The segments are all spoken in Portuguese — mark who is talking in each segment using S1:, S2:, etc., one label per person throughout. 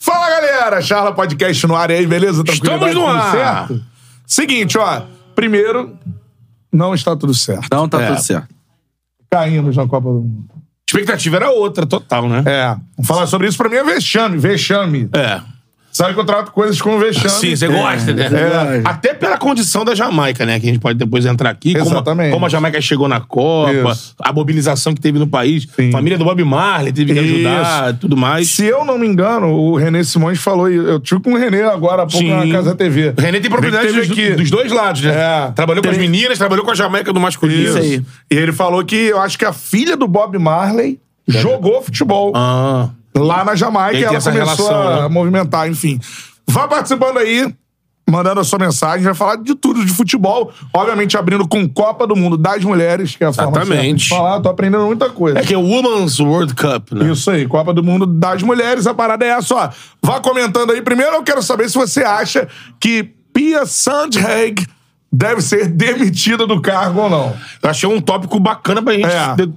S1: Fala galera, Charla Podcast no ar e aí, beleza? Tranquilidade,
S2: Estamos no
S1: tudo
S2: ar.
S1: certo? Seguinte, ó, primeiro, não está tudo certo.
S3: Não tá
S2: É.
S3: tudo certo.
S1: Caímos na Copa do Mundo.
S2: expectativa era outra, total, né?
S1: É, vamos falar sobre isso pra mim é vexame, vexame.
S2: É.
S1: Sabe que eu trato coisas como vexame.
S2: Sim, você gosta, né?
S1: É.
S2: Até pela condição da Jamaica, né? Que a gente pode depois entrar aqui. como-
S1: Exatamente.
S2: Como, a Jamaica chegou na Copa,
S1: Isso.
S2: a mobilização que teve no país,
S1: Sim.
S2: família do Bob Marley teve que ajudar
S1: Isso.
S2: e tudo mais.
S1: Se eu não me engano, o René Simões falou, e eu tive com o René agora há pouco
S2: Sim.
S1: na Casa TV.
S2: O René tem propriedade
S1: Ele
S2: dos,
S1: teve aqui.
S2: dos dois lados, né?
S1: É.
S2: Trabalhou com as meninas, trabalhou com a Jamaica do masculino.
S1: Isso. E ele falou que eu acho que a filha do Bob Marley jogou futebol.
S2: Ah.
S1: lá na Jamaica
S2: E
S1: e
S2: aí tem
S1: ela
S2: essa
S1: começou
S2: relação,
S1: a
S2: né?
S1: movimentar, enfim. Vá participando aí, mandando a sua mensagem, vai falar de tudo, de futebol, obviamente abrindo com Copa do Mundo das Mulheres, que é a forma
S2: Exatamente.
S1: certa de falar, tô aprendendo muita coisa.
S2: É que é o Women's World Cup, né?
S1: Isso aí, Copa do Mundo das Mulheres, a parada é essa, ó. Vá comentando aí. Primeiro eu quero saber se você acha que Pia Sandhag deve ser demitida do cargo ou não.
S2: Eu achei um tópico bacana pra gente
S1: É.
S2: de-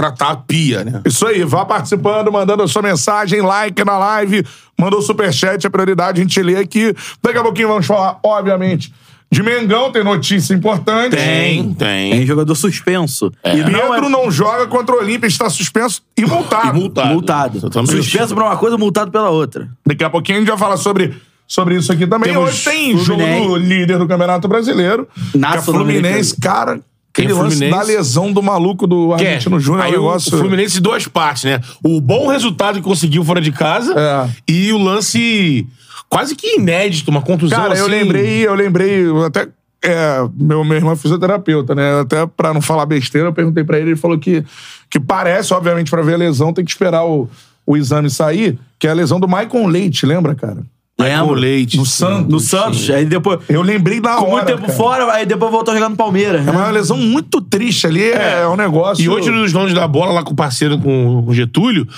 S2: tratar a pia, né?
S1: Isso aí, vá participando, mandando a sua mensagem, like na live, mandou superchat, é prioridade, a gente lê aqui. Daqui a pouquinho vamos falar, obviamente, de Mengão, tem notícia importante.
S2: Tem, tem.
S3: Tem jogador suspenso. E
S1: Pedro
S3: não
S1: não,
S3: é
S1: joga contra o Olímpia, está suspenso e multado.
S2: E
S3: tá.
S2: multado.
S3: multado.
S2: Eu também.
S3: Suspenso pra uma coisa, multado pela outra.
S1: Daqui a pouquinho a gente vai falar sobre, sobre isso aqui também.
S2: Temos
S1: Hoje tem
S3: Fluminense.
S1: jogo do líder do Campeonato Brasileiro.
S3: Na
S1: que é Fluminense, cara, aquele
S2: Tem
S1: lance
S2: Fluminense.
S1: da lesão do maluco do
S2: Que é,
S1: Argentino Júnior é um
S2: aí o-
S1: negócio...
S2: O Fluminense duas partes, né? O bom resultado que conseguiu fora de casa
S1: É.
S2: e o lance quase que inédito, uma contusão
S1: Cara, eu
S2: assim.
S1: lembrei, eu lembrei, eu até. É, meu, meu irmão é fisioterapeuta, né? Até pra não falar besteira, eu perguntei pra ele, ele falou que, que parece, obviamente, pra ver a lesão, tem que esperar o, o exame sair, que é a lesão do Michael Leite, lembra, cara?
S3: Tá
S2: Michael Leite.
S1: Do Santos.
S3: No Santos. Aí depois.
S1: Eu lembrei da
S3: Ficou
S1: hora.
S3: muito tempo
S1: cara.
S3: fora, aí depois voltou a jogar no Palmeiras.
S1: É
S3: né?
S1: uma lesão muito triste ali, é, um negócio.
S2: E hoje, nos donos da bola, lá com o parceiro, com o Getúlio,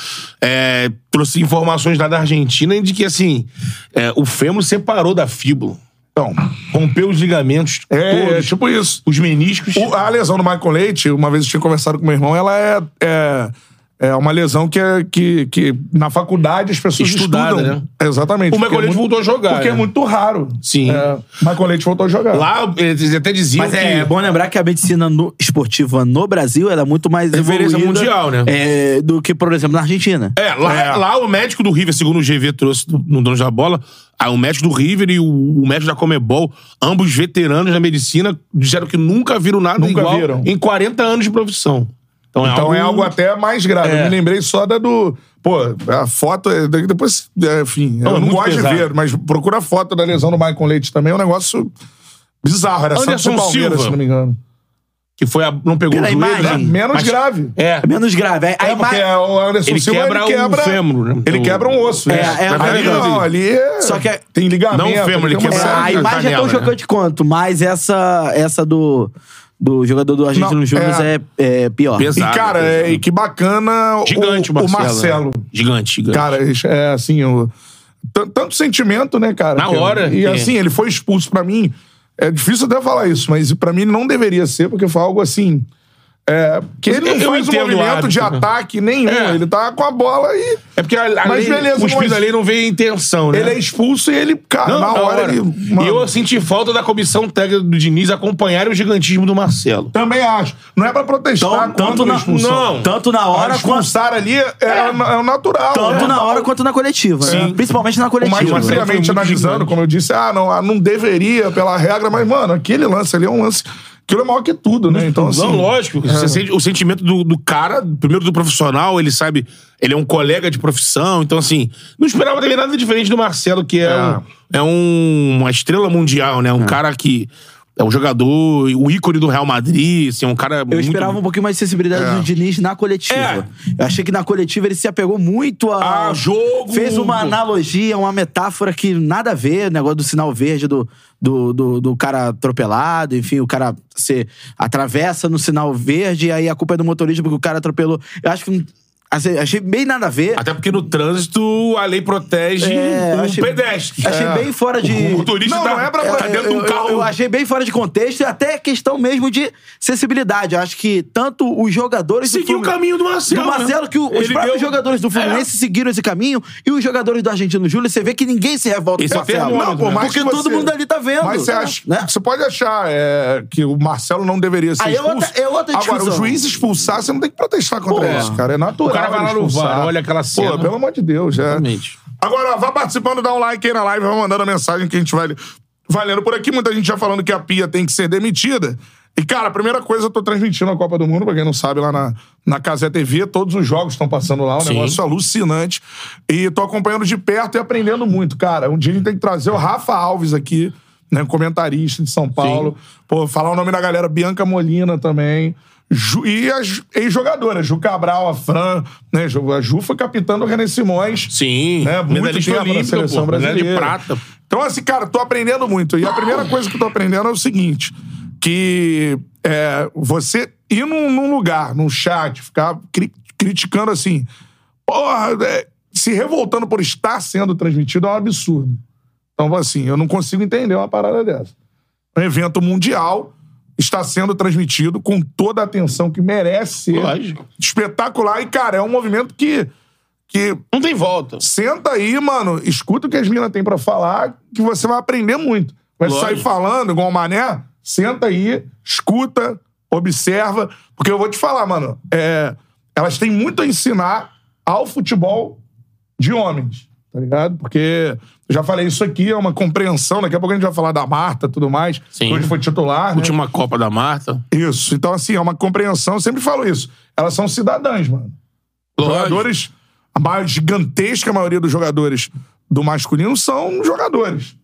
S2: é, trouxe informações lá da Argentina de que, assim, é, o fêmur separou da fíbula. Então, rompeu os ligamentos
S1: É,
S2: todos,
S1: é tipo isso.
S2: os meniscos.
S1: O- a lesão do Michael Leite, uma vez eu tinha conversado com meu irmão, ela é. é... é uma lesão que, é- que, que na faculdade as pessoas
S2: Estudada,
S1: estudam.
S2: né?
S1: Exatamente.
S2: O Michael
S1: porque é
S2: Leite voltou a jogar,
S1: Porque é
S2: né?
S1: muito raro.
S2: Sim.
S1: É, Michael Leite voltou a jogar.
S2: Lá, eles até diziam
S3: Mas
S2: que...
S3: é, bom lembrar que a medicina no- esportiva no Brasil ela é muito mais
S2: Referência
S3: evoluída
S2: mundial, né?
S3: é, do que, por exemplo, na Argentina.
S2: É, lá,
S1: É.
S2: lá o médico do River, segundo o GV trouxe do- no Donos da Bola, ah, o médico do River e o, o médico da Comebol, ambos veteranos da medicina, disseram que nunca viram nada
S1: Nunca
S2: igual
S1: viram.
S2: em 40 anos de profissão. Então,
S1: então é algo até mais grave.
S2: É.
S1: Eu me lembrei só da do. Pô, a foto. é- Depois, é, enfim,
S2: é
S1: eu não
S2: muito
S1: gosto
S2: pesado.
S1: de ver, mas procura a foto da lesão do Michael Leite também. É um negócio bizarro. Era Santos e
S2: Anderson
S1: Palmeiras,
S2: Silva.
S1: se não me engano.
S2: que foi a, não pegou
S3: Pela
S2: o joelho,
S3: imagem.
S2: né?
S1: Menos
S2: Mas-
S1: grave.
S2: É.
S3: É menos grave. Aí, aí
S1: É, porque
S3: mais-
S1: o Anderson
S2: ele
S1: Silva
S2: quebra
S1: ele
S2: um
S1: quebra
S2: fêmur, né?
S1: Ele
S2: O-
S1: quebra um osso. né?
S3: É, é uma
S1: ali
S3: verdade.
S1: não, ali é-
S3: Só que é-
S1: tem ligamento.
S2: Não o fêmur, ele
S1: tem uma
S2: quebra-
S1: série
S3: É, a
S1: de-
S2: Santos,
S3: imagem é tão
S2: Canela,
S1: né?
S3: chocante quanto, mas essa, essa do, do jogador do
S1: Não,
S3: Argentino Júnior
S1: é-
S3: é, é pior.
S2: Pesado.
S1: E, cara, é, e que bacana o-
S2: Gigante o
S1: o,
S2: Marcelo.
S1: Marcelo.
S2: né? Gigante, gigante.
S1: Cara, é assim, o- tan- tanto sentimento, né, cara?
S2: Na
S1: que-
S2: hora,
S1: E
S2: é.
S1: assim, ele foi expulso pra mim. É difícil até falar isso, mas pra mim não deveria ser, porque foi algo assim. É, porque ele não
S2: Eu
S1: faz um
S2: entendo o
S1: movimento de
S2: árbitro. né?
S1: ataque nenhum.
S2: É.
S1: Ele tá com a bola e.
S2: É porque a, a
S1: Mas
S2: lei,
S1: beleza,
S2: os
S1: mas-
S2: filhos da lei não veem a intenção, né?
S1: Ele é expulso e ele, cara,
S2: Não,
S1: na hora, ele. mano,
S2: E eu assim- senti falta da comissão técnica do Diniz acompanhar o gigantismo do Marcelo.
S1: também acho. Não é pra protestar
S2: Tá
S3: Tão-
S1: contra
S3: Então, tanto
S1: a
S3: na-
S1: expulsão.
S2: não.
S3: Tanto na
S1: Para
S3: hora quanto.
S1: expulsar ali é, é o na- é o natural.
S3: Tanto
S1: né?
S3: na hora quanto na coletiva. né?
S2: Sim.
S3: Principalmente na
S1: Por
S3: coletiva.
S1: mais que
S2: Foi
S1: friamente
S2: um muito
S1: analisando,
S2: gigante.
S1: como eu disse, ah, não, ah, não deveria pela regra, mas, mano, aquele lance ali é um lance. Aquilo é maior que tudo, né? Então, assim.
S2: não, lógico.
S3: É.
S2: Você sente o sentimento do, do cara, primeiro do profissional, ele sabe. Ele é um colega de profissão, então assim. Não esperava dele nada diferente do Marcelo, que é,
S1: É.
S2: Um, é um- uma estrela mundial, né? Um cara que. É um jogador, o ícone do Real Madrid, assim, é um cara.
S3: Eu esperava um pouquinho mais de sensibilidade do Diniz na coletiva.
S2: É.
S3: Eu achei que na coletiva ele se apegou muito a.
S2: Ah, jogo!
S3: Fez uma analogia, uma metáfora que nada a ver, o negócio do sinal verde do, do, do, do cara atropelado, enfim, o cara se atravessa no sinal verde e aí a culpa é do motorista porque o cara atropelou. Eu acho que. não- assim, Achei bem nada a ver.
S2: Até porque no trânsito a lei protege
S3: É,
S2: o
S3: achei-
S2: pedestre.
S3: achei
S2: É.
S3: bem fora de-
S2: O motorista
S1: Não,
S2: tá,
S1: não é pra-
S2: tá dentro de
S3: eu-
S2: um
S3: eu-
S2: carro.
S3: Eu, achei bem fora de contexto e até questão mesmo de sensibilidade. Eu acho que tanto os jogadores. do
S2: Seguiu o
S3: Fluminense-
S2: caminho do Marcelo,
S3: Do Marcelo,
S2: né?
S3: que o- os
S2: Ele
S3: próprios
S2: deu- É.
S3: jogadores do Fluminense seguiram esse caminho e os jogadores do Argentino Júlio, você vê que ninguém se revolta
S2: Esse
S3: com o
S2: é
S3: Marcelo.
S2: fenômeno,
S1: assim, ah, Não, por mais
S3: né? porque
S1: que você-
S3: todo mundo ali tá vendo.
S1: Mas você, acha-
S3: né?
S1: você pode achar é, que o Marcelo não deveria ser
S3: Aí é
S1: expulso.
S3: outra- é
S1: Agora,
S3: outra
S1: o
S3: discussão.
S1: juiz expulsar, você não tem que protestar contra
S3: Pô,
S1: isso, cara. É natural.
S2: o cara vai
S1: ele
S2: lá no
S1: expulsar.
S2: VAR, olha aquela cena.
S1: Pô, pelo amor de Deus, é.
S2: Exatamente.
S1: Agora, ó, vá participando, dá um like aí na live, vai mandando a mensagem que a gente vai, vai lendo por aqui. Muita gente já falando que a pia tem que ser demitida. E, cara, a primeira coisa, eu tô transmitindo a Copa do Mundo, pra quem não sabe, lá na, na Casé TV, todos os jogos estão passando lá, um
S2: Sim.
S1: negócio alucinante. E tô acompanhando de perto e aprendendo muito, cara. Um dia a gente tem que trazer o Rafa Alves aqui, né, comentarista de São Paulo. Pô, falar o nome da galera, Bianca Molina também. Ju- e as ex-jogadoras, Ju Cabral, a Fran, né? Ju- A Ju foi capitã do René Simões
S2: Sim.
S1: né? Muito
S2: medalhista
S1: tempo na
S2: olímpica,
S1: seleção
S2: pô, medalha
S1: brasileira.
S2: de prata.
S1: Então, assim, cara, tô aprendendo muito. E a primeira coisa que eu tô aprendendo é o seguinte: que é, você ir num, num lugar, num chat, ficar cri- criticando assim, porra, é, se revoltando por estar sendo transmitido é um absurdo. Então, assim, eu não consigo entender uma parada dessa. Um evento mundial está sendo transmitido com toda a atenção que merece. ser.
S2: Lógico.
S1: Espetacular. E, cara, é um movimento que, que
S2: Não tem volta.
S1: Senta aí, mano, escuta o que as minas têm pra falar, que você vai aprender muito. Vai
S2: Lógico.
S1: sair falando igual o Mané, senta aí, escuta, observa, porque eu vou te falar, mano, é, elas têm muito a ensinar ao futebol de homens, tá ligado? Porque eu já falei isso aqui, é uma compreensão, daqui a pouco a gente vai falar da Marta e tudo mais,
S2: Sim.
S1: que hoje foi titular, né?
S2: Última Copa da Marta.
S1: Isso, então assim, é uma compreensão, eu sempre falo isso, elas são cidadãs, mano.
S2: Lógico.
S1: Jogadores, a maior, gigantesca maioria dos jogadores do masculino são jogadores.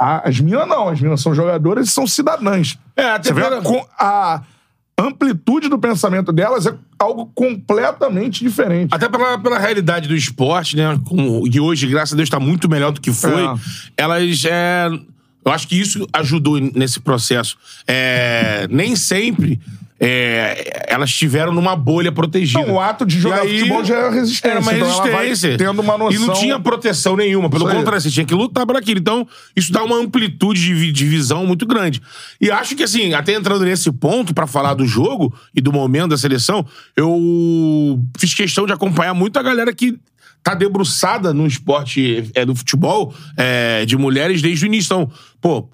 S1: A- As minas não, as minas são jogadoras e são cidadãs.
S2: É, até
S1: Você vê a,
S2: pela-
S1: co- a amplitude do pensamento delas é algo completamente diferente.
S2: Até pela, pela realidade do esporte, né? Como, e hoje, graças a Deus, tá muito melhor do que foi.
S1: É.
S2: Elas. É, eu acho que isso ajudou nesse processo. É, nem sempre é, elas estiveram numa bolha protegida.
S1: Então, o ato de jogar
S2: E aí,
S1: futebol já é resistência.
S2: Era uma
S1: então ela vai
S2: resistência.
S1: tendo uma noção.
S2: E não tinha proteção nenhuma. Pelo
S1: Isso aí.
S2: contrário, você tinha que lutar por aquilo. Então, isso dá uma amplitude de, vi- de visão muito grande. E acho que, assim, até entrando nesse ponto pra falar do jogo e do momento da seleção, eu fiz questão de acompanhar muito a galera que tá debruçada no esporte é, do futebol é, de mulheres desde o início. Então, pô,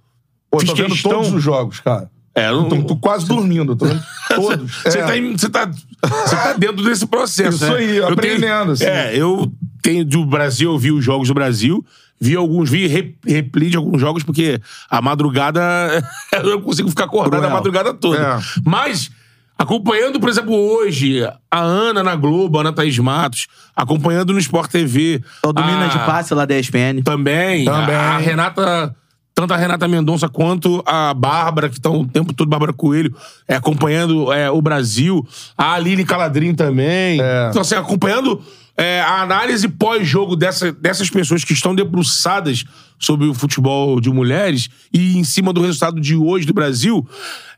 S1: Pô,
S2: fiz
S1: tô vendo
S2: questão-
S1: todos os Então, jogos, cara.
S2: É, eu não-
S1: Tô, tô quase dormindo, tô vendo todos.
S2: Você
S1: É.
S2: tá, em- você tá, você tá dentro desse processo.
S1: Isso
S2: né?
S1: aí,
S2: Eu
S1: aprendendo,
S2: Tenho,
S1: assim.
S2: É, eu tenho do Brasil, eu vi os jogos do Brasil, vi alguns, vi re- repli de alguns jogos, porque a madrugada eu não consigo ficar acordado a
S1: Cruel.
S2: madrugada toda.
S1: É.
S2: Mas. Acompanhando, por exemplo, hoje, a Ana na Globo, a Ana Thaís Matos, acompanhando no Sport TV.
S3: Então, do
S2: a-
S3: Minas de Passe lá da ESPN.
S2: também.
S1: Também.
S2: A, a Renata. Tanto a Renata Mendonça quanto a Bárbara, que estão o tempo todo, Bárbara Coelho, é, acompanhando é, o Brasil. A Aline Caladrin também.
S1: É.
S2: Então, assim, acompanhando é, a análise pós-jogo dessa- dessas pessoas que estão debruçadas sobre o futebol de mulheres e em cima do resultado de hoje do Brasil.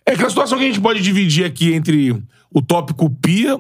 S2: É que a situação que a gente pode dividir aqui entre o tópico pia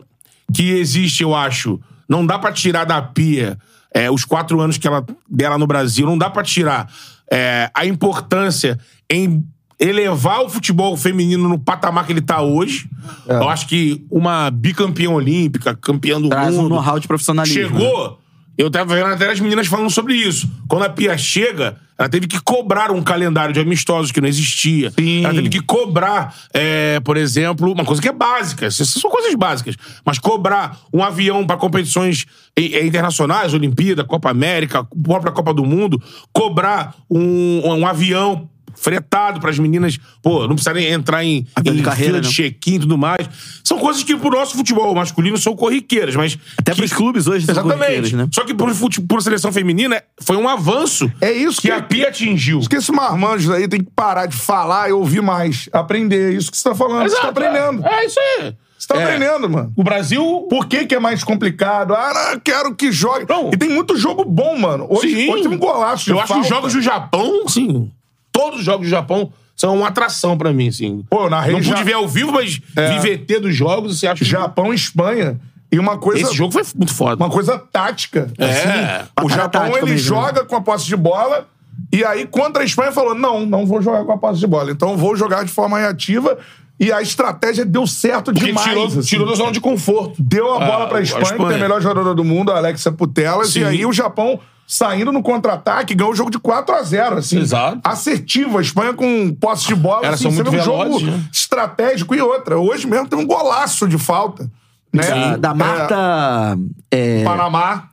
S2: que existe, eu acho. Não dá pra tirar da pia é, os quatro anos que ela dela no Brasil. Não dá pra tirar é, a importância em elevar o futebol feminino no patamar que ele tá hoje.
S3: É.
S2: Eu acho que uma bicampeã olímpica, campeã do
S3: Traz um
S2: mundo,
S3: know-how de profissionalismo. né?
S2: Chegou. Eu tava vendo até as meninas falando sobre isso. Quando a Pia chega, ela teve que cobrar um calendário de amistosos que não existia.
S1: Sim.
S2: Ela teve que cobrar, é, por exemplo, uma coisa que é básica. Essas são coisas básicas. Mas cobrar um avião para competições i- eh, internacionais, Olimpíada, Copa América, própria Copa do Mundo. Cobrar um, um avião fretado para as meninas. Pô, não precisa nem entrar em,
S3: Avião
S2: em
S3: de carreira,
S2: fila de
S3: né?
S2: check-in e tudo mais. São coisas que pro nosso futebol masculino são corriqueiras, mas
S3: Até
S2: que-
S3: pros clubes hoje são corriqueiros,
S2: Exatamente.
S3: né?
S2: Só que por, fute- por seleção feminina foi um avanço
S1: É isso
S2: que,
S1: que-
S2: a Pia atingiu.
S1: Acho que esse marmanjo aí tem que parar de falar e ouvir mais. Aprender. É isso que você tá falando. Você tá
S2: Exato, é.
S1: aprendendo.
S2: É, isso aí.
S1: Você tá
S2: É.
S1: aprendendo, mano.
S2: O Brasil.
S1: Por que, que é mais complicado? Ah, não, quero que jogue.
S2: Não.
S1: E tem muito jogo bom, mano. Hoje,
S2: sim.
S1: hoje tem um golaço. de
S2: Eu acho que os
S1: falta.
S2: jogos do Japão, sim. Todos os jogos do Japão são uma atração pra mim, sim.
S1: Pô, eu narrei
S2: Não
S1: Ja-
S2: pude ver ao vivo, mas
S1: É.
S2: vi VT dos jogos, você acha.
S1: Japão e Espanha. E uma coisa.
S2: Esse jogo foi muito foda.
S1: Uma coisa tática. Assim,
S2: É.
S1: O
S3: Batalha
S1: Japão
S3: tá tática
S1: ele
S3: mesmo, né?
S1: joga com a posse de bola. E aí, contra a Espanha, falou: não, não vou jogar com a posse de bola. Então vou jogar de forma reativa. E a estratégia deu certo
S2: Porque
S1: demais.
S2: tirou,
S1: assim.
S2: tirou da zona de conforto.
S1: Deu a bola
S2: Ah,
S1: pra
S2: a
S1: Espanha, que
S2: Espanha.
S1: tem a melhor jogadora do mundo, a Alexia Putelas.
S2: Sim.
S1: E aí o Japão saindo no contra-ataque, ganhou o jogo de 4 a 0 assim.
S2: Exato.
S1: Assertivo. A Espanha com posse de bola.
S2: Elas
S1: assim,
S2: são
S1: você
S2: muito
S1: vê um
S2: velozes,
S1: jogo
S2: né?
S1: estratégico e outra. Hoje mesmo tem um golaço de falta. Né?
S3: Da, da
S1: É,
S3: Marta. é,
S1: Panamá.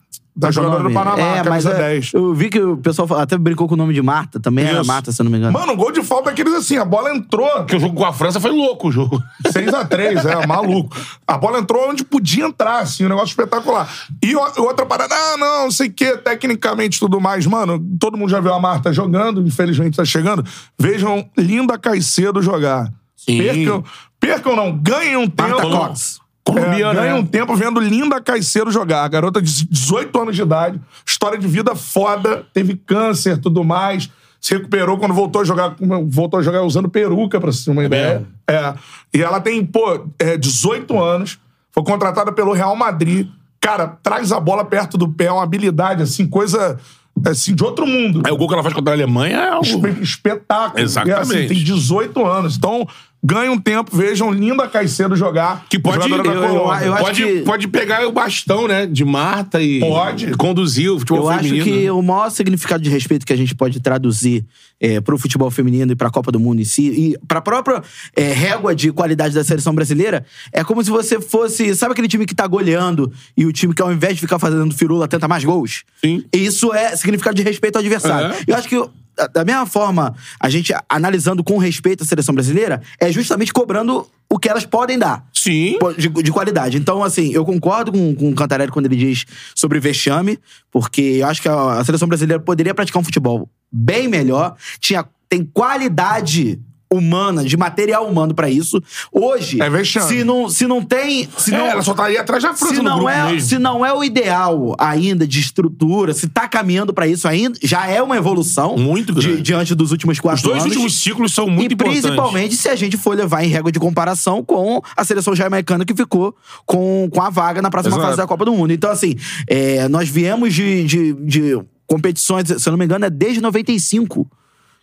S1: Da
S2: Tá
S3: qual é o
S1: jogadora do
S3: nome?
S1: Panamá,
S3: é,
S1: camisa
S3: mas é,
S1: 10.
S3: Eu vi que o pessoal fala- até brincou com o nome de Marta, também era
S2: Isso.
S3: Marta, se eu não me engano.
S1: Mano, gol de falta é aqueles assim, a bola entrou.
S2: Porque o jogo com a França foi louco o jogo.
S1: 6x3, é, maluco. A bola entrou onde podia entrar, assim, um negócio espetacular. E o- outra parada, ah, não, não sei o quê, tecnicamente tudo mais. Mano, todo mundo já viu a Marta jogando, infelizmente tá chegando. Vejam Linda Caicedo jogar.
S2: Sim.
S1: Percam, percam não, ganham tempo.
S2: Cox.
S1: É,
S2: Colombiana,
S1: ganha
S2: né?
S1: um tempo vendo Linda Caicedo jogar. A garota de 18 anos de idade, história de vida foda, teve câncer, tudo mais. Se recuperou quando voltou a jogar, voltou a jogar usando peruca, pra você ter uma ideia. É. E ela tem, pô, é, 18 anos, foi contratada pelo Real Madrid. Cara, traz a bola perto do pé, uma habilidade, assim, coisa assim, de outro mundo
S2: Aí É o gol que ela faz contra a Alemanha é algo.
S1: espe- espetáculo.
S2: Exatamente.
S1: É assim, tem 18 anos. Então, ganha um tempo, vejam Linda Caicedo jogar.
S2: Que pode,
S1: jogadora da
S3: eu- eu-
S1: Colômbia.
S3: eu acho
S2: pode,
S3: que-
S2: pode pegar o bastão, né? De Marta e
S1: Pode.
S2: conduzir o futebol
S3: Eu acho
S2: feminino. né?
S3: que o maior significado de respeito que a gente pode traduzir é, pro futebol feminino e pra Copa do Mundo em si, e pra própria é, régua de qualidade da seleção brasileira, é como se você fosse. Sabe aquele time que tá goleando e o time que, ao invés de ficar fazendo firula, tenta mais gols?
S2: Sim.
S3: E Isso é significado de respeito ao adversário.
S2: É.
S3: Eu acho que. da- Da mesma forma, a gente analisando com respeito a seleção brasileira, é justamente cobrando o que elas podem dar.
S2: Sim.
S3: Pô, de, de qualidade. Então, assim, eu concordo com, com o Cantarelli quando ele diz sobre vexame, porque eu acho que a, a seleção brasileira poderia praticar um futebol bem melhor, tinha, tem qualidade humana, de material humano pra isso. Hoje,
S1: É vexame.
S3: se não, se não tem. Se
S2: É,
S3: não,
S2: ela só tá aí atrás da França
S3: se
S2: no
S3: não,
S2: grupo
S3: é,
S2: mesmo.
S3: se não é o ideal ainda de estrutura, se tá caminhando pra isso ainda, já é uma evolução.
S2: Muito grande.
S3: di- diante dos últimos quatro
S2: Os dois
S3: anos
S2: últimos ciclos são muito
S3: e
S2: importantes.
S3: principalmente se a gente for levar em régua de comparação com a seleção jamaicana que ficou com, com a vaga na próxima
S2: Exato.
S3: fase da Copa do Mundo. Então, assim, é, nós viemos de, de, de competições, se eu não me engano, é desde 95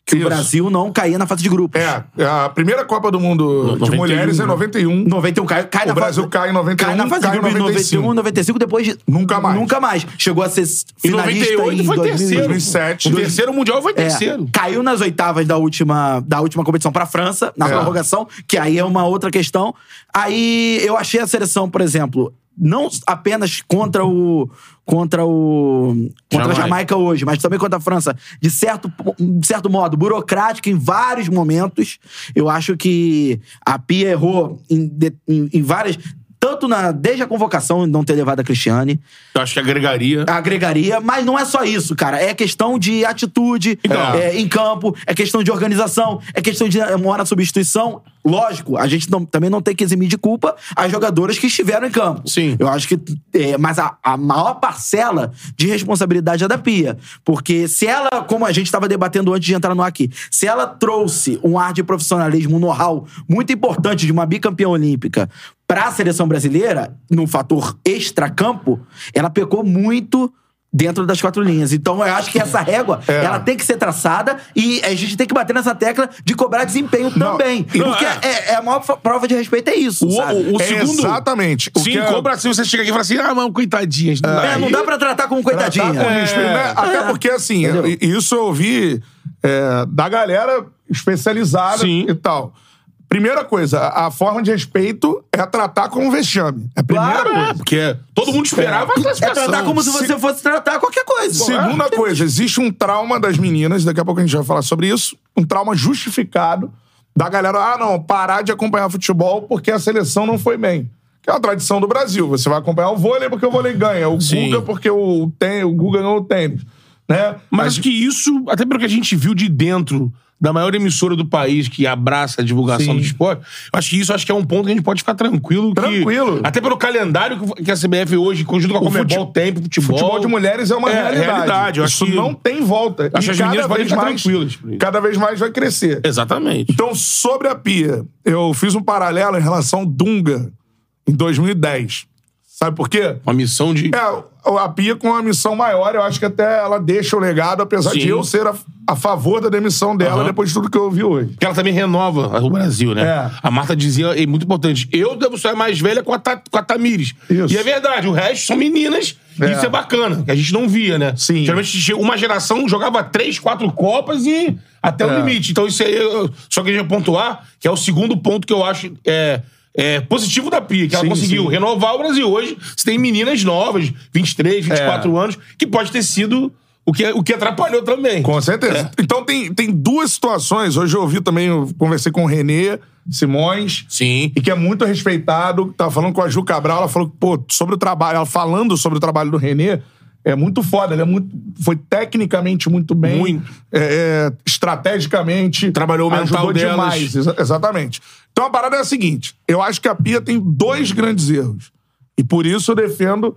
S3: que
S1: Isso.
S3: o Brasil não caía na fase de grupos.
S1: É, a primeira Copa do Mundo de
S2: 91,
S1: mulheres é
S2: né?
S1: 91.
S3: 91 cai, cai
S1: O
S3: na
S1: Brasil
S3: fase,
S1: cai em 91,
S3: cai na fase
S1: cai
S3: de
S1: em
S3: grupos
S1: 95.
S3: 91, 95, depois de-
S1: Nunca mais.
S3: Nunca mais. Chegou a ser
S2: Em
S3: finalista
S2: 98
S3: em
S2: foi
S3: 2000.
S2: terceiro.
S1: 2007.
S2: O terceiro mundial foi
S3: É,
S2: terceiro.
S3: caiu nas oitavas da última, da última competição pra França, na
S1: É.
S3: prorrogação, que aí é uma outra questão. Aí eu achei a seleção, por exemplo, não apenas contra o. contra o. contra a
S2: Jamaica.
S3: Jamaica hoje, mas também contra a França, de certo, po- de certo modo, burocrática em vários momentos. Eu acho que a Pia errou em, de- em- em várias. Tanto na, desde a convocação, em não ter levado a Cristiane,
S2: Eu acho que agregaria.
S3: agregaria, mas não é só isso, cara. É questão de atitude
S2: Então.
S3: é, em campo, é questão de organização, é questão de é, uma hora de substituição. Lógico, a gente não- também não tem que eximir de culpa as jogadoras que estiveram em campo.
S2: Sim.
S3: Eu acho que. é, mas a, a maior parcela de responsabilidade é da Pia. Porque se ela, como a gente estava debatendo antes de entrar no ar aqui, se ela trouxe um ar de profissionalismo, um know-how muito importante de uma bicampeã olímpica para a seleção brasileira, num fator extracampo, ela pecou muito dentro das quatro linhas. Então eu acho que essa régua,
S1: É.
S3: ela tem que ser traçada e a gente tem que bater nessa tecla de cobrar desempenho também.
S2: não,
S3: Porque
S2: é.
S3: é, é a maior fa- prova de respeito é isso,
S2: O,
S3: sabe?
S2: o, o
S1: É
S2: segundo.
S1: exatamente. O
S2: Sim,
S1: que é-
S2: cobra assim, você chega aqui e fala assim, ah, mano, coitadinha.
S3: É, não dá pra tratar como coitadinha. É.
S1: Tratar Tá com respeito, né? Até porque, assim,
S3: Entendeu?
S1: e- e isso eu ouvi é, da galera especializada
S2: Sim.
S1: e tal. Primeira coisa, a a forma de respeito é tratar como vexame. É a primeira
S3: Claro,
S1: coisa.
S2: É, porque todo mundo esperava a
S3: É
S2: classificação.
S3: tratar como se você fosse tratar qualquer coisa.
S1: Segunda
S2: é.
S1: coisa, existe um trauma das meninas, daqui a pouco a gente vai falar sobre isso, um trauma justificado da galera, ah não, parar de acompanhar futebol porque a seleção não foi bem. Que é uma tradição do Brasil, você vai acompanhar o vôlei porque o vôlei ganha, o
S2: Sim.
S1: Guga porque o, ten, o Guga ganhou o tênis, né?
S2: Mas acho que isso, até pelo que a gente viu de dentro da maior emissora do país que abraça a divulgação
S1: Sim.
S2: do esporte, eu acho que isso acho que é um ponto que a gente pode ficar tranquilo. que-
S1: Tranquilo.
S2: até pelo calendário que a CBF hoje, conjunto com a
S1: O fute-
S2: Comebol, tem pro futebol.
S1: futebol de mulheres é uma
S2: É,
S1: realidade.
S2: realidade, eu acho
S1: Isso
S2: que-
S1: não tem volta.
S2: Acho que as meninas podem ficar tranquilas por isso.
S1: Cada vez mais vai crescer.
S2: Exatamente.
S1: Então, sobre a pia, eu fiz um paralelo em relação ao Dunga em 2010. Sabe por quê?
S2: Uma missão de...
S1: É, a Pia com uma missão maior, eu acho que até ela deixa o legado, apesar
S2: Sim.
S1: de eu ser a, a favor da demissão dela
S2: Aham.
S1: depois de tudo que eu ouvi hoje.
S2: Porque ela também renova o Brasil, né?
S1: É.
S2: A Marta dizia, é muito importante, eu devo ser a mais velha com a, Ta- com a Tamires.
S1: Isso.
S2: E é verdade, o resto são meninas, e
S1: É.
S2: isso é bacana, que a gente não via, né?
S1: Sim.
S2: Geralmente tinha uma geração jogava três, quatro copas e até o
S1: É.
S2: limite. Então isso aí, eu só queria pontuar, que é o segundo ponto que eu acho é, é positivo da Pia, que ela
S1: Sim,
S2: conseguiu
S1: sim.
S2: renovar o Brasil. Hoje você tem meninas novas, 23, 24
S1: É.
S2: anos, que pode ter sido o que, o que atrapalhou também.
S1: Com certeza.
S2: É.
S1: Então tem, tem duas situações. Hoje eu ouvi também, eu conversei com o Renê Simões.
S2: Sim.
S1: E que é muito respeitado. Tava falando com a Ju Cabral, ela falou, pô, sobre o trabalho, ela falando sobre o trabalho do Renê, é muito foda. Ele é muito, foi tecnicamente muito bem.
S2: Muito.
S1: É, é, estrategicamente.
S2: Trabalhou o mental
S1: ajudou
S2: delas.
S1: demais. exa- exatamente. Então a parada é a seguinte: eu acho que a Pia tem dois grandes erros. E por isso eu defendo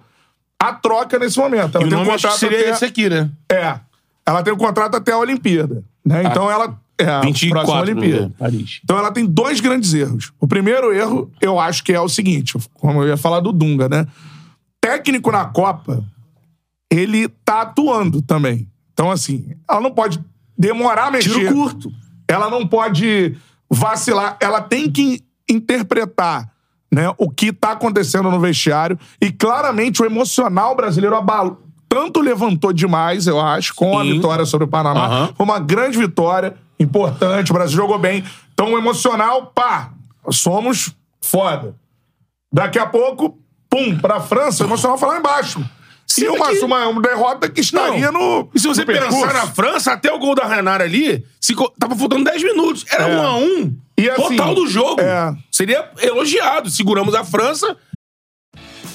S1: a troca nesse momento. Ela
S2: E o
S1: tem um
S2: nome acho que
S1: contrato
S2: seria
S1: até-
S2: esse aqui, né?
S1: é. Ela tem um contrato até a Olimpíada.
S2: Tá.
S1: Né? Então ela. É,
S2: Ah,
S1: a
S2: 24,
S1: próxima Olimpíada.
S2: né? Paris.
S1: Então ela tem dois grandes erros. O primeiro erro, eu acho que é o seguinte: como eu ia falar do Dunga, né? Técnico na Copa, ele tá atuando também. Então, assim, ela não pode demorar a mexer.
S3: Tiro curto.
S1: Ela não pode vacilar. Ela tem que interpretar né, o que está acontecendo no vestiário. E claramente o emocional brasileiro abalou. Tanto levantou demais, eu acho, com a
S2: Sim.
S1: vitória sobre o Panamá.
S2: Aham.
S1: Foi uma grande vitória, importante. O Brasil jogou bem. Então, o emocional, pá, somos foda. Daqui a pouco, pum, pra França, o emocional foi lá embaixo.
S2: Sendo
S1: e uma,
S2: que-
S1: uma, uma derrota que estaria no.
S2: E se você
S1: no percurso.
S2: pensar na França, até o gol da Renara ali, se co- tava faltando 10 minutos. Era
S1: É.
S2: 1 a 1
S1: E assim,
S2: total do jogo.
S1: é.
S2: Seria elogiado. Seguramos a França.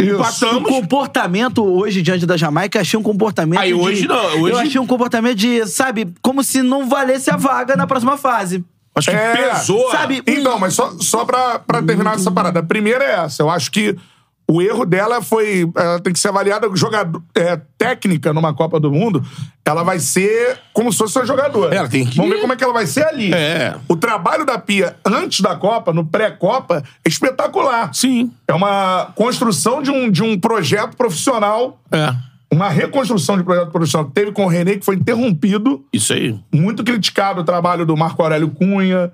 S3: O
S2: Empatamos.
S3: comportamento hoje diante da Jamaica, achei um comportamento.
S2: Aí,
S3: de-
S2: hoje não, hoje-
S3: Eu achei um comportamento de, sabe, como se não valesse a vaga na próxima fase.
S2: Acho que
S1: É.
S2: pesou.
S3: Sabe?
S1: Então, mas só, só pra, pra terminar essa parada. A primeira é essa. Eu acho que o erro dela foi. Ela tem que ser avaliada jogador, é, técnica numa Copa do Mundo. Ela vai ser como se fosse uma jogadora.
S2: Ela tem que-
S1: Vamos ver como é que ela vai ser ali.
S2: É.
S1: O trabalho da Pia antes da Copa, no pré-Copa, é espetacular.
S2: Sim.
S1: É uma construção de um, de um projeto profissional.
S2: É.
S1: Uma reconstrução de projeto profissional que teve com o René, que foi interrompido
S2: Isso aí.
S1: muito criticado o trabalho do Marco Aurélio Cunha,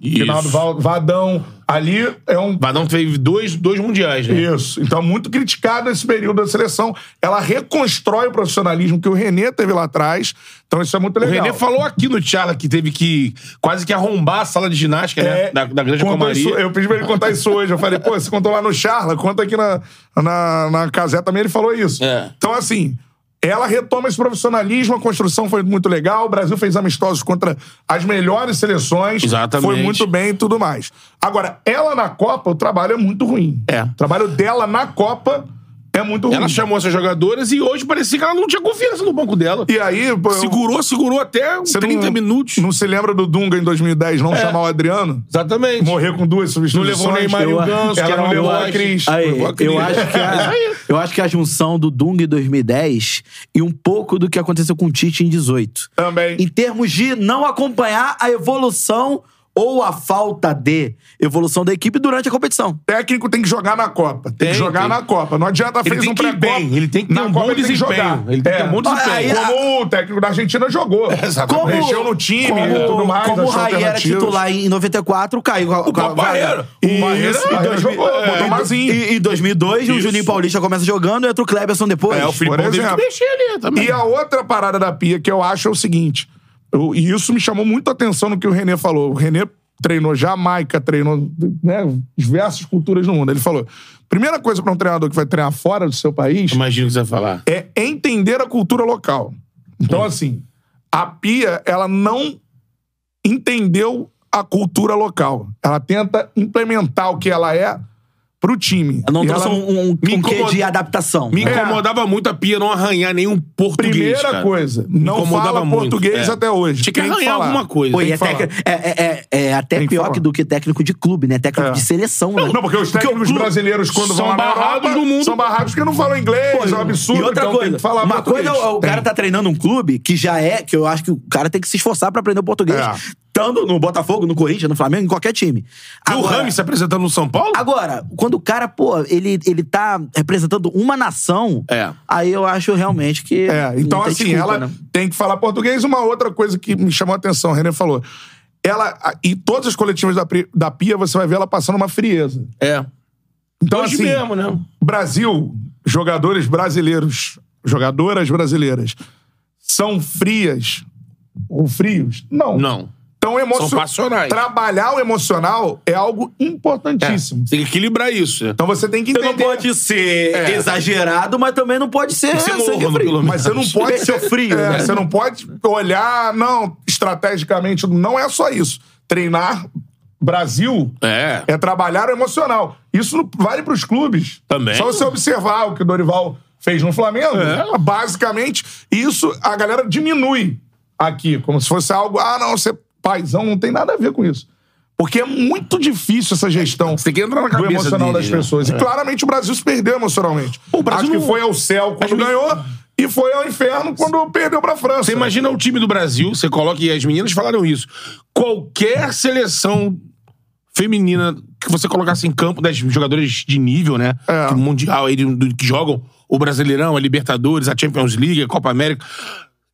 S2: Isso.
S1: Final do Val- Vadão. Ali é um
S2: Vadão teve dois, dois mundiais, né?
S1: Isso. Então, muito criticado esse período da seleção. Ela reconstrói o profissionalismo que o Renê teve lá atrás. Então, isso é muito
S2: O
S1: legal.
S2: Renê falou aqui no Tchala que teve que quase que arrombar a sala de ginástica, né?
S1: É,
S2: Da, da Grande
S1: contou
S2: Comaria.
S1: isso- eu pedi pra ele contar isso hoje. Eu falei, pô, você contou lá no Charla, conta aqui na, na, na caseta também, ele falou isso.
S2: É.
S1: Então, assim, ela retoma esse profissionalismo, a construção foi muito legal, o Brasil fez amistosos contra as melhores seleções.
S2: Exatamente.
S1: Foi muito bem e tudo mais. Agora, ela na Copa, o trabalho é muito ruim.
S2: É.
S1: O trabalho dela na Copa é muito ruim.
S2: Ela chamou essas jogadoras e hoje parecia que ela não tinha confiança no banco dela.
S1: E aí, pô, eu-
S2: Segurou, segurou até uns
S1: Você
S2: 30
S1: não-
S2: minutos.
S1: Não se lembra do Dunga em 2010
S2: É.
S1: não chamar o Adriano?
S2: Exatamente.
S1: Morrer com duas
S2: Não
S1: substituições.
S2: levou nem Mário
S1: Eu-
S2: Ganso, que
S1: Ela não
S2: era um uma
S1: levou a
S2: bobagem.
S1: Cris.
S3: Aí,
S1: Levou a Cris.
S3: eu, acho que
S1: É
S3: a, eu acho que a junção do Dunga em 2010 e um pouco do que aconteceu com o Tite em 18.
S1: Também.
S3: Em termos de não acompanhar a evolução ou a falta de evolução da equipe durante a competição.
S1: técnico tem que jogar na Copa. Tem,
S2: Tem,
S1: que jogar
S2: tem.
S1: na Copa. Não adianta fez
S2: tem
S1: um
S2: que ir
S1: pré-copa.
S2: bem, ele tem que ter
S1: na
S2: um
S1: Copa
S2: bom
S1: ele tem que
S2: desempenho,
S1: jogar. É.
S2: ele tem que ter um bom desempenho.
S3: Aí,
S1: como o técnico da Argentina jogou.
S2: Exatamente.
S1: Como, mexeu no time
S3: como,
S1: e tudo mais.
S3: Como o
S1: achou
S3: Raí era
S1: alternativas.
S3: titular em 94, caiu com a, com a
S2: Barreiro.
S3: vaga.
S2: O
S3: Isso.
S1: Barreiro
S3: E
S1: Barreiro
S3: dois-
S1: jogou,
S3: é,
S1: botou
S3: e-
S1: Mazinho.
S3: E em 2002, o Juninho Paulista começa jogando, entra o Kleberson depois.
S2: É, o Filipão
S1: Por
S2: teve que
S1: exemplo.
S2: mexer ali também.
S1: E a outra parada da pia que eu acho é o seguinte: eu- e isso me chamou muito a atenção no que o Renê falou. O Renê treinou Jamaica, treinou né, diversas culturas no mundo. Ele falou: primeira coisa para um treinador que vai treinar fora do seu país
S2: Imagino o que você vai falar.
S1: é entender a cultura local. Então, assim, a pia, ela não entendeu a cultura local. Ela tenta implementar o que ela é pro time.
S3: Não
S1: E
S3: trouxe
S1: ela-
S3: um, um, um
S2: me
S3: quê de
S2: incomoda-
S3: adaptação.
S2: Me
S3: né?
S2: incomodava muito a Pia não arranhar nenhum português.
S1: Primeira
S2: cara.
S1: coisa,
S2: Me
S1: não
S2: incomodava
S1: fala
S2: muito,
S1: português
S2: é.
S1: até hoje.
S2: Tinha que
S1: Tem
S2: arranhar
S1: falar.
S2: alguma coisa.
S3: Pô, e
S2: Tem
S3: é,
S2: que falar.
S3: tec- é, é- é- é até
S1: Tem que
S3: pior
S1: falar.
S3: que do que técnico de clube, né? Técnico
S1: É.
S3: de seleção, né?
S1: Não, porque os
S3: Porque o
S1: técnicos
S3: clube-
S1: brasileiros, quando
S2: são
S1: vão lá na
S2: barrados
S1: Europa,
S2: do mundo.
S1: são barrados porque não falam inglês, é um absurdo.
S3: E outra
S1: então tem
S3: coisa,
S1: que falar
S3: uma
S1: português.
S3: coisa é o, o cara tá treinando um clube que já é, que eu acho que o cara tem que se esforçar pra aprender o português.
S1: É.
S3: Tanto no Botafogo, no Corinthians, no Flamengo, em qualquer time.
S2: Viu o Rami
S1: é-
S2: se apresentando no São Paulo?
S3: Agora, quando o cara, pô, ele, ele tá representando uma nação,
S2: É.
S3: aí eu acho realmente que.
S1: É, então
S3: não tem
S1: assim,
S3: desculpa,
S1: ela
S3: né?
S1: tem que falar português. Uma outra coisa que me chamou a atenção, a Renan falou. Ela, a- em todas as coletivas da, Pri- da Pia, você vai ver ela passando uma frieza.
S2: É.
S1: Então,
S2: Hoje
S1: assim,
S2: mesmo, né?
S1: Brasil, jogadores brasileiros, jogadoras brasileiras, são frias ou frios? Não.
S2: Não.
S1: Então,
S2: São
S1: emocional.
S2: passionais.
S1: Trabalhar o emocional é algo importantíssimo.
S2: É. Tem que equilibrar isso. né?
S1: Então você tem que
S3: Você
S1: entender.
S3: não pode ser
S2: É.
S1: tá
S3: exagerado, mas também não pode ser,
S2: ser
S3: sangue
S2: morno,
S3: frio.
S2: pelo
S1: Mas você não pode
S3: ser frio.
S1: É,
S3: né?
S1: Você não pode olhar, não, estrategicamente, não é só isso. Treinar Brasil
S2: É.
S1: é trabalhar o emocional. Isso não- vale para os clubes.
S2: Também.
S1: Só você observar o que o Dorival fez no Flamengo,
S2: É.
S1: basicamente, isso a galera diminui aqui, como se fosse algo, ah, não, você paizão, não tem nada a ver com isso. Porque é muito difícil essa gestão
S2: Você tem que entrar na
S1: do
S2: cabeça
S1: emocional
S2: deles,
S1: das
S2: né?
S1: pessoas. E claramente o Brasil se perdeu emocionalmente.
S2: O Brasil
S1: Acho que
S2: não-
S1: foi ao céu quando
S2: Acho que-
S1: ganhou e foi ao inferno quando perdeu pra França.
S2: Você imagina o time do Brasil, você coloca, e as meninas falaram isso. Qualquer seleção feminina que você colocasse em campo das jogadoras de nível, né?
S1: É.
S2: Que o mundial aí, do- do- que jogam o Brasileirão, a Libertadores, a Champions League, a Copa América.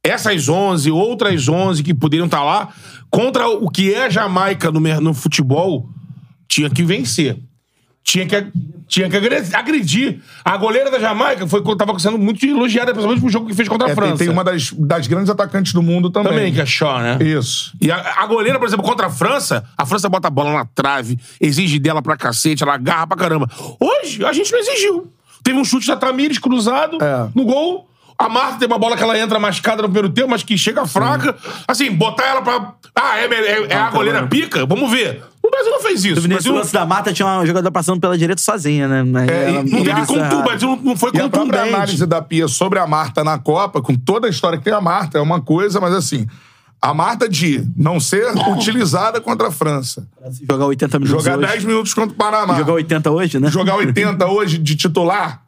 S2: Essas 11, outras 11 que poderiam estar lá, contra o que é a Jamaica no, mer- no futebol, tinha que vencer. Tinha que, tinha que agre- agredir. A goleira da Jamaica foi, tava sendo muito elogiada, principalmente pro jogo que fez contra a
S1: É, tem,
S2: França.
S1: tem uma das, das grandes atacantes do mundo também.
S2: Também, que é Shaw, né?
S1: Isso.
S2: E a, a goleira, por exemplo, contra a França, a França bota a bola na trave, exige dela pra cacete, ela agarra pra caramba. Hoje, a gente não exigiu. Teve um chute da Tamires cruzado
S1: É.
S2: no gol. A Marta tem uma bola que ela entra mascada no primeiro tempo, mas que chega fraca. Assim, botar ela pra. Ah, é, é- é a goleira pica? Vamos ver. O Brasil não fez isso. O
S3: Nesse
S2: Brasil não,
S3: lance da mata tinha uma jogadora passando pela direita sozinha, né? Mas
S1: É, e
S2: não
S3: ela-
S2: teve
S3: Nossa,
S2: contundência. O Brasil não, não foi
S1: "Ah, E a própria
S2: contundente.
S1: análise da Pia sobre a Marta na Copa, com toda a história que tem a Marta, é uma coisa, mas assim, a Marta de não ser utilizada contra a França.
S3: Jogar 80 minutos
S1: Jogar
S3: hoje.
S1: 10 minutos contra o Panamá.
S3: Jogar 80 hoje, né?
S1: Jogar 80 hoje de titular?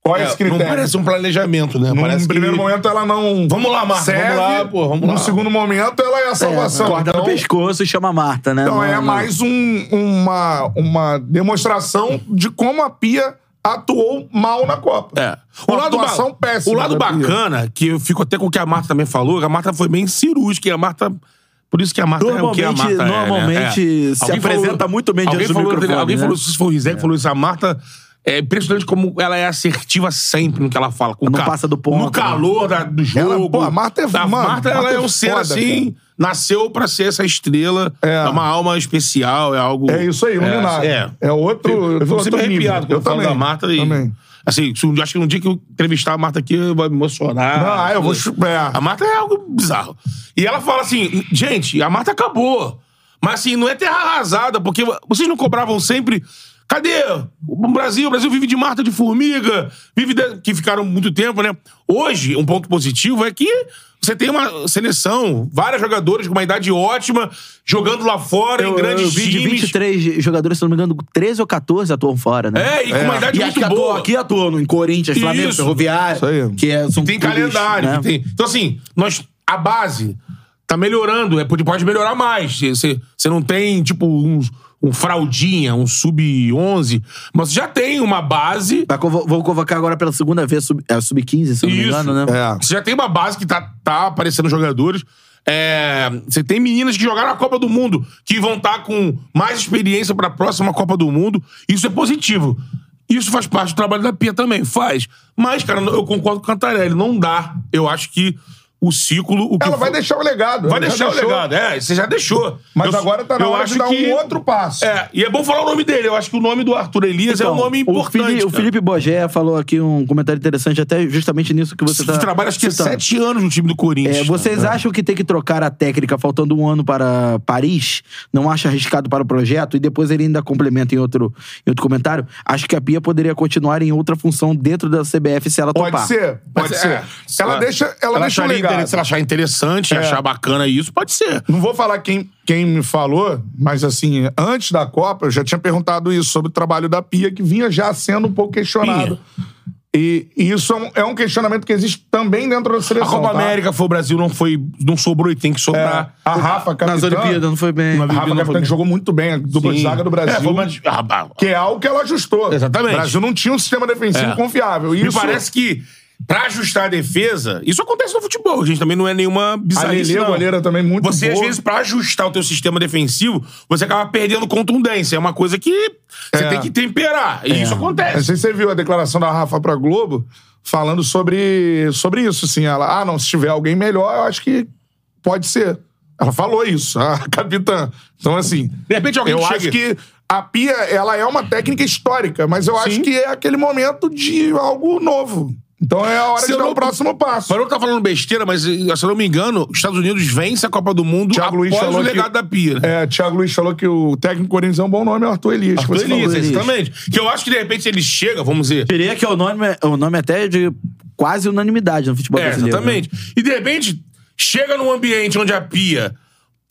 S1: Qual é, esse
S2: É, não
S1: critério?
S2: parece um planejamento, né?
S1: Num
S2: parece que-
S1: primeiro momento ela não.
S2: Vamos lá, Marta,
S1: serve,
S2: vamos lá, pô, vamos
S1: no
S2: lá.
S1: segundo momento ela é a salvação.
S3: Corda
S1: então,
S3: no pescoço e chama a Marta, né?
S1: então
S3: Não-
S1: é
S3: não-
S1: mais um- uma, uma demonstração de como a Pia atuou mal na Copa.
S2: É.
S1: Uma atuação
S2: ba-
S1: péssima
S2: o lado
S1: da Pia.
S2: bacana, que eu fico até com o que a Marta também falou, que a Marta foi bem cirúrgica, e a Marta Por isso que a Marta é o que a
S3: Normalmente-
S2: Marta é, né?
S3: normalmente
S2: É.
S3: se
S2: Alguém
S3: apresenta muito bem diante
S2: alguém
S3: do
S2: falou,
S3: microfone,
S2: Alguém
S3: né?
S2: falou, se for o Rizek, falou isso. A Marta é impressionante como ela é assertiva sempre no que ela fala. Com
S3: Ela não
S2: ca-
S3: passa do ponto, né?
S2: No calor da- do jogo.
S1: Ela- pô, a Marta é-
S2: da,
S1: mano,
S2: Marta, ela
S1: Marta
S2: é
S1: é
S2: um ser
S1: foda,
S2: assim... Nasceu pra ser essa estrela. É.
S1: É.
S2: uma alma especial, é algo...
S1: É isso aí, iluminado.
S2: É,
S1: É outro-
S2: Eu fico
S1: outro
S2: sempre
S1: nível.
S2: arrepiado quando
S1: Eu
S2: eu falo
S1: também,
S2: da Marta. E,
S1: também.
S2: Assim, se um- acho que um dia que eu entrevistar a Marta aqui, vai me emocionar.
S1: Não, eu vou chu- é.
S2: A Marta é algo bizarro. E ela fala assim, gente, a Marta acabou. Mas assim, não é terra arrasada, porque vocês não cobravam sempre... Cadê o Brasil? O Brasil vive de Marta de Formiga, vive de- que ficaram muito tempo, né? Hoje, um ponto positivo é que você tem uma seleção, vários jogadores com uma idade ótima, jogando lá fora, em
S3: Eu-
S2: grandes
S3: eu vi de
S2: times.
S3: 23 jogadores, se não me engano, 13 ou 14 atuam fora, né?
S2: É, e com uma idade
S3: e
S2: muito
S3: aqui atuam-
S2: boa.
S3: aqui atuam em Corinthians, Flamengo,
S2: Isso.
S3: Ferroviário,
S1: Isso aí.
S3: que é, são
S2: tem
S3: clubes,
S2: calendário.
S3: né?
S2: que tem- Então, assim, nós, a base tá melhorando. É, pode pode melhorar mais. Você você não tem, tipo, um, um fraldinha, um sub-11, mas já tem uma base.
S3: Vai convo- vou convocar agora pela segunda vez sub- é, sub-15, se eu não me
S2: Isso.
S3: engano, né?
S1: É.
S2: Você já tem uma base que tá, tá aparecendo jogadores. É, você tem meninas que jogaram a Copa do Mundo, que vão estar com mais experiência pra próxima Copa do Mundo. Isso é positivo. Isso faz parte do trabalho da Pia também, faz. Mas, cara, eu concordo com o Cantarelli, não dá. Eu acho que o ciclo. O que
S1: Ela vai
S2: for-
S1: deixar o legado.
S2: Vai
S1: ela já
S2: deixar o
S1: deixou.
S2: legado, é, você já deixou.
S1: Mas
S2: Eu-
S1: agora tá na
S2: eu
S1: hora
S2: acho
S1: de dar
S2: que-
S1: um outro passo.
S2: É, e é bom falar o nome dele. Eu acho que o nome do Arthur Elias é um
S3: Então,
S2: nome importante.
S3: O Felipe, o
S2: cara.
S3: Felipe Bogé falou aqui um comentário interessante, até justamente nisso que você tá.
S2: trabalha acho que é
S3: citando.
S2: sete anos no time do Corinthians.
S3: É, vocês acham que tem que trocar a técnica faltando um ano para Paris? Não acha arriscado para o projeto? E depois ele ainda complementa em outro, em outro comentário. Acho que a Pia poderia continuar em outra função dentro da CBF se ela
S1: Pode
S3: topar.
S1: ser, pode ser. Ela, deixa, ela deixa o
S2: acharia
S1: legado. É.
S2: inter- Se é, ela achar interessante, achar bacana isso, pode ser.
S1: Não vou falar quem, quem me falou, mas assim, antes da Copa, eu já tinha perguntado isso sobre o trabalho da Pia, que vinha já sendo um pouco questionado. E, e isso é um, é um questionamento que existe também dentro da
S2: A
S1: seleção.
S2: Copa
S1: tá?
S2: América foi o Brasil, não foi. Não sobrou e tem que
S1: É,
S2: sobrar.
S1: a Rafa Capitã.
S3: Nas
S2: Então,
S3: Olimpíadas não foi bem.
S1: A Rafa
S2: não foi
S1: Capitã
S2: bem.
S1: que jogou muito bem, a dupla de
S2: Sim.
S1: zaga do
S2: É, foi
S1: Brasil.
S2: uma de- ah, bah,
S1: Que é algo que ela ajustou.
S2: Exatamente.
S1: O Brasil não tinha um sistema defensivo
S2: É.
S1: confiável. E
S2: Me
S1: isso,
S2: parece que, pra ajustar a defesa, isso acontece no futebol, gente. Também não é nenhuma
S1: a
S2: bizarrice,
S1: Lele,
S2: não.
S1: goleira é também muito
S2: Você,
S1: boa.
S2: às vezes, pra ajustar o teu sistema defensivo, você acaba perdendo contundência. É uma coisa que você
S1: É.
S2: tem que temperar. E isso
S1: Não
S2: acontece.
S1: sei se você viu a declaração da Rafa pra Globo falando sobre, sobre isso, assim. Ela, ah, não, se tiver alguém melhor, eu acho que pode ser. Ela falou isso, a capitã. Então, assim.
S2: De repente alguém
S1: eu
S2: que
S1: acho
S2: chegue.
S1: que a pia, ela é uma técnica histórica, mas eu acho que é aquele momento de algo novo. Então é a hora
S2: Se
S1: de
S2: eu
S1: dar
S2: não-
S1: o próximo passo.
S2: Mas eu não tá falando besteira, mas eh, se eu não me engano, os Estados Unidos vence a Copa do Mundo
S1: Thiago Luiz
S2: após o
S1: falou que-
S2: legado da Pia. né?
S1: É, Thiago Luiz falou que o técnico corintiano é um bom nome, é o Arthur Elias. que
S2: Arthur
S1: você falou.
S2: Elias, exatamente. Que eu acho que de repente se ele chega, vamos dizer,
S3: Diria que é o nome, é o nome até de quase unanimidade no futebol
S2: É,
S3: brasileiro. né?
S2: exatamente. E de repente, chega num ambiente onde a pia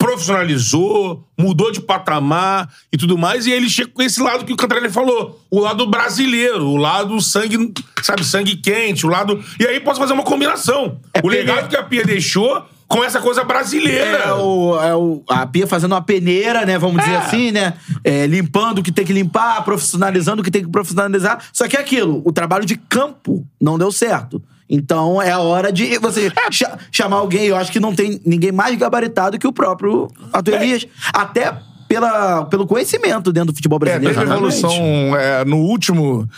S2: profissionalizou, mudou de patamar e tudo mais, e aí ele chega com esse lado que o Cantarelli falou, o lado brasileiro, o lado sangue, sabe, sangue quente, o lado... E aí posso fazer uma combinação. o legado que a pia deixou com essa coisa brasileira.
S3: É, o, é o, a pia fazendo uma peneira, né? Vamos dizer assim, né? É, limpando o que tem que limpar, profissionalizando o que tem que profissionalizar. Só que é aquilo, o trabalho de campo não deu certo. Então é a hora de você cha- chamar alguém. Eu acho que não tem ninguém mais gabaritado que o próprio Arthur
S2: É.
S3: Elias. Até pela, pelo conhecimento dentro do futebol
S1: É,
S3: brasileiro.
S1: teve
S3: né?
S1: evolução é, no último.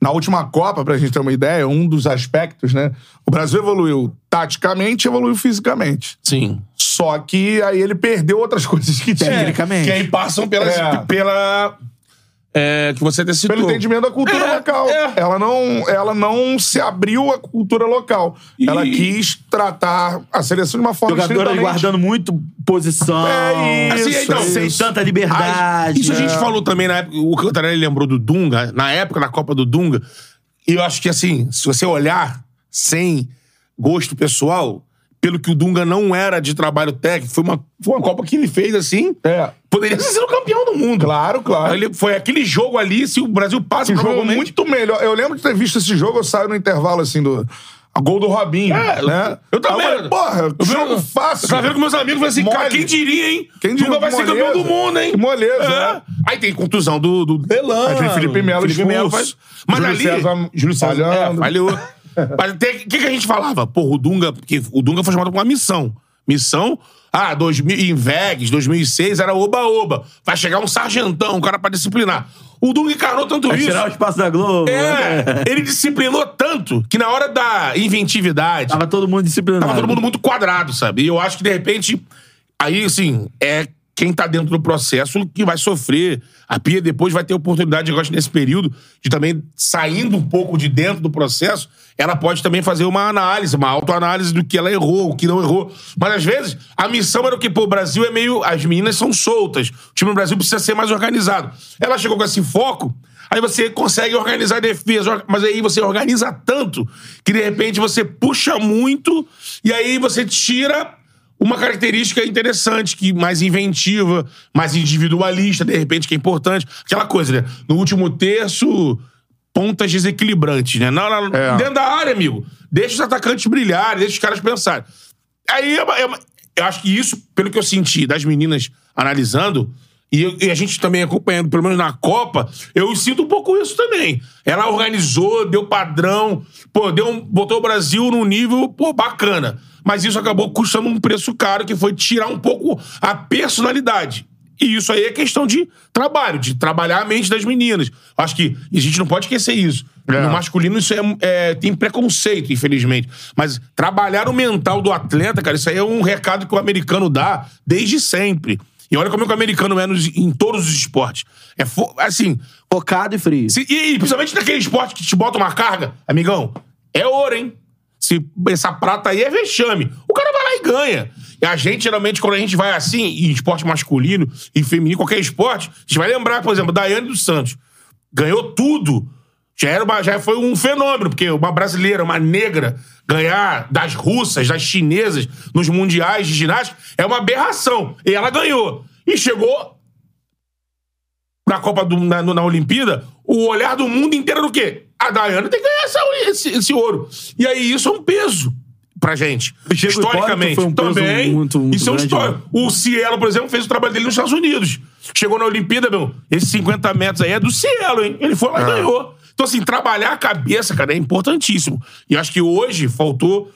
S1: Na última Copa, pra gente ter uma ideia, um dos aspectos, né? O Brasil evoluiu taticamente e evoluiu fisicamente.
S2: Sim.
S1: Só que aí ele perdeu outras coisas que tinha.
S2: É.
S3: Tecnicamente.
S2: Que aí passam pelas,
S1: É.
S2: pela... é, que você até citou.
S1: Pelo entendimento da cultura
S2: É,
S1: local.
S2: é.
S1: Ela, não, ela não se abriu à cultura local. Ela quis tratar a seleção de uma forma
S3: Jogadora
S1: estritamente-
S3: guardando muito posição.
S1: É isso,
S2: Assim, então,
S3: sem
S2: isso.
S3: tanta
S2: Ah,
S3: liberdade. né?
S2: Isso a gente falou também na época. O Cantarelli lembrou do Dunga, na época da Copa do Dunga. E eu acho que, assim, se você olhar sem gosto pessoal, pelo que o Dunga não era de trabalho técnico, foi uma, foi uma Copa que ele fez assim.
S1: É.
S2: Poderia ter sido campeão do mundo.
S1: Claro, claro.
S2: Ele, foi aquele jogo ali, se o Brasil passa,
S1: Esse jogo
S2: provavelmente...
S1: muito melhor. Eu lembro de ter visto esse jogo, eu saio no intervalo assim do. a Gol do Robinho.
S2: É,
S1: né?
S2: eu também.
S1: Aí eu falei, porra,
S2: Eu vi-
S1: jogo
S2: Eu
S1: fácil.
S2: tava vendo com meus amigos, falei assim,
S1: Mole.
S2: cara, quem diria, hein?
S1: Quem diria,
S2: Dunga vai
S1: que
S2: ser
S1: moleza.
S2: campeão do mundo, hein?
S1: Que moleza,
S2: É.
S1: né?
S2: Aí tem contusão do, do Delano.
S1: Aí tem Felipe Melo expulso.
S2: faz- Mas
S1: Júlio
S2: ali...
S1: César- Júlio César
S2: É,
S1: falhando.
S2: falhou. Mas até- o que, que a gente falava? Porra, o Dunga... Porque o Dunga foi chamado pra uma missão. Missão. Ah, 2000, em Vegas, 2006, era oba-oba. Vai chegar um sargentão, um cara pra disciplinar. O Dunga encarnou tanto
S3: Vai
S2: isso.
S3: tirar o espaço da Globo. né?
S2: É, ele disciplinou tanto que na hora da inventividade,
S3: Tava todo mundo disciplinado.
S2: Tava todo mundo muito quadrado, sabe? E eu acho que, de repente, aí, assim, é quem tá dentro do processo que vai sofrer. A Pia depois vai ter oportunidade, eu acho, nesse período, de também saindo um pouco de dentro do processo, ela pode também fazer uma análise, uma autoanálise do que ela errou, o que não errou. Mas, às vezes, a missão era o que, pô, o Brasil é meio... As meninas são soltas. O time do Brasil precisa ser mais organizado. Ela chegou com esse foco... Aí você consegue organizar a defesa, or- mas aí você organiza tanto que de repente você puxa muito e aí você tira uma característica interessante, que mais inventiva, mais individualista, de repente que é importante, aquela coisa, né? No último terço, pontas desequilibrantes, né? Não, não,
S1: É.
S2: Dentro da área, amigo, deixa os atacantes brilharem, deixa os caras pensarem. Aí é uma- é uma- eu acho que isso, pelo que eu senti das meninas analisando, e, eu- e a gente também acompanhando, pelo menos na Copa, eu sinto um pouco isso também. Ela organizou, deu padrão, pô, deu um- botou o Brasil num nível, pô, bacana. Mas isso acabou custando um preço caro, que foi tirar um pouco a personalidade. E isso aí é questão de trabalho, de trabalhar a mente das meninas. Acho que a gente não pode esquecer isso. No masculino, isso é, é, tem preconceito, infelizmente. Mas trabalhar o mental do atleta, cara, isso aí é um recado que o americano dá desde sempre. E olha como é que o americano é nos- em todos os esportes. É fo- assim,
S3: Focado e frio.
S2: se- e, e principalmente naquele esporte que te bota uma carga, amigão, é ouro, hein? Se essa prata aí é vexame. O cara vai lá e ganha. E a gente, geralmente, quando a gente vai assim, em esporte masculino e feminino, qualquer esporte, a gente vai lembrar, por exemplo, Daiane dos Santos. Ganhou tudo. Já, era uma- já foi um fenômeno, porque uma brasileira, uma negra, ganhar das russas, das chinesas, nos mundiais de ginástica, é uma aberração. E ela ganhou. E chegou na Copa do na, no- na Olimpíada, o olhar do mundo inteiro do quê? A Dayana tem que ganhar essa- esse, esse ouro. E aí isso é um peso pra gente.
S3: O Diego
S2: Historicamente.
S3: Hipólito foi um peso
S2: também.
S3: muito- muito
S2: isso é um
S3: grande,
S2: histórico.
S3: né?
S2: O Cielo, por exemplo, fez o trabalho dele nos Estados Unidos. Chegou na Olimpíada, meu. Esses 50 metros aí é do Cielo, hein? Ele foi lá e
S3: Ah.
S2: ganhou. Então, assim, trabalhar a cabeça, cara, é importantíssimo. E eu acho que hoje faltou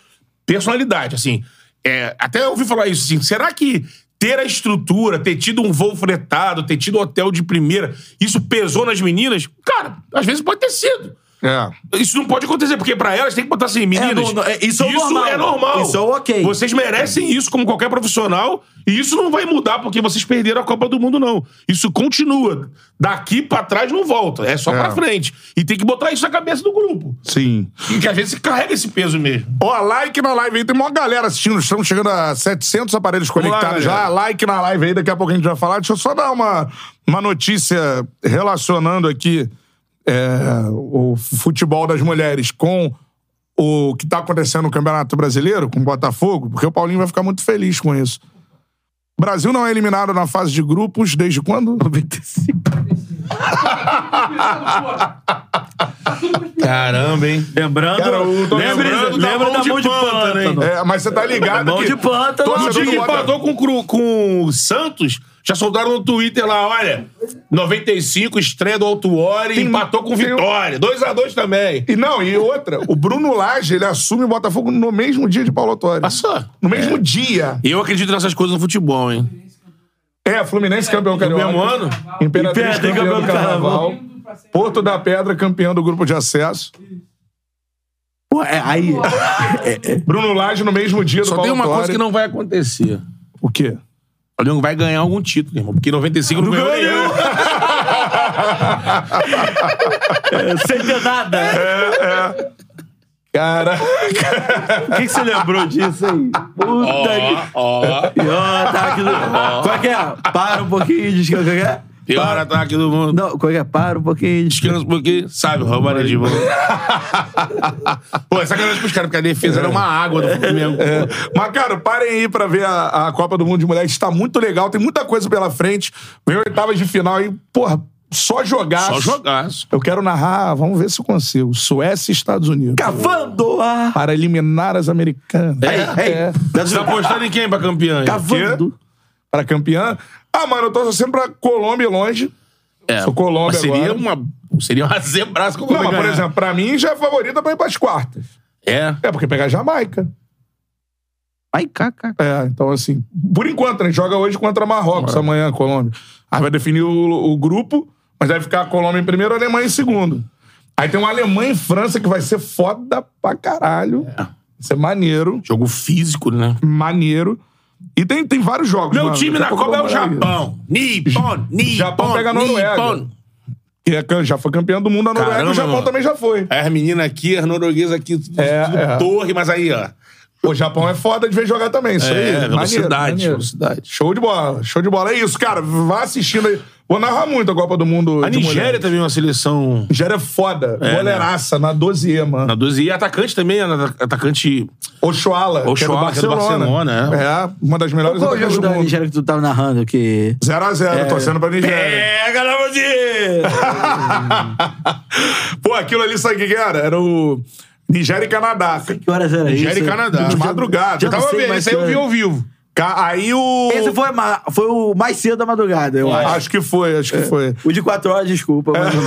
S2: personalidade, assim. É, até eu ouvi falar isso, assim, será que ter a estrutura, ter tido um voo fretado, ter tido um hotel de primeira, isso pesou nas meninas? Cara, às vezes pode ter sido.
S1: É.
S2: Isso não pode acontecer, porque pra elas tem que botar assim, meninas.
S3: não, não, é- isso é o normal.
S2: é normal.
S3: Isso é o ok.
S2: Vocês merecem isso como qualquer profissional, e isso não vai mudar porque vocês perderam a Copa do Mundo, não. Isso continua. Daqui pra trás não volta, é só
S1: É.
S2: pra frente. E tem que botar isso na cabeça do grupo.
S1: Sim.
S2: E que às vezes se carrega esse peso mesmo.
S1: Ó, like na live aí. Tem uma galera assistindo. Estamos chegando a 700 aparelhos conectados
S2: galera.
S1: já. Like na live aí. Daqui a pouco a gente vai falar. Deixa eu só dar uma, uma notícia relacionando aqui é, o futebol das mulheres com o que está acontecendo no Campeonato Brasileiro, com o Botafogo, porque o Paulinho vai ficar muito feliz com isso. O Brasil não é eliminado na fase de grupos desde quando?
S3: 95.
S2: Caramba, hein?
S3: Lembrando,
S1: Cara, o- tô
S3: lembra,
S2: lembrando da
S3: lembra
S2: tá mão
S3: da
S2: de né,
S3: mão de
S2: pântano,
S3: pântano.
S2: hein?
S1: É, mas você tá ligado
S3: Mão
S1: que...
S3: de pântano.
S2: No
S1: torcedor
S2: dia que
S1: do Botafogo-
S2: empatou com, o Cru- com o Santos, já soltaram no Twitter lá, olha, 95, estreia do Altuori,
S1: Tem-
S2: empatou com
S1: tem- um-
S2: Vitória. 2x2 também.
S1: E não, e outra, o Bruno Lage, ele assume o Botafogo no mesmo dia de Paulo Autori.
S2: só.
S1: No mesmo dia.
S2: Eu acredito nessas coisas no futebol, hein?
S1: É, Fluminense campeão
S2: No
S1: carioca.
S2: mesmo ano?
S1: Imperatriz
S3: Imperatriz
S1: campeão,
S3: campeão
S1: do
S3: do
S1: carnaval. Porto da Pedra campeão do grupo de acesso.
S3: Pô, é, aí.
S1: Bruno Lage no mesmo dia do
S2: Só
S1: Paulo
S2: tem uma
S1: Autori.
S2: coisa que não vai acontecer.
S1: O quê?
S2: O Leão vai ganhar algum título, irmão. Porque 95 não, ganhou nenhum.
S3: é, sem ter nada.
S1: Cara,
S3: O que, que você lembrou disso aí?
S2: tá
S3: Puta
S2: Ó,
S3: que. Ó, tá aqui do... Qual que é? Para um pouquinho, descansa. Qual que é?
S2: pior ataque do mundo.
S3: Não, qual que é? Para um pouquinho, descansa.
S2: Descansa um pouquinho, sabe, roubaram de mão. Pô, é sacanagem pros caras, porque a defesa era uma água do Flamengo.
S1: mas, cara, parem aí pra ver a, a Copa do Mundo de Mulheres. Tá muito legal, tem muita coisa pela frente. Vem oitavas de final aí, porra, só jogar.
S2: Só jogaço.
S1: Eu quero narrar, vamos ver se eu consigo. Suécia e Estados Unidos.
S3: Cavando a.
S1: Para eliminar as americanas. É,
S3: Ei, ei.
S2: É. Você tá apostando em quem pra campeã? aí?
S3: Cavando.
S1: Pra campeã. Ah, mano, eu tô sempre pra Colômbia e longe.
S2: É,
S1: Sou Colômbia
S2: mas seria
S1: agora.
S2: uma Seria uma zebraça como
S1: Não, mas, por exemplo, pra mim já é favorita pra ir pras quartas.
S2: É.
S1: É, porque pegar Jamaica.
S3: Ai, caca.
S1: É, então assim, por enquanto, né? Joga hoje contra Marrocos, amanhã a Colômbia. Aí vai definir o, o grupo, mas vai ficar a Colômbia em primeiro, a Alemanha em segundo. Aí tem uma Alemanha e França que vai ser foda pra caralho.
S2: É.
S1: Vai ser maneiro,
S2: Jogo físico, né?
S1: maneiro. E tem, tem vários jogos.
S2: Meu
S1: mano.
S2: time
S1: Daqui
S2: na
S1: a pouco
S2: Copa é o
S1: eu vou falar
S2: Japão. Nippon, Nippon,
S1: Japão pega a Noruega.
S2: Nippon.
S1: Que é can- já foi campeão do mundo, a Noruega
S2: Caramba,
S1: o Japão
S2: mano.
S1: também já foi.
S2: Aí as meninas É, aqui, as norueguesas aqui, tudo
S1: É,
S2: tudo
S1: é.
S2: torre, mas aí, ó.
S1: O Japão é foda de ver jogar também, isso
S2: É,
S1: aí.
S2: velocidade,
S1: maneiro, maneiro.
S2: velocidade.
S1: Show de bola, show de bola. É isso, cara. Vá assistindo aí. Vou narrar muito a Copa do Mundo
S2: A
S1: de
S2: Nigéria
S1: mulheres.
S2: também é uma seleção.
S1: Nigéria é foda.
S2: É,
S1: Goleiraça, na 12 mano.
S2: Na 12. E atacante também, é na- atacante.
S1: Ochoala, que é do
S2: Ochoala, que é do
S1: Barcelona.
S2: Barcelona,
S1: é. uma das melhores
S3: Qual o
S1: atacantes
S3: jogo
S1: do
S3: da
S1: mundo.
S3: Nigéria que tu tava narrando? Que...
S1: 0x0,
S2: É.
S1: torcendo pra Nigéria.
S2: Pega na bandeira!
S1: Pô, aquilo ali, sabe o que que era? Era o Nigéria e Canadá.
S3: que horas era isso?
S2: Nigéria e Canadá.
S1: De
S2: Já-
S1: madrugada.
S3: já
S1: Eu
S3: não
S1: tava
S3: sei
S1: vendo,
S3: mais
S1: isso aí eu
S3: que
S1: vi
S3: hora.
S1: ao vivo. Ca- Aí o...
S3: Esse foi, ma- foi o mais cedo da madrugada, eu acho.
S1: Acho que foi, É. acho
S2: É.
S1: É. que foi.
S3: O de 4 horas, desculpa. Mas não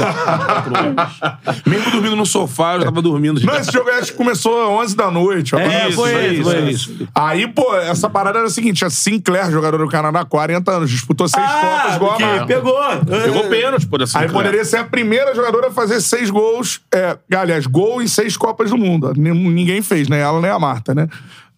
S3: dá.
S2: Mesmo dormindo no sofá, eu já tava dormindo. já.
S1: Não, esse jogo acho que começou 11 da noite. uma parada
S2: É,
S1: assim.
S2: foi
S3: isso,
S2: isso,
S3: foi
S2: foi
S3: isso.
S2: isso.
S1: Aí, pô, essa parada era a seguinte: a Sinclair, jogador do Canadá, 40 anos, disputou seis
S2: Ah,
S1: Copas, igual a Marta.
S3: pegou.
S2: Pegou pênalti, por assim
S1: Aí poderia ser a primeira jogadora a fazer seis gols. É, aliás, gol em seis Copas do Mundo. Nin- Ninguém fez, nem ela, nem a Marta, né?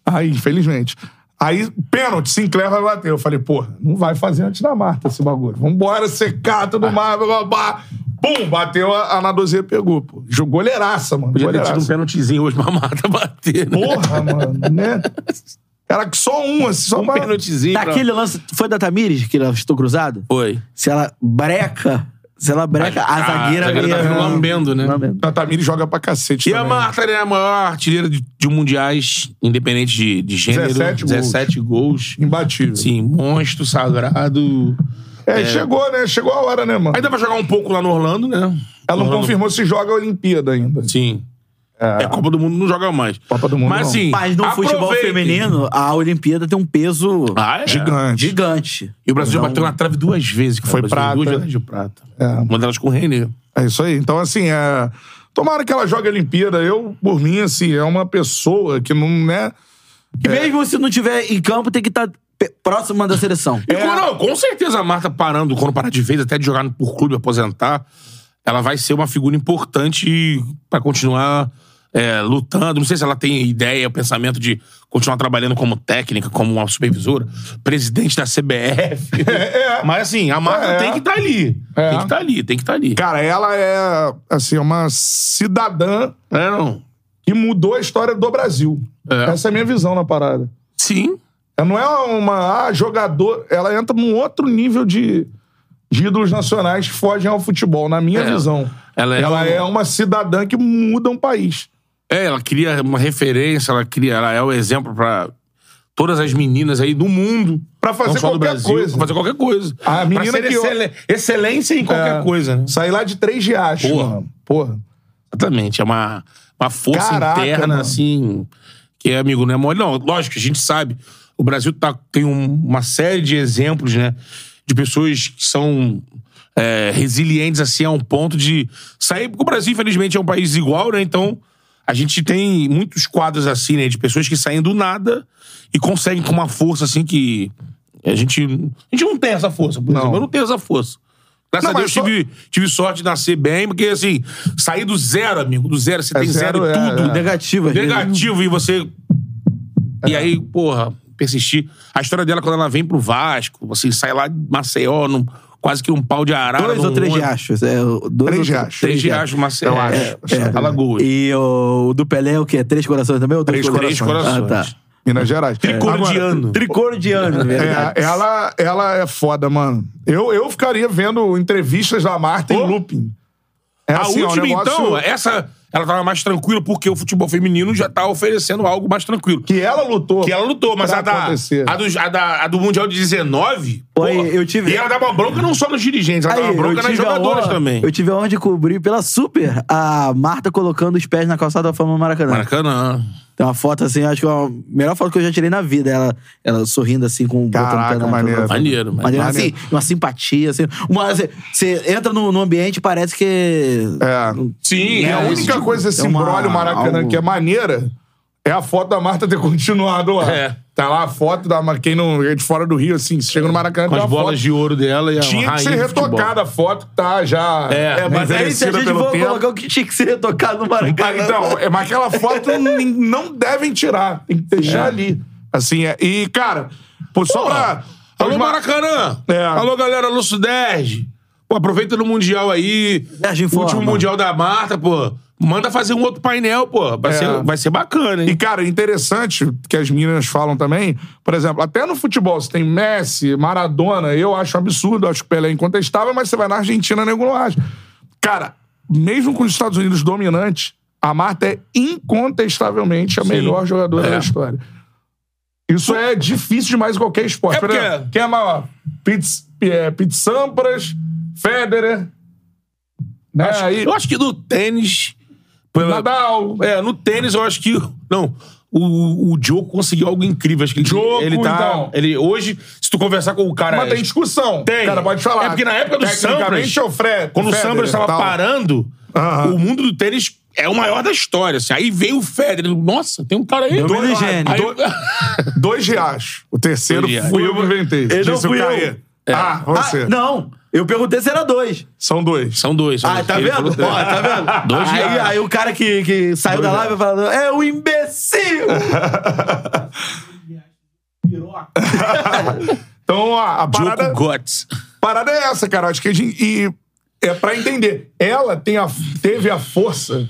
S1: Aí, infelizmente. Aí, pênalti, Sinclair vai bater. Eu falei, porra, não vai fazer antes da Marta esse bagulho. Vambora, secar,
S2: Ah.
S1: tudo mais, blá, blá, blá. Pum, bateu, a, a Nadozeia pegou, pô. Jogou goleiraça, mano.
S2: Podia ter
S1: goleiraça.
S2: tido um pênaltizinho hoje pra mata bater. Né?
S1: Porra, mano, né? Era só um, assim, só
S2: Um
S1: pra...
S2: pênaltizinho. pra-
S3: Daquele Tá lance. Foi da Tamires, que ela chutou cruzado?
S2: Foi.
S3: Se ela breca. Se ela breca, a, zagueira.
S2: a zagueira tá
S3: ganha-
S2: lambendo, né?
S3: Lambendo.
S1: A Tamiri joga pra cacete
S2: E a
S1: também.
S2: Marta né, a maior artilheira de, de mundiais, independente de, de gênero.
S1: 17 gols.
S2: 17 gols.
S1: Imbatível.
S2: Sim, monstro, sagrado.
S1: É, chegou, né? Chegou a hora, né, mano?
S2: Ainda vai jogar um pouco lá no Orlando, né?
S1: Ela não
S2: Orlando-
S1: confirmou se joga a Olimpíada ainda.
S2: Sim. É. Copa do Mundo não joga mais.
S1: Copa do Mundo,
S2: Mas
S1: não.
S2: assim.
S3: Mas no futebol
S2: aproveitem.
S3: feminino, a Olimpíada tem um peso
S2: Ah, é?
S1: Gigante.
S3: gigante.
S2: E o Brasil já bateu na trave duas vezes, cara.
S1: Foi
S2: O Brasil tem
S1: prata.
S2: Duas medalhas de prata. Uma delas com o René.
S1: É isso aí. Então, assim, é... tomara que ela jogue a Olimpíada. Eu, por mim, assim, é uma pessoa que não, né?
S2: É.
S3: E mesmo se não tiver em campo, tem que estar próxima da seleção.
S1: É.
S2: E com- não, com certeza a Marta parando, quando parar de vez, até de jogar no- por clube, aposentar, ela vai ser uma figura importante pra continuar é, lutando. Não sei se ela tem ideia, o pensamento de continuar trabalhando como técnica, como uma supervisora, presidente da CBF.
S1: É, é.
S2: Mas assim, a Marta
S1: É.
S2: tem que estar ali.
S1: É.
S2: Tem que estar ali, tem que estar ali.
S1: Cara, ela é, assim, uma cidadã
S2: É, não.
S1: que mudou a história do Brasil.
S2: É.
S1: Essa é a minha visão na parada.
S2: Sim.
S1: Ela não é uma ah, jogador. Ela entra num outro nível de, de ídolos nacionais que fogem ao futebol, na minha
S2: É.
S1: visão.
S2: Ela é um-
S1: uma cidadã que muda um país.
S2: É, ela cria uma referência, ela cria, ela é o exemplo pra todas as meninas aí do mundo.
S1: Pra fazer
S2: não só do
S1: qualquer
S2: Brasil,
S1: coisa.
S2: Pra fazer qualquer coisa.
S1: A
S2: Pra
S1: menina
S2: ser
S1: que-
S2: excele- excelência em qualquer
S1: É.
S2: coisa, né?
S1: Sair lá de três riachos,
S2: Porra.
S1: mano. Porra.
S2: Exatamente. É uma, uma força
S1: Caraca,
S2: interna,
S1: mano.
S2: assim, que é, amigo, não é mole. Não, lógico, a gente sabe. O Brasil tá, tem um- uma série de exemplos, né? De pessoas que são é, resilientes, assim, a um ponto de sair. Porque o Brasil, infelizmente, é um país igual, né? Então, a gente tem muitos quadros assim, né? De pessoas que saem do nada e conseguem com uma força, assim, que. A gente, a gente não tem essa força, por exemplo. Eu não tenho essa força. Graças
S1: Não,
S2: a Deus,
S1: mas só-
S2: tive, tive sorte de nascer bem, porque assim, sair do zero, amigo, do zero, você
S1: É
S2: tem
S1: zero,
S2: zero,
S1: é,
S2: tudo.
S1: é.
S3: Negativo, às vezes.
S2: Negativo, e você. E aí, porra, persistir. A história dela quando ela vem pro Vasco, assim, sai lá de Maceió, num, quase que um pau de arara.
S3: Dois
S2: num
S3: ou três
S2: ônibus.
S3: riachos. É, o- dois
S1: Três
S3: ou
S1: riachos.
S2: um Três de acho, Maceió,
S1: Eu acho.
S2: acho. Alagoas.
S3: É. E o, o do Pelé, o quê? Três corações também? Ou dois
S2: Três- três
S3: Ah,
S2: corações.
S3: tá.
S1: Minas Gerais.
S2: Tricordiano.
S3: Tricordiano, verdade.
S1: É, ela, ela é foda, mano. Eu, eu ficaria vendo entrevistas da Marta
S2: Ô.
S1: em looping. É
S2: A
S1: assim, é um
S2: última,
S1: negócio
S2: então, essa. Ela tava mais tranquila porque o futebol feminino já tá oferecendo algo mais tranquilo.
S1: Que ela lutou.
S2: Que ela lutou, mas
S1: Pra
S2: a da,
S1: acontecer.
S2: a, do, a da- a do Mundial de 19.
S3: Pô, eu tive-
S2: E ela dava bronca não só nos dirigentes, ela dava
S3: eu
S2: bronca nas
S3: tive a
S2: jogadoras
S3: honra-
S2: também.
S3: Eu tive a honra de cobrir pela Super a Marta colocando os pés na calçada da fama do Maracanã.
S2: Maracanã.
S3: Tem uma foto assim, acho que é a melhor foto que eu já tirei na vida. Ela, ela sorrindo assim, com
S1: Caraca,
S3: botando o pé na-
S1: maneiro.
S3: na-
S2: Maneiro,
S3: Maneiro,
S2: maneiro.
S3: assim, uma simpatia, assim. Uma, você, você entra no, no ambiente e parece que.
S1: É.
S2: Sim,
S1: E
S2: é,
S1: a
S2: isso.
S1: única coisa desse
S3: é uma-
S1: embrólio Maracanã
S3: algo-
S1: que é maneira é a foto da Marta ter continuado lá.
S2: É.
S1: Tá lá a foto da. Quem não. De fora do Rio, assim, chega no Maracanã
S2: Com
S1: tem
S2: as
S1: uma
S2: bolas
S1: foto.
S2: de ouro dela e a
S1: Tinha que
S2: rainha
S1: ser
S2: do futebol.
S1: retocada a foto, que tá já.
S2: É,
S3: Mas aí se a gente for colocar o que tinha que ser retocado no
S1: Ah,
S3: Maracanã.
S1: Então, é, mas aquela foto nin- não devem tirar. Tem que
S2: É.
S1: deixar ali. Assim, é. E, cara, pô, só pra.
S2: Alô,
S1: Osmar-
S2: Maracanã!
S1: É.
S2: Alô, galera, alô, Suderge! Pô, aproveita no Mundial aí.
S3: Derge informa.
S2: Último Mundial da Marta, pô. Manda fazer um outro painel, pô. Vai,
S1: É.
S2: ser, vai ser bacana,
S1: E,
S2: hein?
S1: cara, interessante que as meninas falam também, por exemplo, até no futebol, você tem Messi, Maradona, eu acho um absurdo, eu acho que o Pelé é incontestável, mas você vai na Argentina, nego não acha. Cara, mesmo com os Estados Unidos dominantes, a Marta é incontestavelmente a melhor jogadora
S2: É.
S1: da história. Isso é difícil demais em qualquer esporte.
S2: É
S1: Por
S2: porque-
S1: exemplo, Quem é maior? Pete, é, Pete Sampras, Federer, né? Aí,
S2: Eu acho que no tênis. pela-
S1: Nadal.
S2: É, no tênis eu acho que. Não. O, o Diogo conseguiu algo incrível. Acho que ele,
S1: Djoko,
S2: ele tá.
S1: então.
S2: Ele, hoje, se tu conversar com o cara.
S1: Mas tem discussão.
S2: é. Tem.
S1: O cara pode falar.
S2: É porque na época do
S1: Tecnicamente,
S2: Sampras,
S1: é o Fred,
S2: quando o
S1: Federer e
S2: Sampras estava
S1: tal.
S2: parando,
S1: Aham.
S2: o mundo do tênis é o maior da história. assim. Aí veio o Federer. Nossa, tem um cara aí.
S3: Domínio
S2: Dois-
S3: higiênico.
S2: aí-
S1: Dois reais. O terceiro
S2: Dois reais.
S1: fui eu que inventei.
S3: Eu não
S1: Disse o
S3: fui eu.
S1: Caê.
S2: É.
S1: Ah, você.
S3: Ah, não. Eu perguntei se era dois.
S1: São dois.
S2: São dois. são
S3: Ah,
S2: dois.
S3: tá
S2: Ele
S3: vendo?
S2: falou
S3: Ó,
S2: três.
S3: tá vendo?
S2: Dois
S3: aí,
S2: reais.
S3: aí o cara que, que saiu da live falando, é um imbecil!
S1: Então, ó, a
S2: Diogo
S1: parada,
S2: Götze.
S1: parada é essa, cara. Acho que a gente. E é pra entender. Ela tem a, teve a força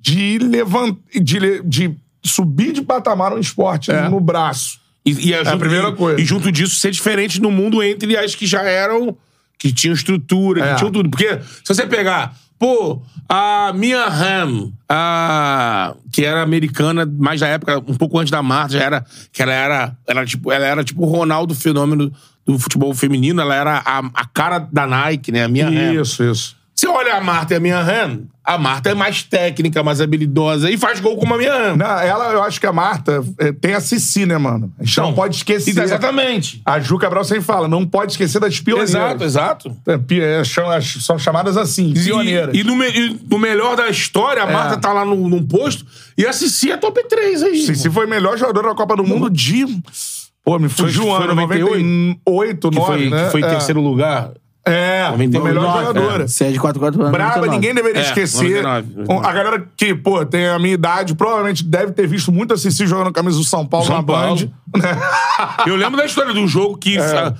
S1: de levantar. De, le- de subir de patamar um esporte
S2: É.
S1: no braço.
S2: E, e
S1: É a primeira coisa.
S2: E junto disso, ser diferente no mundo entre as que já eram, que tinham estrutura,
S1: É.
S2: que tinham tudo. Porque se você pegar, pô, a Mia Hamm, a, que era americana, mas na época, um pouco antes da Marta, já era, que ela era, era tipo, ela era tipo o Ronaldo Fenômeno do futebol feminino, ela era a, a cara da Nike, né? A Mia Hamm.
S1: Isso, isso.
S2: Você olha a Marta e a Mia Hamm, a Marta é mais técnica, mais habilidosa e faz gol como a Mia Hamm.
S1: Não, ela, eu acho que a Marta eh, tem a Cici, né, mano? A gente não pode esquecer.
S2: Então, Exatamente. Então,
S1: A Ju Cabral sempre fala, não pode esquecer das pioneiras.
S2: Exato, exato.
S1: É, pi- é, cham- as- São chamadas assim, pioneiras. É.
S2: E, e no, me- e no melhor da história, a Marta tá lá no, num posto e a Cici é top 3 aí.
S1: Se, se foi a melhor jogadora da Copa do Mundo de... Pô, me fugiu o
S2: Foi
S1: ano,
S2: 98?
S1: 98,
S2: que foi,
S1: 9, né?
S2: que foi
S1: é.
S2: terceiro lugar.
S1: É, foi a
S2: 99,
S1: melhor
S2: é.
S1: jogadora.
S3: Se é de 4 4 anos.
S1: Braba,
S3: 99.
S1: ninguém deveria
S2: É,
S1: esquecer. Um,
S2: 99, 99.
S1: A galera que, pô, tem a minha idade, provavelmente deve ter visto muito a Cici jogando a camisa do São Paulo É.
S2: São
S1: na
S2: Paulo.
S1: Band.
S2: Eu lembro da história do jogo que a-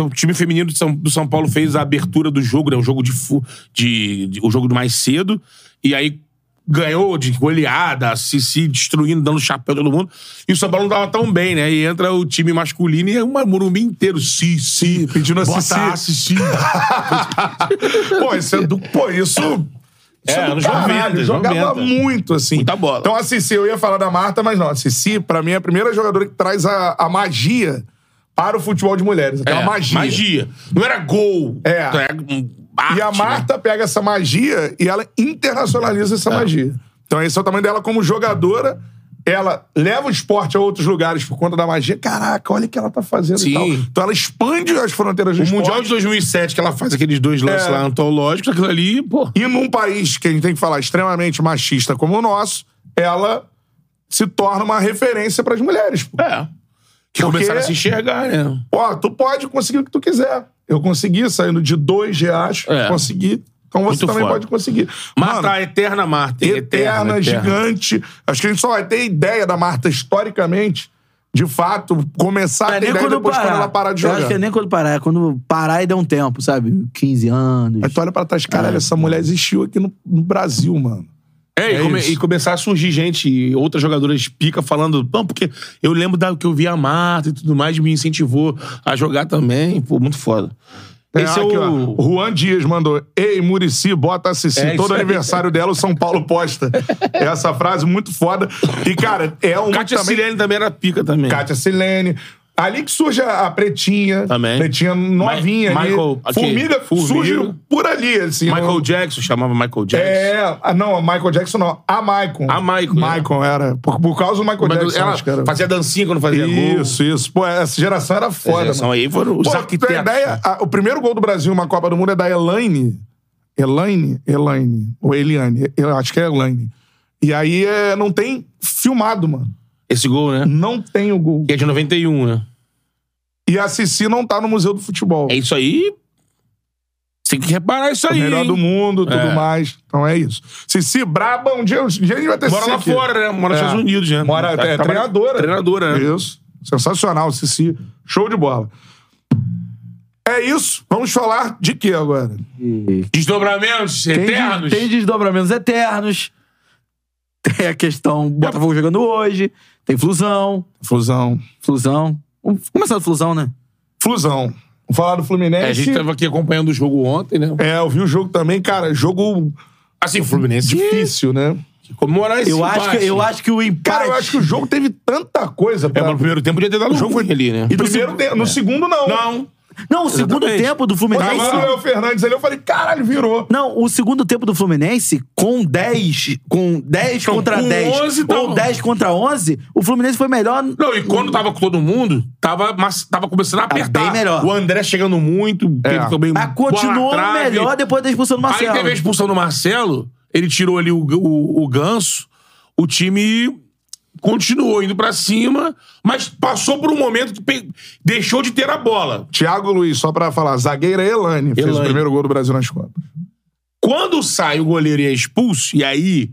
S2: o time feminino de São- do São Paulo fez a abertura do jogo, né? O jogo de, fu- de- de- o jogo do mais cedo. E aí ganhou de goleada, se, se destruindo, dando chapéu a todo mundo. E o São Paulo não tava tão bem, né? E entra o time masculino e é uma Morumbi inteiro. Si, si.
S1: Pedindo a
S2: bota
S1: Cici.
S2: a Cici.
S1: Pô, isso é do. Pô, isso. isso
S2: É,
S1: do
S2: anos
S1: caralho,
S2: 90,
S1: Jogava
S2: 90.
S1: muito, assim.
S2: Muita bola.
S1: Então, a Cici, eu ia falar da Marta, mas não. A Cici, pra mim, é a primeira jogadora que traz a, a magia para o futebol de mulheres. Aquela
S2: É,
S1: magia.
S2: Magia. Não era gol.
S1: É.
S2: Então era um arte,
S1: E a Marta pega essa magia e ela internacionaliza essa magia. Então, esse é o tamanho dela como jogadora. Ela leva o esporte a outros lugares por conta da magia. Caraca, olha o que ela tá fazendo e
S2: Sim.
S1: tal. Então, ela expande as fronteiras do
S2: Né? O
S1: esporte.
S2: Mundial de 2007, que ela faz aqueles dois lances
S1: É.
S2: lá antológicos, aquilo ali, pô.
S1: E num país que a gente tem que falar extremamente machista como o nosso, ela se torna uma referência pras mulheres. pô.
S2: É. Que começaram a se enxergar, né?
S1: Ó, tu pode conseguir o que tu quiser. Eu consegui, saindo de dois reais,
S2: É.
S1: consegui. Então você
S2: Muito
S1: também
S2: foda.
S1: pode conseguir.
S2: Marta,
S1: Mano,
S2: a eterna Marta.
S1: eterna, gigante. Acho que a gente só vai ter ideia da Marta historicamente, de fato, começar
S3: Não
S1: a
S3: é
S1: ter
S3: nem
S1: ideia
S3: quando
S1: depois
S3: parar.
S1: quando ela parar de
S3: Eu acho
S1: jogar.
S3: que é nem quando parar, é quando parar e der um tempo, sabe? 15 anos.
S1: Aí tu olha pra trás,
S3: É.
S1: caralho, essa mulher existiu aqui no, no Brasil, mano.
S2: É,
S1: É
S2: e, come-
S1: isso.
S2: e começar a surgir gente, outras jogadoras pica falando, não, porque eu lembro da que eu vi a Marta e tudo mais, me incentivou a jogar também. Pô, muito foda. Esse é,
S1: aqui,
S2: o.
S1: ó. Juan Dias mandou. Ei, Murici, bota a Cici.
S2: É isso
S1: Todo
S2: aí.
S1: aniversário dela, o São Paulo posta. Essa frase muito foda. E, cara, é um.
S2: Kátia
S1: também-
S2: Silene também era pica também.
S1: Kátia Silene. Ali que surge a a Pretinha.
S2: Também.
S1: Pretinha novinha. ali.
S2: Michael- aqui,
S1: Formiga,
S2: Formiga.
S1: surge por ali, assim.
S2: Michael
S1: no-
S2: Jackson, chamava Michael Jackson.
S1: É, ah, não, a Michael Jackson não. A Michael.
S2: A Michael, né?
S1: Michael era. Por, por causa do Michael
S2: Mas
S1: Jackson.
S2: ela
S1: acho que era.
S2: fazia dancinha quando fazia gol.
S1: Isso, isso. Pô, essa geração era foda,
S2: Essa geração
S1: mano.
S2: aí foram os
S1: Pô,
S2: arquitetos.
S1: tem
S2: é?
S1: ideia? A- o primeiro gol do Brasil numa Copa do Mundo é da Elaine. Elaine? Elaine. Ou Eliane. Eu acho que é Elaine. E aí é, não tem filmado, mano.
S2: Esse gol, né?
S1: Não tem o gol.
S2: Que é de 91, né?
S1: E a Cici não tá no Museu do Futebol.
S2: É isso aí. Você tem que reparar isso
S1: O
S2: aí.
S1: melhor
S2: hein?
S1: do mundo, tudo
S2: É.
S1: mais. Então é isso. Cici, braba, um dia, um dia a gente vai ter
S2: Mora
S1: Cici
S2: lá
S1: aqui.
S2: fora, né? Mora nos
S1: É.
S2: Estados Unidos, né?
S1: Mora,
S2: Tá-
S1: é
S2: tá-
S1: treinadora.
S2: Treinadora, né?
S1: Isso. Sensacional, Cici. Show de bola. É isso. Vamos falar de quê agora?
S2: Desdobramentos
S3: Tem, de-
S2: eternos.
S3: tem desdobramentos eternos. Tem a questão Botafogo jogando hoje. Tem Flusão.
S1: Flusão.
S3: Flusão. Vamos começar do Flusão, né?
S1: Flusão. Vamos falar do Fluminense.
S2: É, a gente tava aqui acompanhando o jogo ontem, né?
S1: É, eu vi o jogo também, cara. Jogo
S2: Assim, o Fluminense
S1: difícil, né?
S2: que comemorar esse
S3: Eu acho, que,
S2: empate.
S3: eu acho que o empate...
S1: Cara, eu acho que o jogo teve tanta coisa.
S2: É,
S1: Pra...
S2: mas no primeiro tempo podia ter dado o jogo ali, né?
S1: E no primeiro tempo- no segundo, não.
S2: Não.
S3: Não, o segundo
S2: Exatamente.
S3: tempo do
S1: Tava
S3: Fluminense...
S1: o Léo Fernandes ali, eu falei, caralho, virou.
S3: Não, o segundo tempo do Fluminense, com 10, com 10
S2: Não,
S3: contra
S2: Então, com
S3: 10,
S2: 11 tá
S3: ou
S2: bom.
S3: 10 contra 11, o Fluminense foi melhor.
S2: Não, e quando tava com todo mundo, tava, mas tava começando a apertar.
S3: bem melhor.
S2: O André chegando muito,
S1: É.
S2: teve também
S3: Mas
S2: bola na
S3: continuou
S2: trave.
S3: melhor depois da expulsão do Marcelo.
S2: Aí teve a expulsão do Marcelo, ele tirou ali o, o, o ganso, o time continuou indo pra cima, mas passou por um momento que pe- deixou de ter a bola.
S1: Thiago Luiz, só pra falar, zagueira Elane, fez o
S2: Elane.
S1: primeiro gol do Brasil nas Copas.
S2: Quando sai o goleiro e é expulso, e aí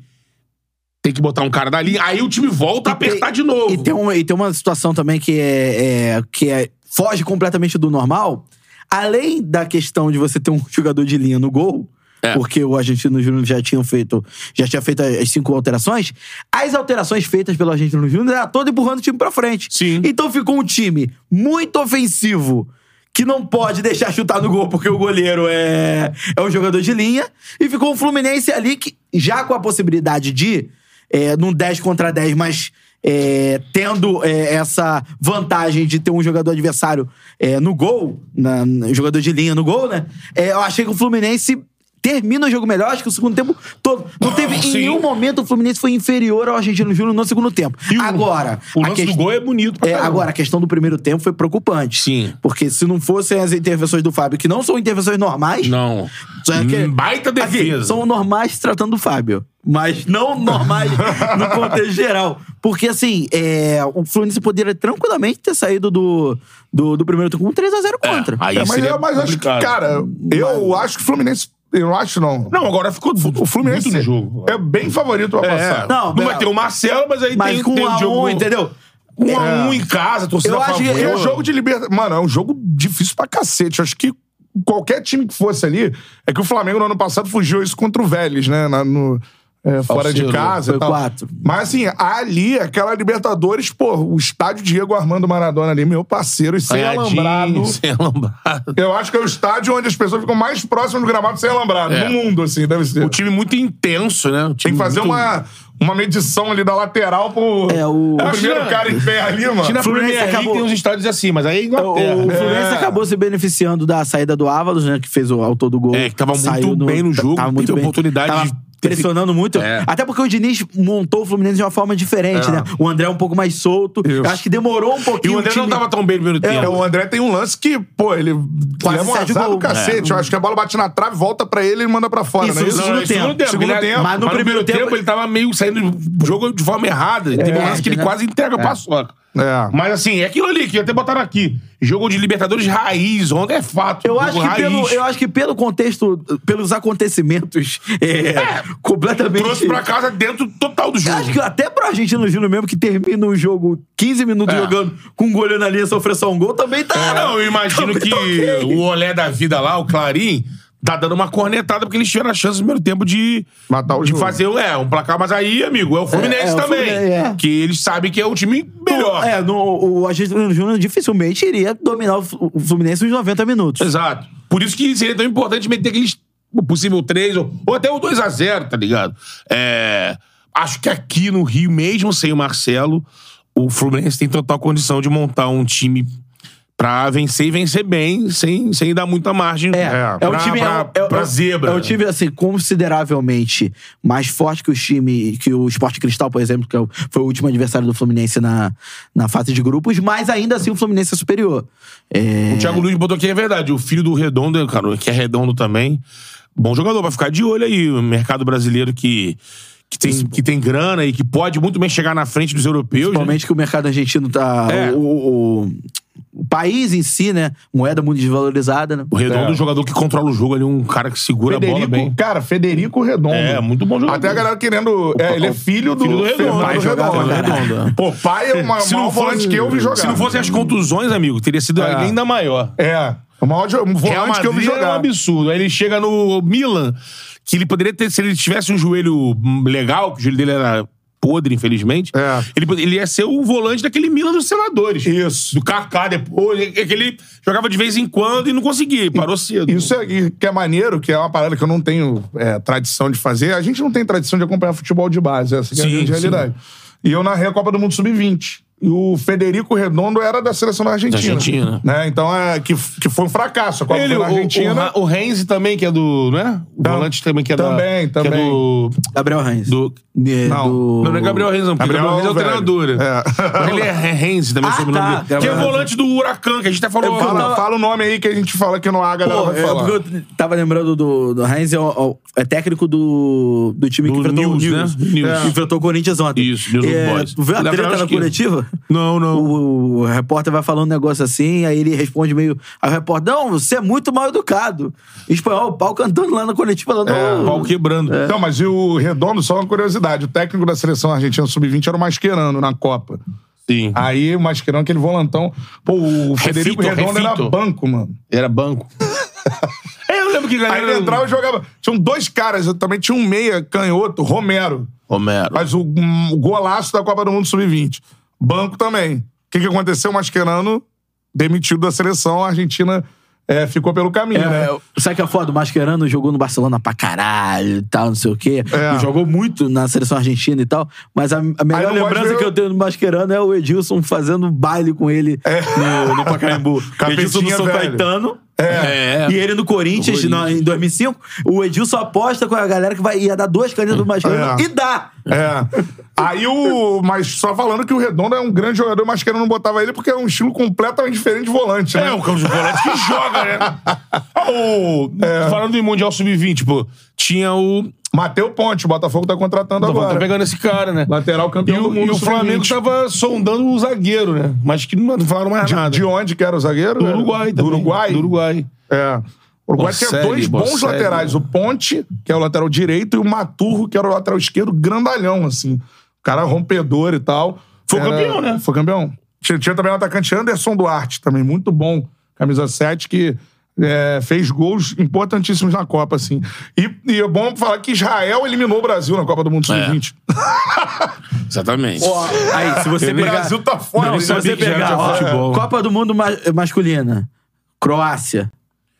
S2: tem que botar um cara dali, aí o time volta a
S3: E tem-
S2: apertar de novo.
S3: E tem, um- uma, e tem uma situação também que é, é- que é- foge completamente do normal. Além da questão de você ter um jogador de linha no gol,
S2: É.
S3: porque o argentino Júnior já tinha feito, já tinha feito as cinco alterações, as alterações feitas pelo argentino Júnior era todo empurrando o time pra frente.
S2: Sim.
S3: Então ficou um time muito ofensivo. Que não pode deixar chutar no gol porque o goleiro é, é um jogador de linha. E ficou o Fluminense ali que, já com a possibilidade de, é, num 10 contra 10, mas é, tendo é, essa vantagem de ter um jogador adversário é, no gol, na, na- jogador de linha no gol, né? É, eu achei que o Fluminense termina o jogo melhor. Acho que o segundo tempo todo. Não teve em
S2: Ah, Sim.
S3: nenhum momento o Fluminense foi inferior ao Argentino Júnior no segundo tempo.
S2: E o-
S3: agora,
S2: O
S3: a
S2: lance do
S3: questão-
S2: gol é bonito. pra
S3: é,
S2: caramba.
S3: agora, a questão do primeiro tempo foi preocupante.
S2: Sim.
S3: Porque se não fossem as intervenções do Fábio, que não são intervenções normais.
S2: Não.
S3: Só é que-
S2: Hum, Baita
S3: Aqui,
S2: defesa.
S1: então,
S3: são normais tratando o Fábio. Mas não normais no contexto geral. Porque, assim, é, o Fluminense poderia tranquilamente ter saído do, do, do primeiro turno com 3x0 contra.
S2: Aí
S1: É, mas
S2: seria
S1: eu mas eu acho que,
S2: complicado.
S1: cara, eu acho que o Fluminense. Eu não acho, não.
S2: Não, agora ficou
S1: O Fluminense
S2: muito no jogo. É.
S1: é bem favorito a passar.
S3: Não,
S2: Não,
S3: Bel-
S2: vai ter o Marcelo, mas aí
S3: Mas
S2: tem,
S3: com
S2: tem
S3: um a
S2: o Diogo.
S3: um, entendeu?
S2: Um a
S1: É.
S2: um em casa, a torcida
S3: Eu acho que-
S2: a
S1: Porque
S2: favor.
S1: é jogo de liberdade. Mano, é um jogo difícil pra cacete. Eu acho que qualquer time que fosse ali. É que o Flamengo no ano passado fugiu isso contra o Vélez, né? Na- no, é, fora de
S2: Ciro,
S1: casa.
S3: foi
S1: e tal.
S3: quatro.
S1: Mas assim, ali, aquela Libertadores, pô, o estádio Diego Armando Maradona ali, meu parceiro, e sem
S2: Ganhadinho,
S1: alambrado.
S2: Sem alambrado.
S1: Eu acho que é o estádio onde as pessoas ficam mais próximas do gramado sem alambrado.
S2: É.
S1: No mundo, assim, deve ser.
S2: O um time muito intenso, né? O
S1: Tem
S2: time
S1: que fazer
S2: muito-
S1: uma, uma medição ali da lateral pro.
S3: É, o-
S1: pro primeiro
S2: China-
S1: cara em pé ali, mano.
S2: Acho que Na
S3: Fluminense é
S2: Premier League
S3: acabou-
S2: tem uns estádios assim, mas aí é
S3: O, o
S2: Inglaterra.
S3: Fluminense
S1: É.
S3: acabou se beneficiando da saída do Ávalos, né? Que fez o autor do gol.
S2: É, que tava muito
S3: Saiu
S2: bem no jogo,
S3: tava
S2: teve oportunidade
S3: Tava
S2: de-
S3: pressionando muito.
S2: É.
S3: Até porque o Diniz montou o Fluminense de uma forma diferente, né? O André é um pouco mais solto.
S1: Isso.
S3: Eu acho que demorou um
S2: E
S3: pouquinho.
S2: o André
S3: time-
S2: não tava tão bem no primeiro
S1: É, o
S2: tempo.
S1: André tem um lance que, pô, ele
S3: Quase
S1: leva um
S3: sai é de
S1: azar
S3: gol.
S1: do cacete. Eu acho que a bola bate na trave, volta pra ele e manda pra fora,
S3: Isso,
S1: né?
S3: isso. segundo
S2: é
S3: tempo.
S1: Segundo
S2: ele-
S1: tempo.
S2: Mas no primeiro tempo ele tava meio saindo do jogo de forma errada. Ele teve um lance que ele
S3: né?
S2: quase entrega a paçoca.
S1: É.
S2: Mas assim, é aquilo ali que até botaram aqui. Jogo de Libertadores raiz, ontem é fato.
S3: Eu
S2: Jogo
S3: acho, que
S2: raiz.
S3: pelo, eu acho que pelo contexto, pelos acontecimentos é, completamente.
S2: Trouxe pra casa dentro total do
S3: Eu
S2: jogo.
S3: acho que até pro Argentino Júnior mesmo, que termina o jogo 15 minutos
S2: É.
S3: jogando com um goleiro na linha sofrer só um gol, também tá.
S2: Ah, não, eu imagino
S3: Também
S2: que
S3: tá ok.
S2: o Olé da vida lá, o Clarim, tá dando uma cornetada porque eles tiveram a chance no primeiro tempo de,
S1: Matar o
S2: de
S1: jogo.
S2: fazer é, um placar. Mas aí, amigo, é o Fluminense
S3: é o
S2: também.
S3: Fluminense, é.
S2: Que eles sabem que é o time melhor.
S3: É, no, o Argentino Júnior dificilmente iria dominar o Flu- o Fluminense nos 90 minutos.
S2: Exato. Por isso que seria tão importante meter aqueles o possível 3 ou, ou até o 2 a 0 tá ligado? É, acho que aqui no Rio, mesmo sem o Marcelo, o Fluminense tem total condição de montar um time pra vencer e vencer bem, sem, sem dar muita margem
S1: É,
S2: pra,
S3: um time-
S2: pra,
S3: é um- é um-
S2: pra zebra.
S3: É um time, assim, consideravelmente mais forte que o time, que o Sport Cristal, por exemplo, que é o- foi o último adversário do Fluminense na, na fase de grupos, mas ainda assim o Fluminense é superior. É,
S2: O Thiago Luiz botou aqui, é verdade. O filho do Redondo, cara, que é redondo também. Bom jogador, vai ficar de olho aí. O mercado brasileiro que, que tem, que tem grana e que pode muito bem chegar na frente dos europeus. né?
S3: Principalmente que o mercado argentino tá.
S2: É.
S3: O, o- o país em si, né? Moeda muito desvalorizada, né?
S2: O redondo é um jogador que controla o jogo ali, um cara que segura a bola bem.
S1: Federico, cara, Federico Redondo.
S2: É, muito bom jogador.
S1: Até a galera querendo. é, ele é filho do,
S2: Filho do Redondo,
S1: Fernando
S2: jogava
S1: Redondo.
S2: pra
S3: caralho.
S1: Pô, pai é o maior, maior volante que eu vi jogar.
S2: Se não fossem as contusões, amigo, teria sido
S1: É.
S2: ainda maior.
S1: É. O maior jo- um
S2: Real
S1: volante que eu vi
S2: Madrid era um
S1: jogar.
S2: absurdo. Aí ele chega no Milan, que ele poderia ter, se ele tivesse um joelho hum, legal, que o joelho dele era podre, infelizmente,
S1: É.
S2: ele, pod- ele ia ser o volante daquele Milan dos senadores.
S1: Isso.
S2: Do Kaká depois, é que ele jogava de vez em quando e não conseguia, e parou cedo.
S1: Isso é, e que é maneiro, que é uma parada que eu não tenho é, tradição de fazer. A gente não tem tradição de acompanhar futebol de base, essa que é a
S2: Sim,
S1: grande
S2: sim.
S1: realidade. E eu narrei a Copa do Mundo Sub-20. E o Federico Redondo era da seleção da Argentina.
S2: Da Argentina.
S1: Né? Então, é, que, que foi um fracasso. A Copa
S2: Ele,
S1: foi
S2: o,
S1: na Argentina.
S2: o, Ra- o Renzi também, que é do. Né? O
S1: Tam-
S2: volante também, que é da.
S1: também,
S2: que é
S1: também.
S2: do.
S3: Gabriel Reis.
S2: do-
S3: É,
S1: Não.
S3: do-
S2: Não, não é Gabriel Renzi, não. porque
S1: Gabriel
S2: Gabriel Renzi é o
S1: velho.
S2: treinador.
S1: É.
S2: Mas Ele é Re- Renzi também,
S3: Ah,
S2: sobre o sobrenome
S3: tá.
S2: dele. Que é
S3: Gabriel
S2: volante do Huracan, que a gente até falou.
S1: Fala,
S2: lá.
S1: fala o nome aí que a gente fala que não há, a galera
S3: Pô,
S1: vai
S3: é
S1: falar.
S3: porque eu tava lembrando do, do Heinz, é, o- o- é técnico do, do time que
S2: Do
S3: enfrentou
S2: News,
S3: o News.
S2: né? News.
S3: Que enfrentou o Corinthians ontem.
S2: Isso, News
S3: é,
S2: Old Boys.
S3: Viu a
S2: Ele é
S3: treta na
S2: esquerda.
S3: coletiva?
S2: Não, não.
S3: O, o repórter vai falando um negócio assim, aí ele responde meio. Aí o repórter, não, você é muito mal educado. Em espanhol, o pau cantando lá na coletiva. Lá,
S2: O
S3: não.
S2: É, Pau quebrando.
S1: Não, mas e o Redondo, só uma curiosidade. O técnico da seleção argentina sub-20 era o Mascherano na Copa.
S2: Sim.
S1: Aí o Mascherano, aquele volantão. Pô, o Federico
S2: Refito,
S1: Redondo era
S2: refito.
S1: banco, mano.
S2: Era banco. é, eu lembro que
S1: Aí
S2: ganhou.
S1: ele entrava e jogava. Tinham dois caras, eu também tinha um meia canhoto, Romero.
S2: Romero.
S1: Mas o, um, o golaço da Copa do Mundo Sub-20. Banco também. O que, que aconteceu? O Mascherano demitido da seleção, a Argentina é, ficou pelo caminho, né?
S3: É, sabe que é foda? O Mascherano jogou no Barcelona pra caralho e tal, não sei o quê.
S1: É.
S3: E Jogou muito na seleção argentina e tal. Mas a, a melhor
S1: não pode
S3: lembrança
S1: ver
S3: que
S1: o-
S3: eu tenho do Mascherano é o Edilson fazendo baile com ele no, no Pacaembu.
S1: Capetinha
S3: Edilson do São
S1: velho.
S3: Caetano.
S2: É.
S3: E ele no Corinthians, na- em 2005. O Edilson aposta com a galera que vai, ia dar duas canetas do Mascherano.
S1: É.
S3: E dá!
S1: É. Aí o. Mas só falando que o Redondo é um grande jogador, mas que ele não botava ele porque é um estilo completamente diferente de volante, né?
S2: É, o campo de volante que joga, né? Ah, o-
S1: É.
S2: Falando em Mundial Sub-20, pô, tinha o.
S1: Mateu Ponte, o Botafogo tá contratando
S2: Tá
S1: agora.
S2: pegando esse cara, né?
S1: Lateral
S2: E
S1: campeão do
S2: o,
S1: mundo.
S2: e o Flamengo
S1: sub-20.
S2: tava sondando o zagueiro, né? Mas que não falaram mais nada.
S1: De onde que era o zagueiro?
S2: Do Uruguai
S1: Do
S2: também.
S1: Uruguai?
S2: Do Uruguai.
S1: É. O Uruguai tinha
S2: Bocelli,
S1: dois bons
S2: Bocelli.
S1: laterais. O Ponte, que é o lateral direito, e o Maturro, que era o lateral esquerdo, grandalhão, assim. O cara rompedor e tal.
S2: Foi
S1: Era-
S2: campeão, né?
S1: Foi campeão. Tinha, tinha também o atacante Anderson Duarte, também muito bom. Camisa 7, que é, fez gols importantíssimos na Copa, assim. E, e é bom falar que Israel eliminou o Brasil na Copa do Mundo
S2: É.
S1: Sub-20.
S2: Exatamente.
S3: Aí, se você
S1: O
S3: pegar...
S1: Brasil tá fora.
S3: Não,
S1: né?
S3: se você
S2: que já era
S3: pegar, ó,
S2: futebol. né?
S3: Copa do Mundo ma- masculina. Croácia.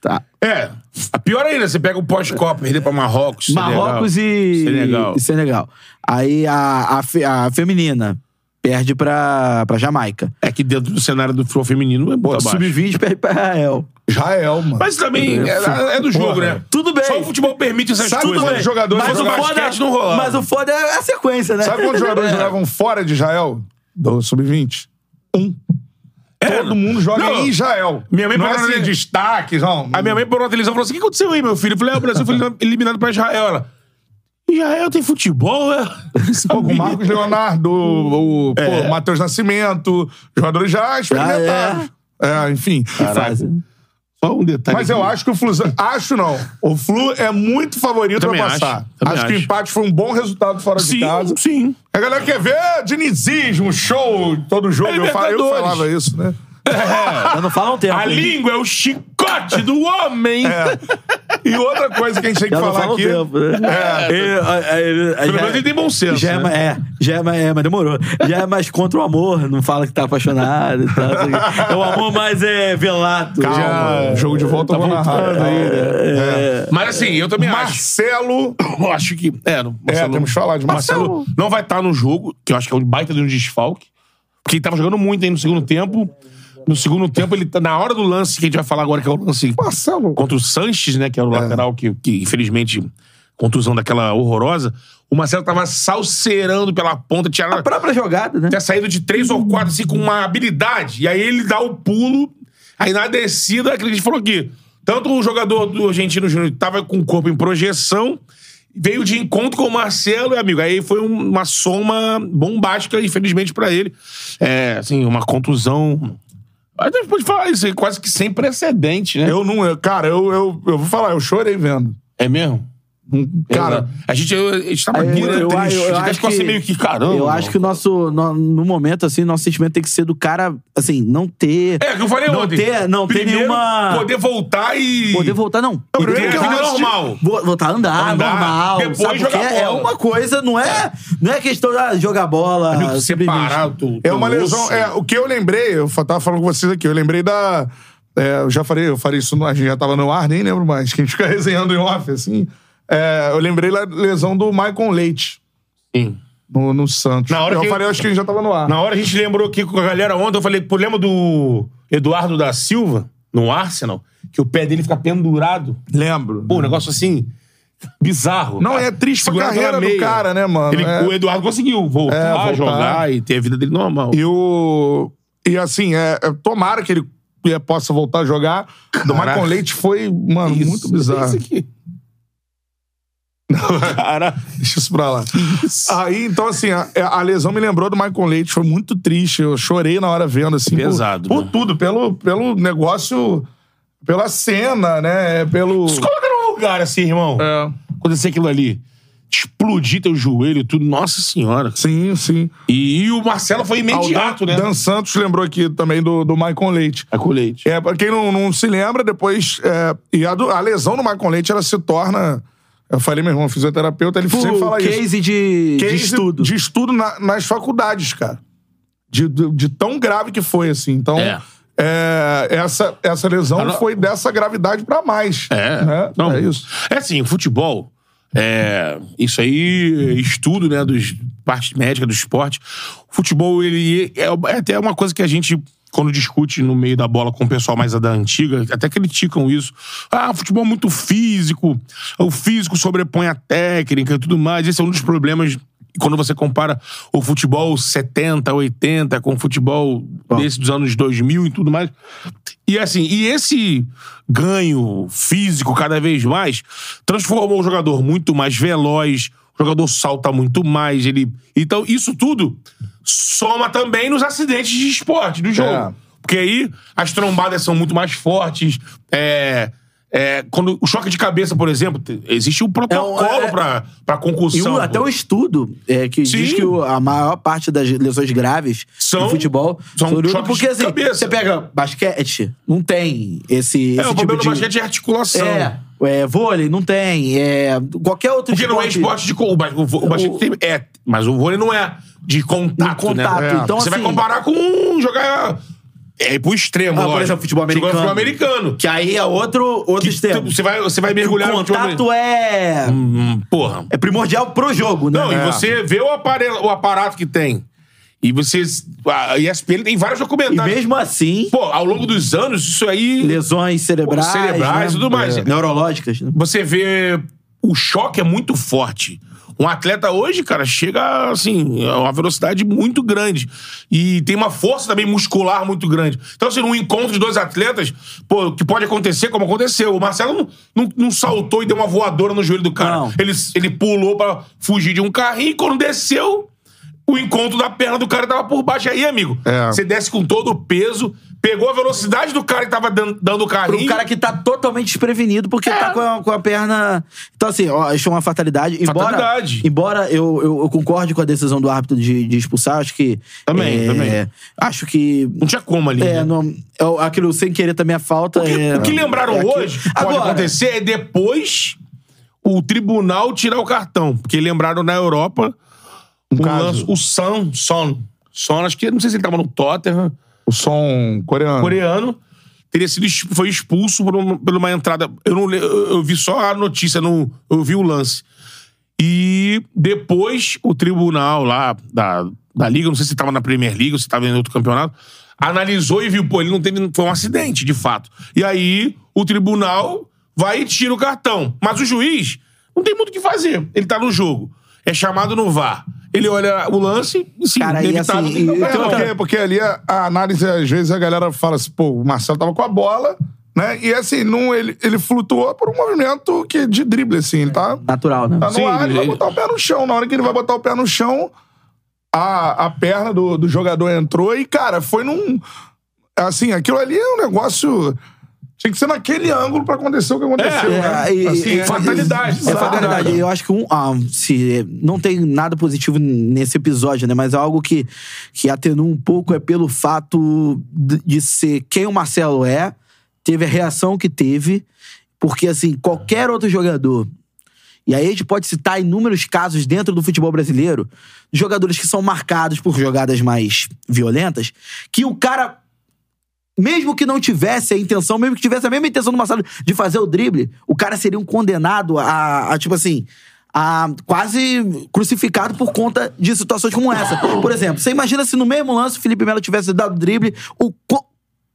S3: Tá.
S2: É. A pior ainda, você pega o pós-copa, perder pra Marrocos.
S3: Marrocos e
S2: Senegal.
S3: e Senegal. Aí a, a, fe- a feminina perde pra, pra Jamaica.
S2: É que dentro do cenário do futebol feminino é bom.
S3: O
S2: tá baixo.
S3: Sub-20 perde pra Israel.
S1: Israel, é, mano.
S2: Mas também é, é do jogo,
S1: Porra.
S2: né?
S3: Tudo bem.
S2: Só o futebol permite essas
S1: Sabe
S2: coisas.
S1: quantos
S2: né?
S1: jogadores
S2: mas o
S1: jogaram
S2: basquete não rolava.
S3: mas o foda é a sequência, né?
S1: Sabe quantos jogadores
S3: É.
S1: jogavam fora de Israel? Do Sub-20? Um. Todo mundo joga
S2: Não.
S1: em Israel.
S2: Minha mãe
S1: não é
S2: parou na
S1: assim,
S2: minha-
S1: destaque, não.
S2: A minha mãe parou na televisão e falou assim: o que aconteceu aí, meu filho? Eu falei: ah, o Brasil foi eliminado pra Israel. Ela. Israel tem futebol, é?
S1: Pô, com o Marcos Leonardo, o, o pô, Matheus Nascimento, jogadores já experimentados. é? enfim.
S3: Fase.
S2: Só um detalhe.
S1: Mas eu acho que o Flu. Acho não. O Flu é muito favorito
S2: Também
S1: pra
S2: acho,
S1: passar.
S2: também
S1: que o
S2: acho.
S1: empate foi um bom resultado fora
S2: Sim,
S1: de casa.
S2: sim.
S1: A galera quer ver dinizismo, show, todo jogo.
S2: É
S1: eu, fa- eu
S2: Libertadores.
S1: falava isso, né?
S3: Eu não falo há um tempo.
S2: A língua é o chicote do homem.
S1: É. E outra coisa que a gente tem que
S3: Eu não
S1: falar
S3: falo há um
S1: aqui.
S3: tempo.
S1: É.
S2: Pelo menos ele tem bom senso.
S3: Já é,
S2: né?
S3: ma- é, já é, ma- é, mas demorou. Já é mais contra o amor, não fala que tá apaixonado e tal. não sei o quê. É o amor mais é, velado.
S1: Calma, o jogo de volta tá eu vou narrar.
S2: Mas assim, eu também acho.
S1: É. Marcelo.
S2: Eu acho que. É, não-
S1: É, temos que falar de
S2: Marcelo,
S1: Marcelo.
S2: não vai estar no jogo, que eu acho que é um baita de um desfalque. Porque ele tava jogando muito aí no segundo tempo. No segundo tempo, ele tá na hora do lance que a gente vai falar agora, que é o lance
S1: Marcelo. É.
S2: contra o Sanches, né? Que era o lateral que, que, infelizmente, contusão daquela horrorosa. O Marcelo tava salseirando pela ponta, tinha
S1: Ah,
S3: A própria jogada, né?
S2: tinha saído de três ou quatro, assim, com uma habilidade. E aí ele dá o pulo. Aí na descida, a gente falou que tanto o jogador do Argentino Júnior tava com o corpo em projeção. Veio de encontro com o Marcelo, e, amigo. Aí foi um- uma soma bombástica, infelizmente, pra ele. É, assim, uma contusão. Mas a gente pode falar isso, é quase que sem precedente, né?
S1: Eu não. eu- cara, eu, eu, eu vou falar, eu chorei vendo.
S2: É mesmo?
S1: Não- Cara,
S2: a gente, eu, a gente tava muito
S3: eu- eu-
S2: triste.
S3: eu
S2: a gente até
S3: acho
S2: ficou assim
S3: que-
S2: meio que caramba.
S3: eu acho que o nosso. No, no momento, assim, nosso sentimento tem que ser do cara, assim, não ter.
S2: É, que eu falei
S3: não
S2: ontem.
S3: Ter, não ter
S2: Primeiro,
S3: nenhuma.
S2: Poder voltar e.
S3: Poder voltar, não. Poder
S2: primeiro que
S3: voltar,
S2: é normal.
S3: vo- Voltar a andar,
S2: Andar,
S3: normal.
S2: depois
S3: sabe?
S2: jogar
S3: Porque É
S2: bola.
S3: uma coisa, não é, não é questão de ah, jogar bola.
S2: Amigo,
S3: simplesmente.
S2: separar tudo.
S1: é uma lesão. É, o que eu lembrei, eu fa- tava falando com vocês aqui, eu lembrei da. é, eu já falei, eu falei isso, no- a gente já tava no ar, nem lembro mais, que a gente fica resenhando em off, assim. É, eu lembrei da lesão do Maicon Leite
S2: Sim.
S1: no, no Santos.
S2: Na hora
S1: eu
S2: que-
S1: falei, eu acho que ele já tava no ar.
S2: Na hora a gente lembrou aqui com a galera ontem, eu falei, pô, lembra do Eduardo da Silva, no Arsenal, que o pé dele fica pendurado.
S1: Lembro.
S2: Pô, um negócio assim, bizarro.
S1: Não,
S2: cara.
S1: é triste pra
S2: Seguradora
S1: carreira do
S2: meia.
S1: cara, né, mano?
S2: Ele-
S1: É.
S2: O Eduardo conseguiu
S1: É,
S2: voltar,
S1: voltar.
S2: jogar e ter a vida dele normal.
S1: E o. E assim, é, é- tomara que ele é, possa voltar a jogar. Do
S2: Caraca.
S1: Michael Leite foi, mano,
S2: Isso,
S1: muito bizarro.
S2: Isso aqui. Cara,
S1: Deixa isso pra lá.
S2: Ah,
S1: Aí, então, assim, a, a lesão me lembrou do Michael Leite, foi muito triste. Eu chorei na hora vendo, assim. por-
S2: Pesado,
S1: Por,
S2: né?
S1: tudo, pelo, pelo negócio, pela cena,
S2: É,
S1: né? Pelo.
S2: se coloca num lugar assim, irmão.
S1: É.
S2: Acontecer aquilo ali. Explodir teu joelho, tudo. Nossa senhora.
S1: Sim, sim.
S2: E, o Marcelo foi imediato, né?
S1: Dan Santos lembrou aqui também do, do Michael Leite.
S2: É com leite.
S1: É, pra quem não, não se lembra, depois. é, e a, do- a lesão do Michael Leite, ela se torna. Eu falei, meu irmão, fisioterapeuta, ele sempre
S3: Tipo,
S1: fala isso.
S3: case de, de
S1: Case
S3: estudo.
S1: De estudo na- nas faculdades, cara. De, de- de tão grave que foi, assim. Então,
S2: É.
S1: é, essa, essa lesão
S2: Ah, não.
S1: foi dessa gravidade pra mais.
S2: É.
S1: Né?
S2: Não,
S1: É isso.
S2: É assim, futebol. É, isso aí, é estudo, né, dos parte médica do esporte. O futebol, ele é, é até uma coisa que a gente, quando discute no meio da bola com o pessoal mais da antiga, até criticam isso. Ah, futebol é muito físico, o físico sobrepõe a técnica e tudo mais. Esse é um dos problemas quando você compara o futebol 70, 80 com o futebol desse dos anos 2000 e tudo mais. E assim, e esse ganho físico cada vez mais transformou o jogador muito mais veloz, o jogador salta muito mais, ele então isso tudo soma também nos acidentes de esporte do jogo.
S1: É.
S2: Porque aí as trombadas são muito mais fortes, é, é, quando o choque de cabeça, por exemplo, te- existe um protocolo
S3: é-
S2: pra, pra
S3: E
S2: concussão.
S3: o- até um estudo é, que
S2: Sim.
S3: diz que o- a maior parte das lesões graves
S2: São-
S3: no futebol
S2: são
S3: oriundas-
S2: choques
S3: porque
S2: de
S3: assim,
S2: cabeça.
S3: você pega basquete, não tem esse, esse
S2: é, o
S3: tipo
S2: problema
S3: de...
S2: do basquete é articulação.
S3: É, é, vôlei, não tem. É, qualquer outro
S2: Porque não é esporte de. co- O, ba- o, vo- o basquete
S3: O-
S2: tem- é, mas o vôlei não é de contato.
S3: De contato,
S2: né? É.
S3: então,
S2: Você vai
S3: assim-
S2: comparar com um, jogar. É ir pro extremo,
S3: Ah, por
S2: lógico.
S3: exemplo, futebol americano.
S2: Jogando futebol americano.
S3: Que aí é outro, outro extremo.
S2: Você vai, você vai
S3: o
S2: mergulhar no futebol
S3: contato é,
S2: americano. Hum, Porra.
S3: é primordial pro jogo, né?
S2: Não,
S3: É.
S2: e você vê o, aparelho, o aparato que tem. E você. A ESPN tem vários
S3: E
S2: documentários.
S3: mesmo assim,
S2: Tá Pô, ao longo dos anos, isso aí.
S3: lesões cerebrais.
S2: cerebrais e
S3: né?
S2: tudo mais.
S3: É. Neurológicas. né?
S2: você vê o choque é muito forte. Um atleta hoje, cara, chega assim, a uma velocidade muito grande. E tem uma força também muscular muito grande. Então, assim, num encontro de dois atletas, pô, o que pode acontecer, como aconteceu. O Marcelo não, não- não saltou e deu uma voadora no joelho do cara.
S3: Não.
S2: Ele, ele pulou pra fugir de um carrinho e quando desceu, o encontro da perna do cara tava por baixo. Aí, amigo,
S1: É.
S2: você desce com todo o peso, pegou a velocidade do cara que tava dan- dando o carrinho.
S3: Pro cara que tá totalmente desprevenido porque
S2: É.
S3: tá com a, com a perna. Então, assim, ó, isso é uma fatalidade. Embora,
S2: Fatalidade.
S3: Embora eu, eu, eu concorde com a decisão do árbitro de, de expulsar, acho que. é,
S2: Também, também.
S3: Acho que.
S2: Não tinha como ali. né?
S3: É, não, é, aquilo sem querer também a falta.
S2: O que,
S3: é,
S2: o que lembraram
S3: é aquilo.
S2: hoje que pode
S3: Agora,
S2: acontecer é depois o tribunal tirar o cartão. Porque lembraram na Europa um
S1: caso.
S2: lance- o Son, Son. Son, acho que não sei se ele tava no Tottenham,
S1: O som coreano.
S2: coreano. Teria sido, exp- foi expulso por uma, por uma entrada. Eu, não, le- eu eu vi só a notícia, não, eu vi o lance. E depois o tribunal lá da, da Liga, não sei se estava na Premier League ou se estava em outro campeonato, analisou e viu, pô, ele não teve. Foi um acidente, de fato. E aí o tribunal vai e tira o cartão. Mas o juiz não tem muito o que fazer. Ele tá no jogo. É chamado no VAR. Ele olha o lance e sim,
S3: Cara, e
S2: inevitável,
S3: assim,
S2: tem que dar
S3: e-
S2: pra
S1: É,
S2: ela.
S1: porque, porque ali a, a análise, às vezes, a galera fala assim, pô, o Marcelo tava com a bola, Né? E assim, não, ele, ele flutuou por um movimento que, de drible, assim. Ele tá,
S3: Natural, né?
S1: tá no
S2: Sim,
S1: ar, ele vai
S2: ele-
S1: botar o pé no chão. Na hora que ele vai botar o pé no chão, a, a perna do, do jogador entrou e, cara, foi num. Assim, aquilo ali é um negócio. Tinha que ser naquele ângulo pra acontecer o que aconteceu.
S2: É,
S1: né?
S3: É, e-
S1: Assim,
S3: e-
S1: é-
S2: fatalidade,
S3: É
S2: sabe?
S3: fatalidade. Eu acho que um, ah, se, não tem nada positivo nesse episódio, né? Mas é algo que, que atenua um pouco é pelo fato de, de ser quem o Marcelo é, teve a reação que teve, porque assim, qualquer outro jogador. E aí a gente pode citar inúmeros casos dentro do futebol brasileiro, de jogadores que são marcados por jogadas mais violentas, que o cara mesmo que não tivesse a intenção, mesmo que tivesse a mesma intenção do Marcelo de fazer o drible, o cara seria um condenado a, a, tipo assim, a quase crucificado por conta de situações como essa. Por exemplo, você imagina se no mesmo lance o Felipe Melo tivesse dado drible, o co-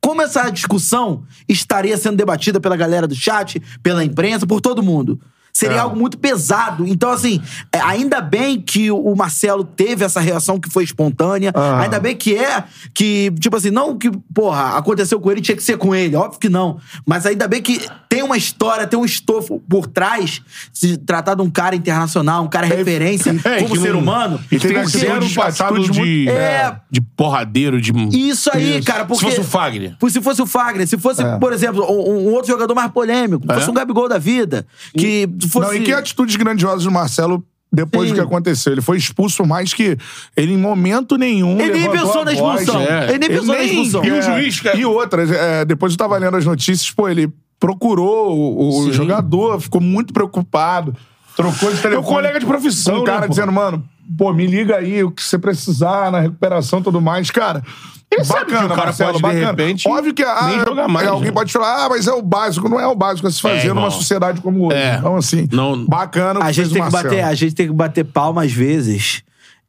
S3: como essa discussão estaria sendo debatida pela galera do chat, pela imprensa, por todo mundo.
S2: É.
S3: Seria algo muito pesado. Então, assim, é, ainda bem que o Marcelo teve essa reação que foi espontânea. Ainda bem que é que, tipo assim, não que, porra, aconteceu com ele, tinha que ser com ele. Óbvio que não. Mas ainda bem que tem uma história, tem um estofo por trás, se tratar de um cara internacional, um cara referência, como
S2: É, que
S3: ser
S2: não-
S3: humano.
S2: E tem
S3: porque-
S2: que ser um passado
S1: atitude
S2: de,
S1: muito-
S3: É.
S2: de porradeiro, de.
S3: Isso aí, cara, porque.
S2: Se fosse o Fagner. É.
S3: Pô, Se fosse o Fagner, se fosse, por exemplo, um, um outro jogador mais polêmico, se fosse um Gabigol da vida, que fosse.
S1: Não, e
S2: é
S1: que atitudes grandiosas do Marcelo depois
S3: Sim.
S1: do que aconteceu. Ele foi expulso mais que ele em momento nenhum
S3: Ele nem
S1: levantou
S3: pensou
S1: a
S3: na
S1: voz.
S3: expulsão.
S2: é.
S3: Ele nem
S1: Ele
S3: pensou na
S1: nem-
S3: expulsão.
S2: E o
S1: é,
S2: juiz, cara?
S1: E outras. é, depois eu tava lendo as notícias, pô, ele procurou o, o
S2: Sim.
S1: jogador, ficou muito preocupado, trocou de telefone.
S2: colega de profissão,
S1: com O
S2: né,
S1: cara
S2: pô?
S1: dizendo, mano, pô, me liga aí, o que você precisar na recuperação e tudo mais, cara.
S2: Ele sabe
S1: bacana,
S2: que o cara
S1: Marcelo,
S2: pode, de
S1: bacana.
S2: repente,
S1: Óbvio que ah,
S2: nem jogar mais,
S1: alguém
S2: né?
S1: pode falar, ah, mas é o básico. Não é o básico a se fazer
S2: irmão.
S1: numa sociedade como hoje.
S2: É.
S1: Então, assim,
S2: Não-
S1: bacana o
S3: A
S1: que
S3: gente,
S1: fez
S3: tem
S1: o
S3: que
S1: Marcelo.
S3: bater, a gente tem que bater palma às vezes.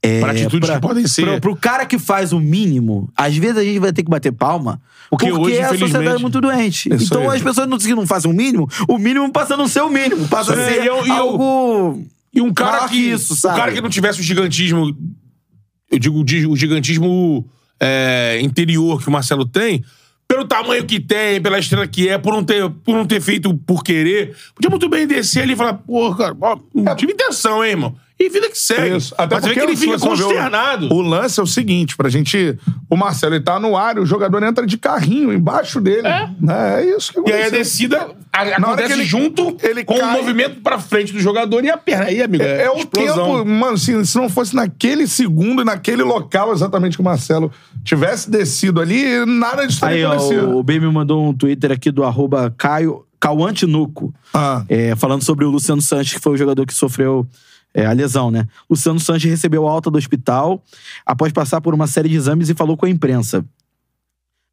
S3: É,
S2: Pra atitudes que podem ser.
S3: Pro, pro cara que faz o mínimo, às vezes a gente vai ter que bater palma.
S2: Porque
S3: Porque,
S2: hoje,
S3: a sociedade é
S2: infelizmente-
S3: muito doente.
S1: Isso
S3: então
S1: aí.
S3: as pessoas não, que não fazem o mínimo, o mínimo passa a não ser o mínimo. Passa
S2: Isso
S3: a
S2: aí,
S3: ser
S2: e eu- e eu-
S3: algo.
S2: E um cara
S3: Maior
S2: que.
S3: que isso, sabe?
S2: Um cara que não tivesse o gigantismo. Eu digo o gi- o gigantismo é, interior que o Marcelo tem. Pelo tamanho que tem, pela estrela que é, por não ter, por não ter feito por querer. Podia muito bem descer ali e falar, pô, cara, ó, não tive intenção, hein, irmão? E vida que segue.
S1: É. Isso. Até
S2: Mas você vê
S1: porque
S2: que ele
S1: se
S2: fica
S1: você ver o-
S2: consternado.
S1: O, lance é o seguinte, pra gente... O Marcelo, ele tá no ar e o jogador entra de carrinho embaixo dele. É, é um isso que
S2: E
S1: aconteceu.
S2: aí a descida a- acontece
S1: que ele-
S2: junto
S1: ele
S2: com o
S1: cai-
S2: movimento pra frente do jogador e a perna. Aí, amigo,
S1: É, é o
S2: explosão.
S1: tempo, mano, se, se não fosse naquele segundo e naquele local exatamente que o Marcelo tivesse descido ali, nada disso
S3: Aí,
S1: teria
S3: ó,
S1: acontecido.
S3: o Ben me mandou um Twitter aqui do arroba Caio Cauantinuco,
S1: Ah.
S3: é, falando sobre o Luciano Sanches, que foi o jogador que sofreu é, a lesão, né? Luciano Sanches recebeu alta do hospital após passar por uma série de exames e falou com a imprensa.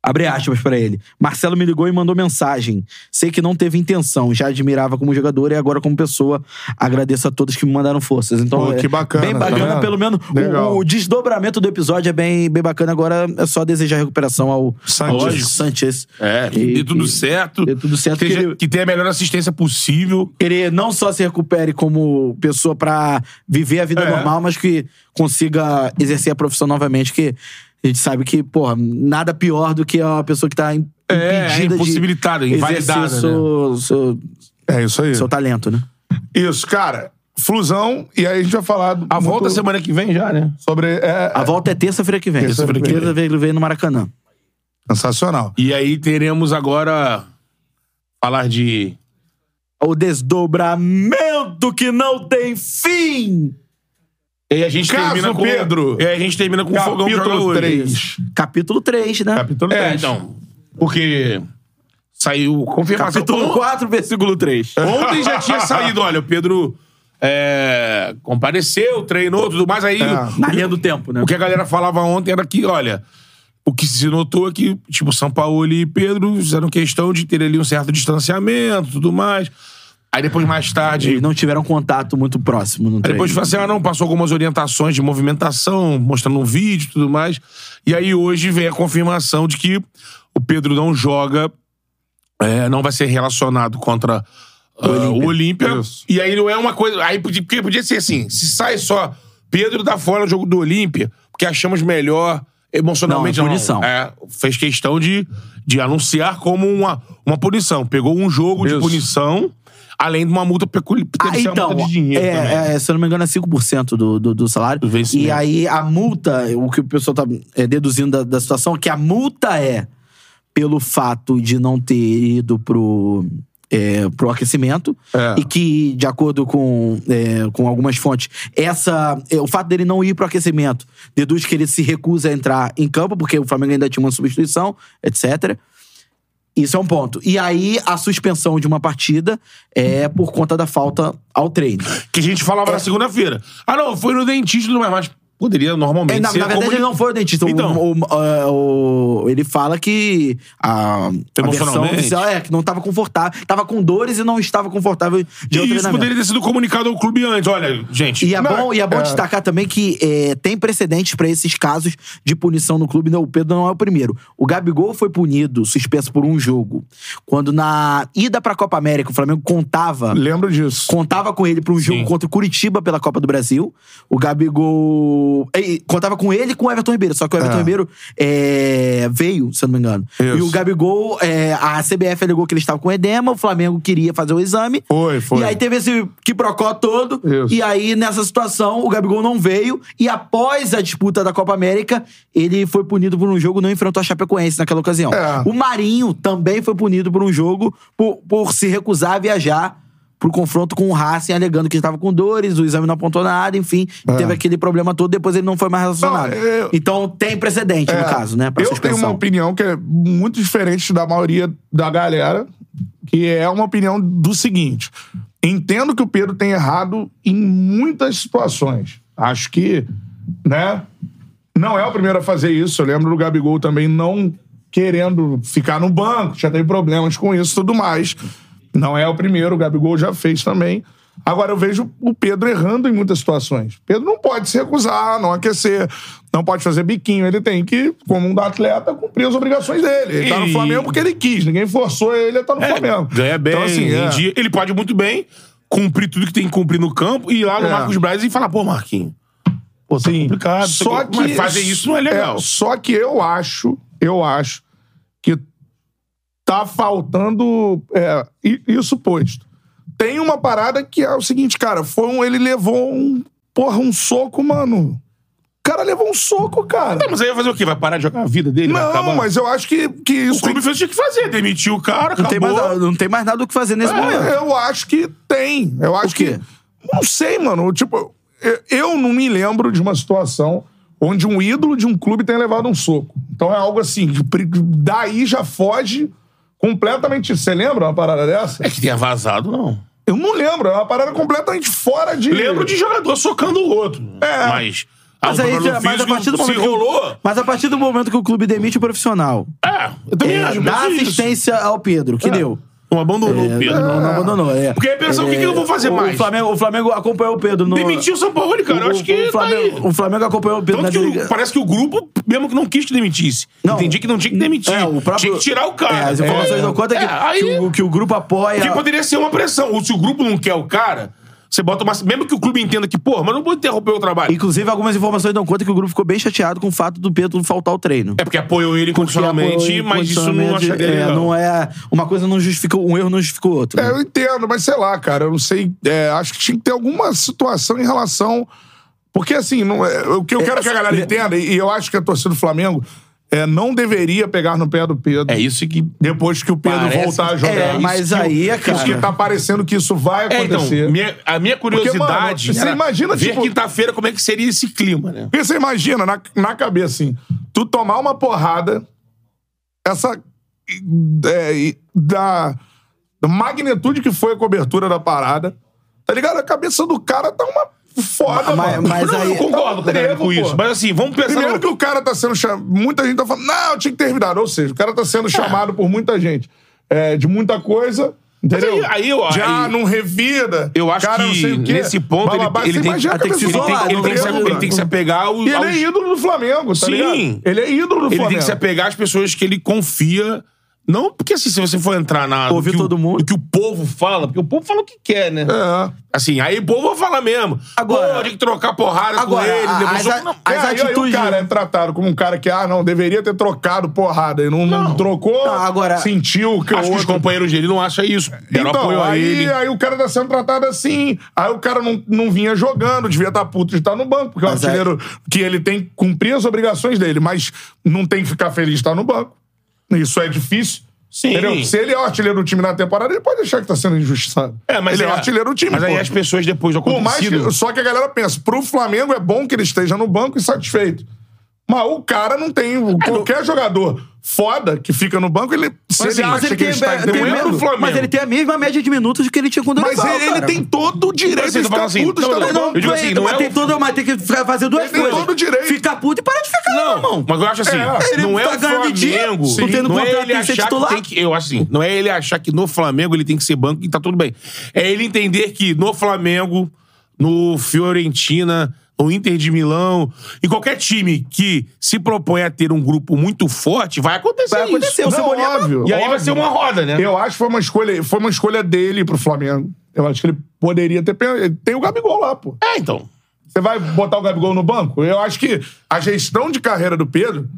S3: Abre aspas pra ele. Marcelo me ligou e mandou mensagem. Sei que não teve intenção, já admirava como jogador e agora como pessoa. Agradeço a todos que me mandaram forças. Então,
S1: Pô,
S3: é
S1: que bacana,
S3: Bem
S1: tá
S3: bacana,
S1: vendo?
S3: pelo menos o-
S1: Legal.
S3: o, desdobramento do episódio é bem, bem bacana. Agora é só desejar recuperação ao
S1: Sanches.
S3: ao Sanches.
S2: É, que dê tudo certo.
S3: dê tudo certo,
S2: Que,
S3: que
S2: seja-
S3: ele-
S2: que tenha a melhor assistência possível.
S3: Que ele não só se recupere como pessoa pra viver a vida
S2: É.
S3: normal, mas que consiga exercer a profissão novamente, que a gente sabe que, porra, nada pior do que a pessoa que tá im-
S2: É,
S3: impedida
S2: impossibilitada,
S3: de
S2: invalidada, né?
S3: exercer seu, seu,
S1: É isso aí.
S3: seu talento, né?
S1: Isso, cara. Flusão, e aí a gente vai falar...
S2: A
S1: muito
S2: volta semana que vem já, né?
S1: Sobre... é,
S3: A volta é terça-feira que vem.
S1: Terça-feira que vem.
S3: Terça-feira que vem no Maracanã.
S1: sensacional.
S2: E aí teremos agora falar de
S3: O desdobramento que não tem fim!
S2: e a gente
S1: Caso
S2: termina com
S1: Pedro.
S2: E a gente termina com o fogão que joga
S1: Capítulo
S2: hoje.
S1: 3.
S3: Capítulo 3, né?
S1: Capítulo
S2: É,
S1: 3.
S2: então, porque saiu confirmação.
S3: Capítulo um? 4, versículo 3.
S2: Ontem já tinha saído, olha, o Pedro é, compareceu, treinou, tudo mais aí.
S1: É.
S3: Na linha do tempo, né?
S2: O que a galera falava ontem era que, olha, o que se notou é que, tipo, São Paulo e Pedro fizeram questão de ter ali um certo distanciamento tudo mais. Aí depois, mais tarde.
S3: Eles não tiveram contato muito próximo no
S2: Aí
S3: treino.
S2: depois falou assim: ah, não, passou algumas orientações de movimentação, mostrando um vídeo e tudo mais. E aí hoje vem a confirmação de que o Pedro não joga, é, não vai ser relacionado contra ah, o Olímpia.
S1: Isso.
S2: E aí não é uma coisa. Aí podia, porque podia ser assim: se sai só Pedro tá fora do jogo do Olímpia, porque achamos melhor emocionalmente.
S3: Não, é punição.
S2: É, fez questão de, de anunciar como uma, uma punição. Pegou um jogo de
S1: Isso.
S2: punição, além de uma multa peculiar.
S3: Ah, então,
S2: multa de dinheiro também.
S3: é, é, se eu não me engano, é 5% do, do, do salário.
S2: Do vencimento.
S3: e aí a multa, o que o pessoal tá é, deduzindo da, da situação, é que a multa é pelo fato de não ter ido pro, é, pro aquecimento. E que, de acordo com, é, com algumas fontes, essa, é, o fato dele não ir pro aquecimento deduz que ele se recusa a entrar em campo, porque o Flamengo ainda tinha uma substituição, etc. Isso é um ponto. E aí, a suspensão de uma partida é por conta da falta ao treino.
S2: Que a gente
S3: É.
S2: falava na segunda-feira. Ah, não, foi no dentista, não é mais. Poderia normalmente.
S3: É, na,
S2: ser
S3: na verdade,
S2: como-
S3: ele não foi ao dentista. O-
S2: Então.
S3: o- é, o- o- ele fala que a, a versão
S2: Emocionalmente.
S3: oficial é que não estava confortável. Estava com dores e não estava confortável de
S2: E
S3: ao
S2: isso
S3: treinamento.
S2: poderia ter sido comunicado ao clube antes. Olha, gente.
S3: E é,
S2: não,
S3: bom, e é bom destacar também que é, tem precedentes pra esses casos de punição no clube. Não, o Pedro não é o primeiro. O Gabigol foi punido, suspenso por um jogo. Quando na ida pra Copa América, o Flamengo contava
S1: Lembro disso.
S3: contava com ele para um jogo contra o Curitiba pela Copa do Brasil. O Gabigol. Ei, contava com ele e com o Everton Ribeiro. Só que o Everton Ribeiro é, veio, se eu não me engano. E o Gabigol, é, a CBF alegou que ele estava com edema, o Flamengo queria fazer o exame.
S1: Foi, foi.
S3: E aí teve esse quiprocó todo.
S1: Isso.
S3: E aí, nessa situação, o Gabigol não veio. E após a disputa da Copa América, ele foi punido por um jogo, não enfrentou a Chapecoense naquela ocasião.
S1: É.
S3: O Marinho também foi punido por um jogo por, por se recusar a viajar pro confronto com o Racing, alegando que estava com dores, o exame não apontou nada, enfim. Teve aquele problema todo, depois ele não foi mais relacionado.
S1: É. Não, eu-
S3: Então tem precedente, no
S1: É,
S3: caso, né? Pra
S1: eu
S3: suspensão.
S1: tenho uma opinião que é muito diferente da maioria da galera, que é uma opinião do seguinte: entendo que o Pedro tem errado em muitas situações. Acho que, né? Não é o primeiro a fazer isso. Eu lembro do Gabigol também não querendo ficar no banco, já teve problemas com isso e tudo mais. Não é o primeiro, o Gabigol já fez também. Agora eu vejo o Pedro errando em muitas situações. O Pedro não pode se recusar, não aquecer, não pode fazer biquinho. Ele tem que, como um atleta, cumprir as obrigações dele. Ele tá no
S2: E- É,
S1: Flamengo porque ele quis, ninguém forçou ele a estar no Flamengo.
S2: Ganha bem.
S1: Então, assim, é.
S2: em dia. Ele pode muito bem cumprir tudo que tem que cumprir no campo e ir lá no
S1: É.
S2: Marcos Braz e falar, pô, Marquinhos.
S1: Pô, tá complicado.
S2: isso
S1: Só
S2: aqui-
S1: que,
S2: mas fazer isso não é legal.
S1: só que eu acho, eu acho que tá faltando é, i- isso posto. Tem uma parada que é o seguinte, cara, foi um, ele levou um, porra, um soco, mano. O cara levou um soco, cara.
S2: Tá, mas aí vai fazer o quê? Vai parar de jogar a vida dele? Vai acabar?
S1: Não, mas eu acho que, que
S2: O
S1: isso tem
S2: clube fez o que tinha que fazer, demitiu o cara,
S3: não,
S2: acabou.
S3: tem mais, não tem mais nada o que fazer nesse momento.
S1: É, eu acho que tem. Eu acho
S3: quê?
S1: que. Não sei, mano. Tipo, eu- eu não me lembro de uma situação onde um ídolo de um clube tenha levado um soco. Então é algo assim, que pri- daí já foge completamente. Você lembra uma parada dessa?
S2: É que tenha vazado, não.
S1: Eu não lembro. É uma parada completamente fora de.
S2: Lembro de jogador socando o outro.
S1: É.
S2: Mas.
S3: Mas,
S2: ah, o
S3: aí,
S2: problema
S3: já- mas a
S2: físico
S3: partir do
S2: se
S3: momento que-
S2: enrolou.
S3: mas a partir do momento que o clube demite o profissional,
S2: É, eu também
S3: é,
S2: acho.
S3: dá
S2: mas isso.
S3: assistência ao Pedro, que deu. É,
S2: Não abandonou o Pedro.
S3: Não, não abandonou. É.
S2: Porque aí pensa, o que que eu vou fazer
S3: o
S2: mais?
S3: Flamengo, o Flamengo acompanhou o Pedro no.
S2: Demitiu o São Paulo, cara. eu acho que.
S3: o Flamengo,
S2: tá aí.
S3: o Flamengo acompanhou o Pedro
S2: Tanto
S3: na
S2: que
S3: dele-
S2: o, parece que o grupo, mesmo que não quis que demitisse.
S3: Não.
S2: Entendi que não tinha que demitir.
S3: É, o próprio-
S2: Tinha que tirar o
S3: É,
S2: cara.
S3: as informações
S2: É,
S3: dão conta que,
S2: é, aí-
S3: que, o, que é o grupo apoia.
S2: Porque poderia ser uma pressão. Ou se o grupo não quer o cara, você bota uma. Mesmo que o clube entenda que, porra, mas não vou interromper o trabalho.
S3: Inclusive, algumas informações dão conta é que o grupo ficou bem chateado com o fato do Pedro faltar ao treino.
S2: É porque apoiou ele
S3: Porque é
S2: incondicionalmente,
S3: apoio
S2: mas isso não
S3: incondicionalmente,
S2: acha dele.
S3: é,
S2: legal.
S3: não é. Uma coisa não justificou, um erro não justificou o outro.
S1: É,
S3: né?
S1: eu entendo, mas sei lá, cara, eu não sei. é, acho que tinha que ter alguma situação em relação. Porque, assim, não é- o que eu quero que a galera entenda, e e eu acho que a torcida do Flamengo é, não deveria pegar no pé do Pedro.
S2: É isso que.
S1: Depois que o Pedro
S2: Parece-
S1: voltar a jogar.
S3: É,
S1: Isso
S3: mas
S1: que-
S3: aí, cara-
S1: Isso que tá parecendo que isso vai
S2: É, então,
S1: acontecer.
S2: minha- a minha curiosidade.
S1: mano, você
S2: era
S1: imagina,
S2: ver
S1: tipo-
S2: quinta-feira como é que seria esse clima, né?
S1: Porque você imagina, na, na cabeça, assim, tu tomar uma porrada, essa. é, e- da, da magnitude que foi a cobertura da parada, tá ligado? A cabeça do cara tá uma foda,
S3: Mas-
S1: mano.
S3: mas
S1: Não,
S3: aí-
S2: Eu concordo
S1: tá um
S2: Daniel,
S1: trevo,
S2: com isso.
S1: pô.
S2: Mas assim, vamos pensar.
S1: Primeiro
S2: no-
S1: que o cara tá sendo chamado. Muita gente tá falando, não, tinha que ter terminado. Ou seja, o cara tá sendo chamado por muita gente é, de muita coisa. Entendeu?
S2: aí- aí eu-
S1: Já
S2: aí-
S1: não revida.
S2: Eu acho
S1: cara, não
S2: que
S1: sei o quê.
S2: nesse ponto ele-
S1: bababá.
S2: ele
S1: Você
S2: tem-
S1: imagina
S3: ah, tem que se
S1: cabeça
S2: ele, tem,
S1: do
S2: ele tem que se,
S1: Flamengo,
S2: ele tem que se apegar ao.
S1: né? E ele
S2: aos-
S1: é ídolo do Flamengo, tá
S2: Sim.
S1: ligado? Ele é ídolo do
S2: Ele
S1: Flamengo.
S2: tem que se apegar às pessoas que ele confia Não porque, assim, se você for entrar na... do
S3: Ouvir
S2: que o-
S3: todo mundo.
S2: Do que o povo fala, porque o povo fala o que quer, né?
S1: É.
S2: Assim, aí o povo vai falar mesmo.
S3: Agora-
S2: Pô, tem que trocar porrada
S3: Agora,
S2: com ele.
S3: a-
S2: Depois
S3: as
S2: eu-
S3: a-
S2: não,
S1: As
S3: As
S1: aí, aí o
S3: atitudes-
S1: cara é tratado como um cara que, ah, não, deveria ter trocado porrada e não, não
S2: Não.
S1: trocou,
S3: Não, agora-
S1: sentiu que o
S2: Acho que os
S1: outro-
S2: companheiros dele não acham isso. Deram apoio
S1: Então,
S2: a
S1: aí,
S2: ele.
S1: aí o cara tá sendo tratado assim. Aí o cara não, não vinha jogando, devia estar puto de estar no banco, porque
S3: Mas é
S1: o
S3: aí-
S1: artilheiro que ele tem que cumprir as obrigações dele, mas não tem que ficar feliz de estar no banco. Isso é difícil.
S2: Sim.
S1: Entendeu? Se ele é o artilheiro do time na temporada, ele pode achar que tá sendo injustiçado.
S2: É, mas
S1: ele é, o artilheiro do time.
S2: Mas aí
S1: pô.
S2: as pessoas depois do
S1: Por mais que-
S2: acontecido...
S1: só que a galera pensa, pro Flamengo é bom que ele esteja no banco e satisfeito. Mas o cara não tem. Qualquer jogador foda que fica no banco, ele. Se
S3: É, Mas
S1: ele acha que ele está
S3: tem
S1: doendo,
S3: mesmo-
S2: o Flamengo.
S3: mas ele tem a mesma média de minutos que ele tinha quando
S1: Mas
S3: ele,
S1: ele, ele tem todo o direito
S2: Mas você
S1: de
S2: tá
S1: ficar
S2: falando assim,
S1: puto, Tipo
S2: não,
S1: está
S2: não,
S1: no
S2: não,
S1: banco.
S2: eu digo assim,
S3: mas
S2: é
S3: tem
S2: o-
S3: todo, mas tem que fa- fazer duas
S1: Ele tem
S3: coisas.
S1: todo o direito.
S3: Ficar puto e parar de ficar,
S2: Não,
S3: irmão.
S2: mas eu acho assim,
S1: É,
S3: ele
S2: não é
S3: tá
S2: o
S3: ganhando dinheiro,
S2: Flamengo.
S3: não tendo
S2: não é
S3: contrato,
S2: ele
S3: tem que ser
S2: achar
S3: titular.
S2: que tem que, eu acho assim, não é ele achar que no Flamengo ele tem que ser banco e tá tudo bem. É ele entender que no Flamengo, no Fiorentina, no Inter de Milão, em qualquer time que se propõe a ter um grupo muito forte, vai acontecer
S3: Vai
S2: isso.
S3: acontecer,
S2: Não,
S3: o Cebolinha- é
S1: óbvio,
S2: Tá, E aí vai
S1: óbvio.
S2: ser uma roda, né?
S1: Eu acho que foi uma escolha, foi uma escolha dele pro Flamengo. Eu acho que ele poderia ter. pe- ele Tem o Gabigol lá, pô.
S2: É, então.
S1: Você vai botar o Gabigol no banco? Eu acho que a gestão de carreira do Pedro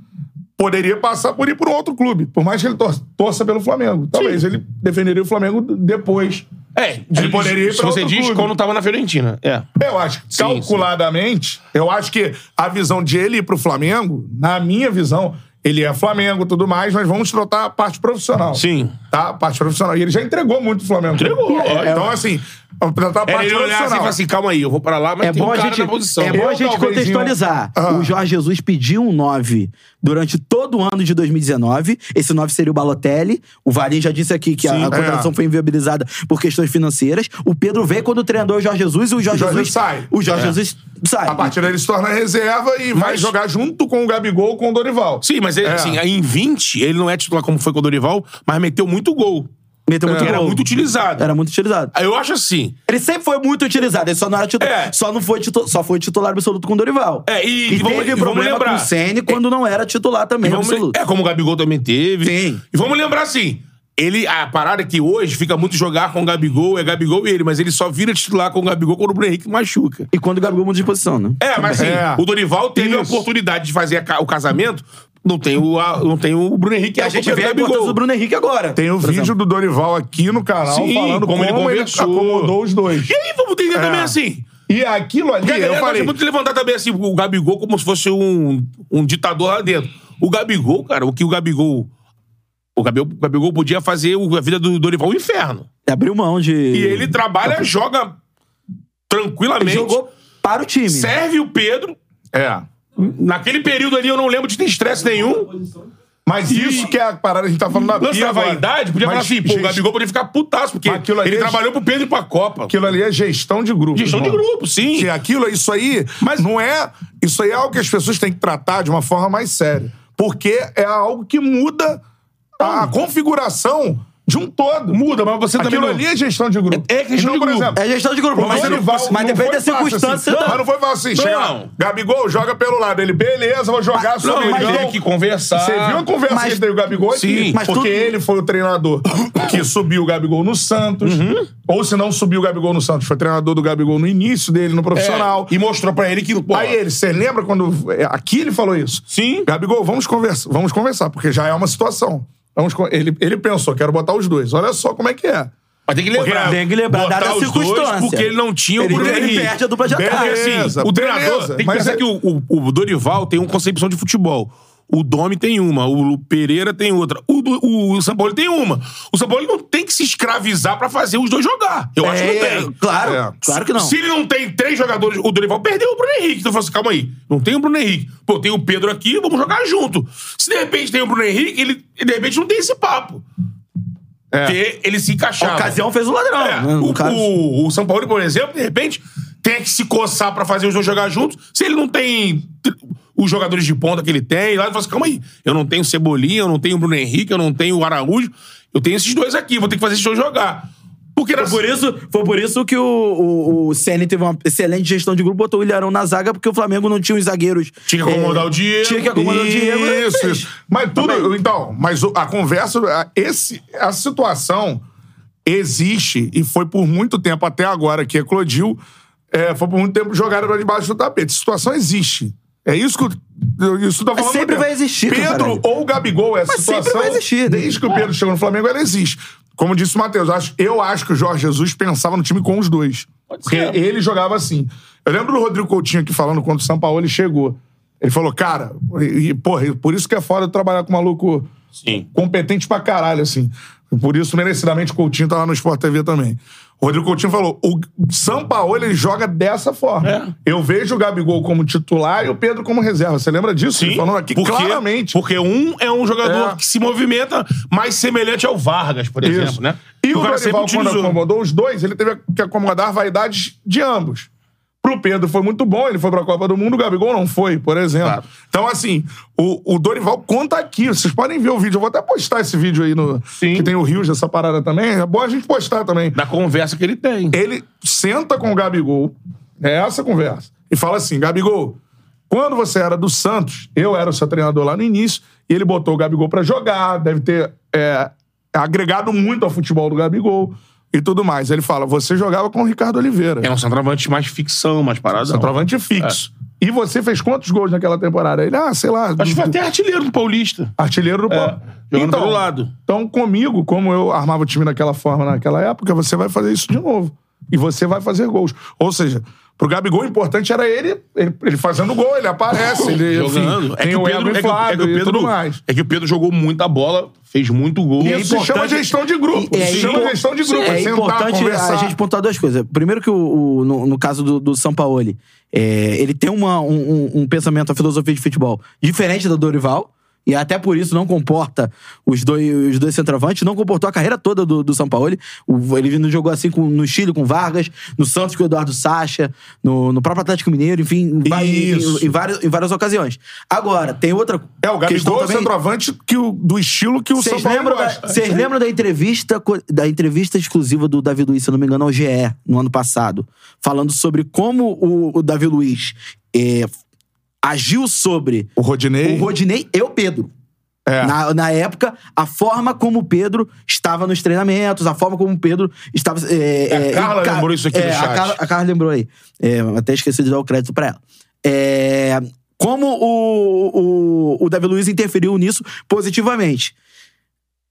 S1: poderia passar por ir por um outro clube. Por mais que ele tor- torça pelo Flamengo. Talvez ele defenderia o Flamengo d- depois.
S2: É, de-
S1: poderia ir
S2: se
S1: pra
S2: você
S1: outro
S2: diz
S1: clube.
S2: quando tava na Fiorentina. É.
S1: Eu acho que,
S2: Sim,
S1: calculadamente, eu acho que a visão de ele ir pro Flamengo, na minha visão, ele é Flamengo e tudo mais, mas vamos tratar a parte profissional.
S2: Sim.
S1: Tá? A parte profissional. E ele já entregou muito pro Flamengo.
S2: Entregou,
S1: É,
S2: é.
S1: então, assim, vamos tratar a
S2: É
S1: parte
S2: ele olhar
S1: profissional.
S2: assim e falar assim, calma aí, eu vou pra lá, mas
S3: É
S2: tem
S3: bom,
S2: um
S3: a
S2: cara
S3: gente,
S2: na posição.
S3: é bom a
S1: Eu
S3: gente
S1: talvez em um-
S3: contextualizar.
S1: Ah.
S3: O Jorge Jesus pediu um 9 durante todo o ano de 2019. Esse 9 seria o Balotelli. O Varim já disse aqui que
S1: Sim,
S3: a,
S1: é.
S3: a contratação foi inviabilizada por questões financeiras. O Pedro veio quando treinou o Jorge Jesus e o Jorge,
S1: Jorge
S3: Jesus
S1: sai.
S3: O Jorge
S2: É.
S3: Jesus sai.
S1: A partir daí ele se torna reserva e vai
S2: Mas-
S1: jogar junto com o Gabigol ou com o Dorival.
S2: Sim, mas ele,
S1: É.
S2: assim, em 20, ele não é titular como foi com o Dorival, mas meteu muito gol.
S3: Meteu muito
S2: Que É. era
S3: gol.
S2: muito utilizado.
S3: Era muito utilizado.
S2: Eu acho assim.
S3: Ele sempre foi muito utilizado, ele só não era titular.
S2: É.
S3: Só, não foi titu- só foi titular absoluto com o Dorival.
S2: É, e,
S3: E,
S2: vamos,
S3: teve
S2: e vamos
S3: problema
S2: lembrar. É.
S3: com o Sene quando não era titular
S2: E
S3: também
S2: vamos-
S3: absoluto.
S2: é, como o Gabigol também teve.
S3: Sim.
S2: E vamos lembrar assim. Ele, a parada é que hoje fica muito jogar com o Gabigol, é Gabigol e ele, mas ele só vira titular com o Gabigol quando o Bruno Henrique machuca.
S3: E quando o Gabigol muda de posição, né?
S2: É, mas assim,
S1: É.
S2: o Dorival teve a
S1: Isso.
S2: oportunidade de fazer a ca- o casamento, não tem o, a- não tem o Bruno Henrique.
S3: E a
S2: é
S3: gente
S2: culpa
S3: vê a
S2: do
S3: importância do Bruno Henrique agora.
S1: Tem o
S3: por
S1: vídeo
S3: exemplo.
S1: do Dorival aqui no canal
S2: Sim,
S1: falando como,
S2: como ele
S1: ele,
S2: conversou.
S1: acomodou os dois.
S2: E aí, vamos entender
S1: É.
S2: também assim.
S1: E aquilo ali,
S2: Porque a
S1: eu
S2: galera
S1: falei...
S2: gosta muito de levantar também assim, o Gabigol como se fosse um, um ditador lá dentro. O Gabigol, cara, o que o Gabigol. O Gabigol, o Gabigol podia fazer o- a vida do Dorival um inferno.
S3: Abriu mão de.
S2: E ele trabalha, joga tranquilamente.
S3: jogou para o time.
S2: Serve o Pedro.
S1: É.
S2: Naquele período ali eu não lembro de ter estresse nenhum.
S1: Mas isso que é a parada que a gente tá falando na
S2: Lance
S1: pia
S2: da
S1: agora.
S2: vaidade, podia
S1: Mas,
S2: falar assim, pô, o
S1: gente,
S2: Gabigol podia ficar putaço, porque
S1: Mas aquilo ali
S2: ele
S1: é-
S2: trabalhou pro Pedro e pra Copa.
S1: Aquilo ali é gestão de grupo.
S2: Gestão de
S1: irmão.
S2: grupo, sim.
S1: Que aquilo, isso aí, mas não é. Isso aí é algo que as pessoas têm que tratar de uma forma mais séria. Porque é algo que muda a, a configuração de um todo.
S2: Muda, mas você também
S1: Aquilo
S2: não-
S1: ali é gestão de grupo.
S2: É- é gestão de
S1: então, por
S2: grupo.
S1: Exemplo,
S3: É gestão de grupo,
S1: o
S3: mas,
S1: Dorival
S3: mas
S1: não
S3: depende
S1: foi
S3: da
S1: fácil,
S3: circunstância.
S1: assim.
S3: tá?
S1: Mas não foi fácil assim. Chega lá,
S2: Não.
S1: Gabigol joga pelo lado. Ele, beleza, vou jogar
S2: Não,
S1: sobre
S2: mas
S1: ele.
S2: teve que conversar.
S1: Você viu a conversa
S3: Mas-
S1: que teve o Gabigol aqui?
S2: Sim.
S3: Mas
S1: porque
S3: tudo-
S1: ele foi o treinador que subiu o Gabigol no Santos.
S2: Uhum.
S1: Ou se não subiu o Gabigol no Santos, foi treinador do Gabigol no início dele, no profissional.
S2: É, e mostrou pra ele que, pô,
S1: Aí ele, você lembra quando. é, Aqui ele falou isso.
S2: Sim.
S1: Gabigol, vamos conversar, vamos conversar, porque já é uma situação. Vamos con- ele, ele pensou, quero botar os dois. Olha só como é que é.
S2: Mas tem que lembrar.
S3: Tem que lembrar,
S2: botar
S3: dada a
S2: os dois,
S3: circunstância.
S2: porque ele não tinha o
S3: Ele-
S2: Bruno
S3: ele
S2: Henrique.
S3: perde a dupla de
S2: Porque,
S3: ataque.
S2: assim,
S1: Beleza,
S2: o treinador
S1: beleza.
S2: tem que
S1: Mas
S2: pensar
S1: é-
S2: que o, o- o Dorival tem uma concepção de futebol. O Domi tem uma, o Lu Pereira tem outra, o, do- o, São Paulo tem uma. O São Paulo não tem que se escravizar pra fazer os dois jogar. Eu acho que não
S3: É,
S2: tem.
S3: Claro,
S1: É.
S3: claro que não.
S2: Se ele não tem três jogadores, o Dorival perdeu o Bruno Henrique. Então eu falo assim, calma aí, não tem o Bruno Henrique. Pô, tem o Pedro aqui, vamos jogar junto. Se de repente tem o Bruno Henrique, ele ele, de repente não tem esse papo.
S1: É.
S2: Porque ele se
S3: a
S2: encaixava.
S3: ocasião fez o ladrão.
S2: É,
S3: né?
S2: o,
S3: cara-
S2: o, o São Paulo, por exemplo, de repente, tem que se coçar pra fazer os dois jogar juntos. Se ele não tem tr- os jogadores de ponta que ele tem, lá ele fala assim: calma aí, eu não tenho Cebolinha, eu não tenho Bruno Henrique, eu não tenho o Araújo, eu tenho esses dois aqui, vou ter que fazer esses dois jogar. Pô,
S1: Porque
S3: Foi
S1: na
S3: por isso, foi por isso que o, o, o CN teve uma excelente gestão de grupo, botou o Ilharão na zaga, porque o Flamengo não tinha os zagueiros.
S1: Tinha que
S3: eh,
S1: acomodar o Diego.
S3: Tinha que acomodar o Diego. né?
S2: Isso, isso. Mas
S3: Tá
S2: tudo. Então, mas o- a conversa. a- Esse, a situação existe e foi por muito tempo, até agora que eclodiu, é, foi por muito tempo jogada pra debaixo do tapete. A situação existe. É isso que. eu- Isso tá falando
S3: sempre
S2: há muito
S3: vai
S2: tempo.
S3: existir,
S2: Pedro
S3: caralho.
S2: ou Gabigol, essa
S3: Mas sempre
S2: situação.
S3: vai existir, né?
S2: Desde que o Pedro chegou no Flamengo, ela existe. Como disse o Matheus, acho- eu acho que o Jorge Jesus pensava no time com os dois. Porque ele jogava assim. Eu lembro do Rodrigo Coutinho aqui falando quando o São Paulo ele chegou. Ele falou, cara, e, e, porra, e por isso que é foda trabalhar com maluco
S1: Sim.
S2: competente pra caralho, assim. Por isso, merecidamente, o Coutinho tá lá no Sport TV também. O Rodrigo Coutinho falou: o São Paulo ele joga dessa forma.
S1: É.
S2: Eu vejo o Gabigol como titular e o Pedro como reserva. Você lembra disso? Ele falando aqui
S1: porque,
S2: claramente.
S1: Porque um é um jogador
S2: É.
S1: que se movimenta mais semelhante ao Vargas, por
S2: Isso.
S1: exemplo, né?
S2: E o,
S1: cara sempre
S2: Dorival, quando
S1: utilizou.
S2: acomodou os dois, ele teve que acomodar vaidades de ambos. Pro Pedro foi muito bom, ele foi pra Copa do Mundo, o Gabigol não foi, por exemplo. Então, assim, o, o Dorival conta aqui. Vocês podem ver o vídeo. Eu vou até postar esse vídeo aí no.
S1: Sim.
S2: Que tem o Rios dessa parada também. É bom a gente postar também.
S1: Da conversa que ele tem.
S2: Ele senta com o Gabigol, é essa a conversa, e fala assim: Gabigol, quando você era do Santos, eu era o seu treinador lá no início, e ele botou o Gabigol pra jogar, deve ter é, agregado muito ao futebol do Gabigol e tudo mais. Ele fala: você jogava com o Ricardo Oliveira.
S1: É um centroavante mais ficção, mais parada.
S2: Centroavante fixo. E você fez quantos gols naquela temporada? Ele, ah, sei lá.
S1: Acho que foi até artilheiro do Paulista.
S2: Artilheiro do Paulo.
S1: É, jogando pelo lado.
S2: Então, comigo, como eu armava o time daquela forma naquela época, você vai fazer isso de novo. E você vai fazer gols. Ou seja, pro Gabigol, o importante era ele, ele, ele fazendo gol, ele aparece, É, ele enfim,
S1: Jogando.
S2: tem o ego
S1: é que o- é
S2: inflado
S1: que o
S2: e
S1: Pedro-
S2: tudo mais.
S1: é que o Pedro jogou muita bola, fez muito gol. É
S2: E isso se chama gestão de grupo.
S3: É
S2: se chama
S3: impo-
S2: gestão de grupo.
S3: É
S2: sentar,
S3: importante
S2: conversar.
S3: a gente pontuar duas coisas. Primeiro que o, o- no, no caso do, do São Paulo, é, ele tem uma, um, um- um pensamento, uma filosofia de futebol diferente da Dorival. E até por isso não comporta os dois, os dois centroavantes, não comportou a carreira toda do, do São Paulo. Ele não jogou assim com- no Chile com Vargas, no Santos com o Eduardo Sacha, no, no próprio Atlético Mineiro, enfim, em, va- em-
S2: Isso.
S3: em várias, em várias ocasiões. Agora, tem outra.
S2: É, o
S3: questão
S2: Gabigol é o
S3: também-
S2: centroavante que o- do estilo que o São
S3: vocês
S2: Paulo
S3: lembram, da,
S2: gosta.
S3: vocês lembram da entrevista co- da entrevista exclusiva do Davi Luiz, se eu não me engano, ao GE, no ano passado, falando sobre como o, o Davi Luiz eh, agiu sobre
S2: O Rodinei.
S3: o Rodinei e o Pedro.
S2: É.
S3: Na, na época, a forma como o Pedro estava nos treinamentos, a forma como o Pedro estava. eh,
S1: É, A
S3: eh,
S1: Carla
S3: enca-
S1: lembrou isso aqui
S3: é,
S1: no chat.
S3: A Carla, a Carla lembrou aí. É, até esqueci de dar o crédito pra ela. É, como o, o, o Davi Luiz interferiu nisso positivamente.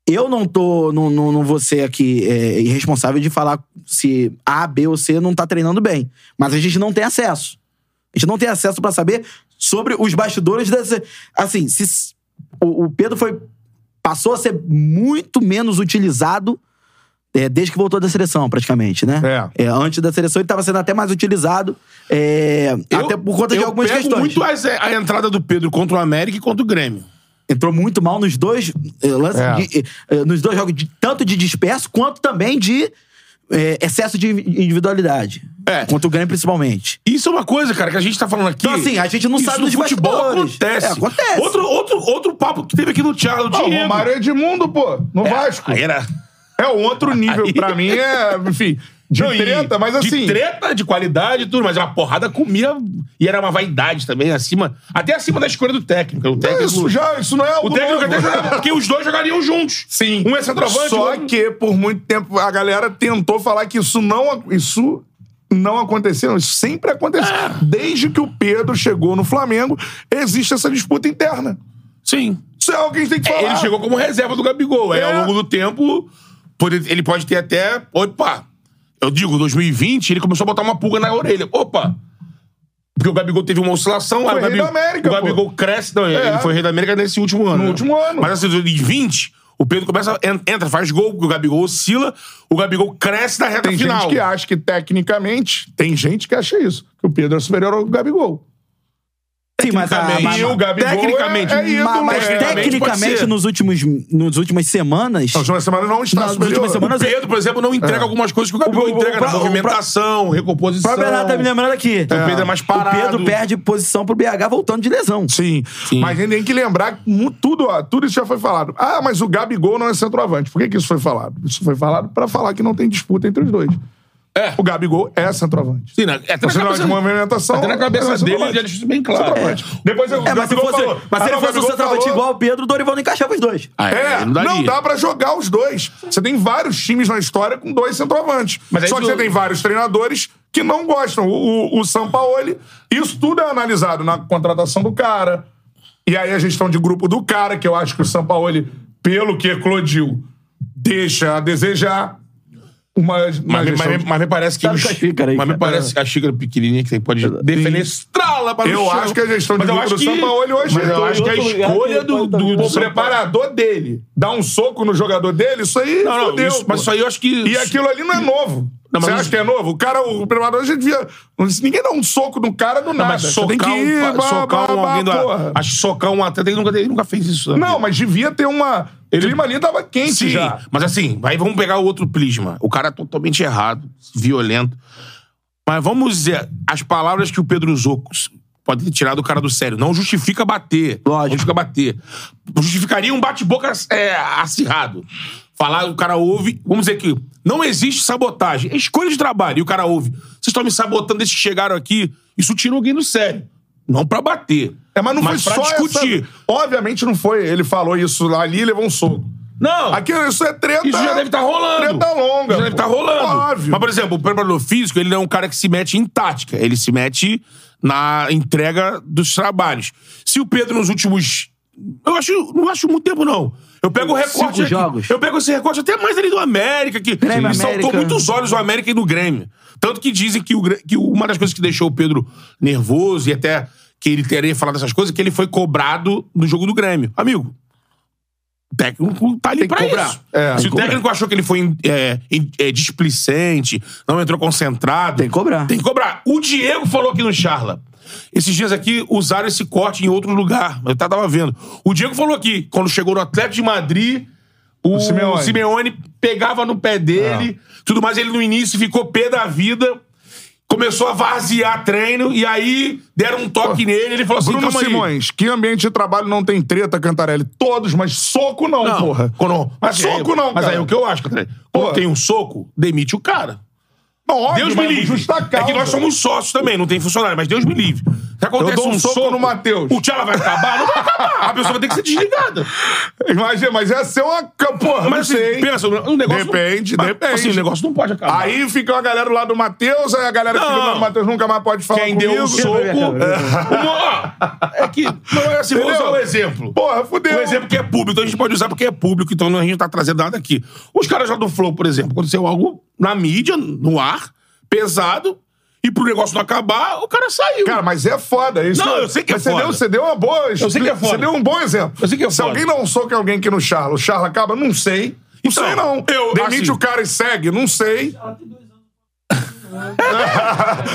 S3: Eu não tô. Não, não, não vou ser aqui é, irresponsável de falar se A, B ou C não tá treinando bem. Mas a gente não tem acesso. A gente não tem acesso pra saber sobre os bastidores dessa. Assim, se s- o, o Pedro foi. passou a ser muito menos utilizado é, desde que voltou da seleção, praticamente, né?
S2: É.
S3: antes da seleção ele estava sendo até mais utilizado. é,
S1: Eu-
S3: até por conta de
S1: eu
S3: algumas
S1: pego
S3: questões.
S1: muito as- a entrada do Pedro contra o América e contra o Grêmio.
S3: Entrou muito mal nos dois eh, lances
S2: É.
S3: de- eh, eh, nos dois jogos, de- tanto de disperso quanto também de eh, excesso de individualidade.
S1: É.
S3: Contra o Grêmio, principalmente.
S1: Isso é uma coisa, cara, que a gente tá falando aqui.
S3: Então, assim, a gente não
S1: isso
S3: sabe
S1: no
S3: dos
S1: futebol
S3: bastidores.
S1: acontece.
S3: É, acontece.
S1: Outro, outro, outro papo que teve aqui no Thiago,
S2: Ah, o
S1: Diego. É,
S2: Romário Edmundo, pô, no Vasco.
S1: Aí era...
S2: É um outro nível.
S1: Aí-
S2: Pra mim é, enfim, de
S1: Não, e-
S2: treta, mas assim.
S1: De treta, de qualidade e tudo, mas a porrada comia. E era uma vaidade também, acima. Até acima da escolha do técnico. O técnico
S2: Isso já, isso não é algo
S1: O técnico
S2: novo.
S1: até jogava, porque os dois jogariam juntos.
S2: Sim.
S1: Um é centroavante,
S2: Só
S1: o outro-
S2: que por muito tempo a galera tentou falar que isso não isso não aconteceu, isso sempre aconteceu.
S1: É.
S2: Desde que o Pedro chegou no Flamengo, existe essa disputa interna.
S1: Sim.
S2: Isso é algo que a gente tem que falar.
S1: Ele chegou como reserva do Gabigol. Aí,
S2: É.
S1: ao longo do tempo, pode- ele pode ter até. Opa! Eu digo, 2020, ele começou a botar uma pulga na orelha. Opa! Porque o Gabigol teve uma oscilação. aí o
S2: rei
S1: Gabigol,
S2: da América,
S1: o Gabigol cresce. Não,
S2: É.
S1: ele foi rei da América nesse último ano.
S2: No
S1: né?
S2: último ano.
S1: Mas assim, 2020, o Pedro começa, en- entra, faz gol, porque o Gabigol oscila, o Gabigol cresce na reta
S2: Tem
S1: final.
S2: gente que acha que tecnicamente, tem gente que acha isso, que o Pedro é superior ao Gabigol.
S3: Sim, mas a-
S2: Tecnicamente.
S3: mas-
S2: E o Gabigol
S1: Tecnicamente.
S2: é- é ídolo,
S3: Mas, mas
S2: é, pode
S3: tecnicamente,
S2: ser.
S3: nos últimos, nos últimas semanas.
S1: Nas últimas semanas não está
S3: Nas
S1: superior.
S3: últimas
S2: O
S3: semanas,
S2: Pedro, por exemplo, não entrega algumas coisas que É. o Gabigol
S3: O- o-
S2: entrega
S3: o-
S2: na
S3: o-
S2: movimentação,
S3: O
S2: recomposição.
S3: próprio Renato tá me lembrando aqui.
S2: O Pedro é mais
S3: O
S2: parado.
S3: Pedro perde posição pro BH voltando de lesão.
S1: Sim. Mas a gente tem que lembrar que mu- tudo, ó, tudo isso já foi falado. Ah, mas o Gabigol não é centroavante. Por que, que isso foi falado? Isso foi falado pra falar que não tem disputa entre os dois.
S2: É.
S1: O Gabigol é tá centroavante.
S2: Sim, né? Até na
S1: Você não
S2: cabeça-
S1: de movimentação.
S2: até na
S1: é
S2: cabeça dele,
S1: centroavante.
S2: ele deixa isso bem claro.
S1: Centroavante. Depois o
S3: É, mas se,
S1: Gabigol
S3: fosse,
S1: falou.
S3: mas se
S1: Ah,
S3: ele
S1: não, o
S3: fosse um
S1: Gabigol
S3: centroavante
S1: falou.
S3: igual ao Pedro, o Dorival não encaixava os dois.
S2: Ah,
S1: É,
S2: não
S1: não,
S2: daria.
S1: dá pra jogar os dois. Você tem vários times na história com dois centroavantes.
S2: Mas aí
S1: Só que
S2: tu-
S1: você tem vários treinadores que não gostam. O, o, o Sampaoli, isso tudo é analisado na contratação do cara. E aí a gestão de grupo do cara, que eu acho que o Sampaoli, pelo que eclodiu, deixa a desejar. Uma, uma
S2: Mas, me-
S1: gestão
S2: mas,
S1: de-
S2: me- mas me parece que.
S3: Tá
S2: os-
S3: com a xícara aí,
S2: mas me
S3: cara.
S2: parece que a xícara pequenininha que pode defender estrala para
S1: Eu
S2: o chão.
S1: acho que a gestão de
S2: Mas eu
S1: grupo
S2: acho
S1: do
S2: que-
S1: Sampaoli hoje
S2: Mas eu
S1: é
S2: acho que a
S1: outro lugar
S2: escolha
S3: que
S2: do,
S3: falta
S2: do,
S3: mesmo.
S2: do
S1: o
S2: Sampaoli-
S1: preparador dele dar um soco no jogador dele, isso aí
S2: Não, não,
S1: fudeu,
S2: isso- mas
S1: Tá pô.
S2: isso aí eu acho que.
S1: E aquilo ali não é novo.
S2: Não, mas
S1: Você
S2: não-
S1: acha que é novo? O cara, o preparador já devia. Ninguém dá um soco no cara do
S2: Não,
S1: nada.
S2: mas
S1: Você
S2: socar,
S1: tem que ir,
S2: um,
S1: bah,
S2: socar
S1: bah,
S2: um
S1: bah,
S2: alguém do-
S1: porra.
S2: Acho que socar um atleta ele nunca, ele nunca fez isso. né? Tipo,
S1: Não, mas devia ter uma. Ele clima ali tava quente
S2: Sim,
S1: já.
S2: mas assim, vai, vamos pegar o outro prisma. O cara é totalmente errado, violento. Mas vamos dizer, as palavras que o Pedro usou s- pode ter tirado o cara do sério. Não justifica bater.
S3: Lógico.
S2: Não justifica bater. Justificaria um bate-boca é, acirrado. Falar, o cara ouve. Vamos dizer que não existe sabotagem. É escolha de trabalho. E o cara ouve. Vocês estão me sabotando desde que chegaram aqui. Isso tira alguém do sério. Não pra bater.
S1: É, mas não foi
S2: pra
S1: só
S2: discutir.
S1: essa- Obviamente não foi. Ele falou isso lá ali e levou um soco.
S2: Não.
S1: Aqui, isso é treta.
S2: Isso já deve estar rolando.
S1: Treta longa.
S2: Isso já deve estar
S1: pô.
S2: rolando.
S1: Óbvio.
S2: Mas, por exemplo, o preparador físico, ele não é um cara que se mete em tática. Ele se mete na entrega dos trabalhos. Se o Pedro nos últimos... Eu acho, não acho muito tempo, não. Eu pego o recorte...
S3: Cinco
S2: aqui.
S3: jogos.
S2: Eu pego esse recorte até mais ali do América, que
S3: Grêmio,
S2: me saltou
S3: América.
S2: muitos olhos o América e no Grêmio. Tanto que dizem que, o Grê- que uma das coisas que deixou o Pedro nervoso e até que ele teria falado essas coisas, é que ele foi cobrado no jogo do Grêmio. Amigo, o técnico tá ali
S1: que
S2: pra
S1: cobrar.
S2: isso.
S1: É,
S2: Se
S1: tem
S2: o
S1: que
S2: técnico achou que ele foi é, in- é, displicente, não entrou concentrado.
S3: Tem que cobrar.
S2: Tem que cobrar. O Diego falou aqui no Charla. Esses dias aqui usaram esse corte em outro lugar. Eu até tava vendo. O Diego falou aqui, quando chegou no Atlético de Madrid, o,
S1: Simeone.
S2: Simeone. Ah. pegava no pé dele, tudo mais. Ele no início ficou pé da vida. Começou a vaziar treino e aí deram um toque nele. Ele falou assim:
S1: Bruno
S2: calma aí.
S1: Simões, que ambiente de trabalho não tem treta, Cantarelli? Todos, mas soco não,
S2: Não,
S1: porra.
S2: quando-
S1: Mas
S2: Ok,
S1: soco não,
S2: Mas
S1: cara.
S2: aí é o que eu acho, Catarina. Quando
S1: Porra.
S2: tem um soco, demite o cara.
S1: Não, óbvio,
S2: Deus me
S1: mas
S2: livre.
S1: justa
S2: É que
S1: causa.
S2: nós somos sócios também, não tem funcionário, mas Deus me livre. Se acontece
S1: Eu dou um soco no Matheus.
S2: O Tchala vai acabar? Não vai acabar. A pessoa vai ter que ser desligada.
S1: Imagina, mas ia ser uma. ca- Porra,
S2: Mas
S1: não
S2: assim,
S1: sei.
S2: pensa, o negócio.
S1: Depende,
S2: mas,
S1: depende.
S2: Assim, o negócio não pode acabar.
S1: Aí fica a galera lá do Matheus, aí a galera que
S2: Não.
S1: fica do lado do Matheus nunca mais pode falar
S2: quem
S1: comigo.
S2: deu um soco. Uma- É que. Não é assim, vou
S1: Entendeu?
S2: usar o exemplo.
S1: Porra, fudeu.
S2: Um exemplo que é público, então a gente pode usar porque é público, então a gente tá trazendo nada aqui. Os caras lá do Flow, por exemplo, aconteceu algo na mídia, no ar, pesado, e pro negócio não acabar, o cara saiu.
S1: Cara, mas é foda isso.
S2: Não, eu sei que é
S1: mas você
S2: foda.
S1: Deu, você deu uma boa.
S2: sei que é foda.
S1: Você deu um bom exemplo.
S2: Eu sei que é
S1: Se
S2: foda.
S1: alguém não soca alguém aqui no Charla, o Charla acaba, não sei. Não
S2: Então,
S1: sei, não.
S2: eu-
S1: Demite
S2: assim-
S1: o cara e segue, não sei.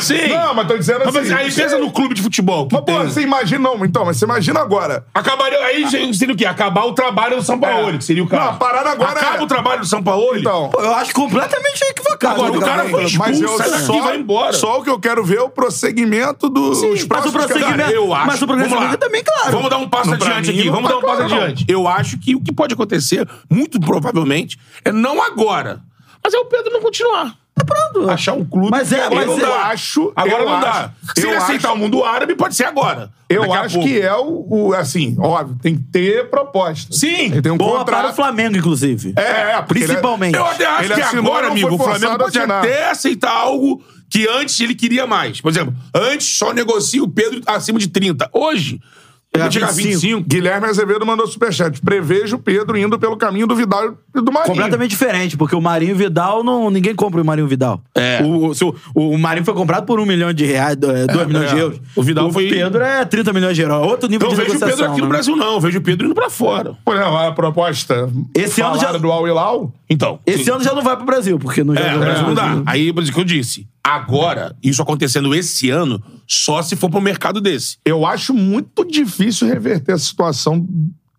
S2: Sim.
S1: Não, mas tô dizendo
S2: Mas,
S1: assim.
S2: mas aí pensa no clube de futebol. que
S1: Mas, pô,
S2: tem-
S1: você imagina, não, então, mas você imagina agora.
S2: Acabaria. Aí seria o quê? Acabar o trabalho do Sampaoli,
S1: É.
S2: que seria o cara.
S1: Não, a parada agora
S2: Acaba
S1: é-
S2: o trabalho do Sampaoli?
S1: Então.
S3: Pô, eu acho completamente equivocado.
S2: Agora, o
S3: né,
S2: cara foi expulso,
S1: Mas eu
S2: sai daqui,
S1: só,
S2: vai embora.
S1: só o que eu quero ver é o prosseguimento dos
S3: Sim, mas o prosseguimento-
S1: né?
S2: Cara, eu acho.
S3: mas o programa
S2: Vamos lá.
S3: seguinte também, claro.
S2: Vamos dar um passo
S1: Não, pra
S2: adiante
S1: mim,
S2: aqui.
S1: não
S2: Vamos
S1: tá
S2: dar um passo
S1: claro, não.
S2: adiante. Eu acho que o que pode acontecer, muito provavelmente, é não agora, mas é o Pedro não continuar.
S3: Pronto.
S2: Achar um clube.
S3: Mas é,
S2: Cara,
S3: mas
S2: eu
S3: é-
S1: acho-
S2: Agora
S1: eu
S2: não dá.
S1: acho-
S2: Se
S1: eu
S2: ele
S1: acho-
S2: aceitar o mundo árabe, pode ser agora.
S1: Eu
S2: Daqui a
S1: acho
S2: pouco.
S1: que é o, o- Assim, óbvio, tem que ter proposta.
S2: Sim,
S1: Ele tem um
S3: Boa
S1: contrato.
S3: para o Flamengo, inclusive.
S1: É, é, porque ele é-
S3: Principalmente. é
S2: Eu até acho
S1: Ele
S2: que
S1: assinou,
S2: agora,
S1: não
S2: amigo,
S1: foi
S2: o Flamengo
S1: forçado a
S2: pode
S1: assinar.
S2: até aceitar algo que antes ele queria mais. Por exemplo, antes só negocia o Pedro acima de 30. Hoje,
S3: É
S2: ele chega a 25.
S1: Guilherme Azevedo mandou superchat. Prevejo o Pedro indo pelo caminho do Vidal e do Marinho.
S3: Completamente diferente, porque o Marinho Vidal, não, ninguém compra o Marinho Vidal.
S2: É.
S3: O, o, se o- o Marinho foi comprado por um milhão de reais, do- é, dois milhões
S2: é.
S3: de euros.
S2: O Vidal foi-
S3: Pedro é 30 milhões de euros. Outro nível
S2: Não
S3: de
S2: vejo o
S3: negociação.
S2: Pedro aqui no
S3: né?
S2: Brasil, não. Eu vejo o Pedro indo pra fora.
S1: Por exemplo, né, a proposta
S3: Esse ano
S1: falaram
S3: já-
S1: do Al Hilal.
S2: Então.
S3: Esse
S2: sim.
S3: ano já não vai pro Brasil, porque não
S2: É,
S3: joga
S2: o
S3: no
S2: Brasil não dá.
S3: Brasil.
S2: Aí, por isso que eu disse. Agora, isso acontecendo esse ano, só se for pra um mercado desse.
S1: Eu acho muito difícil reverter a situação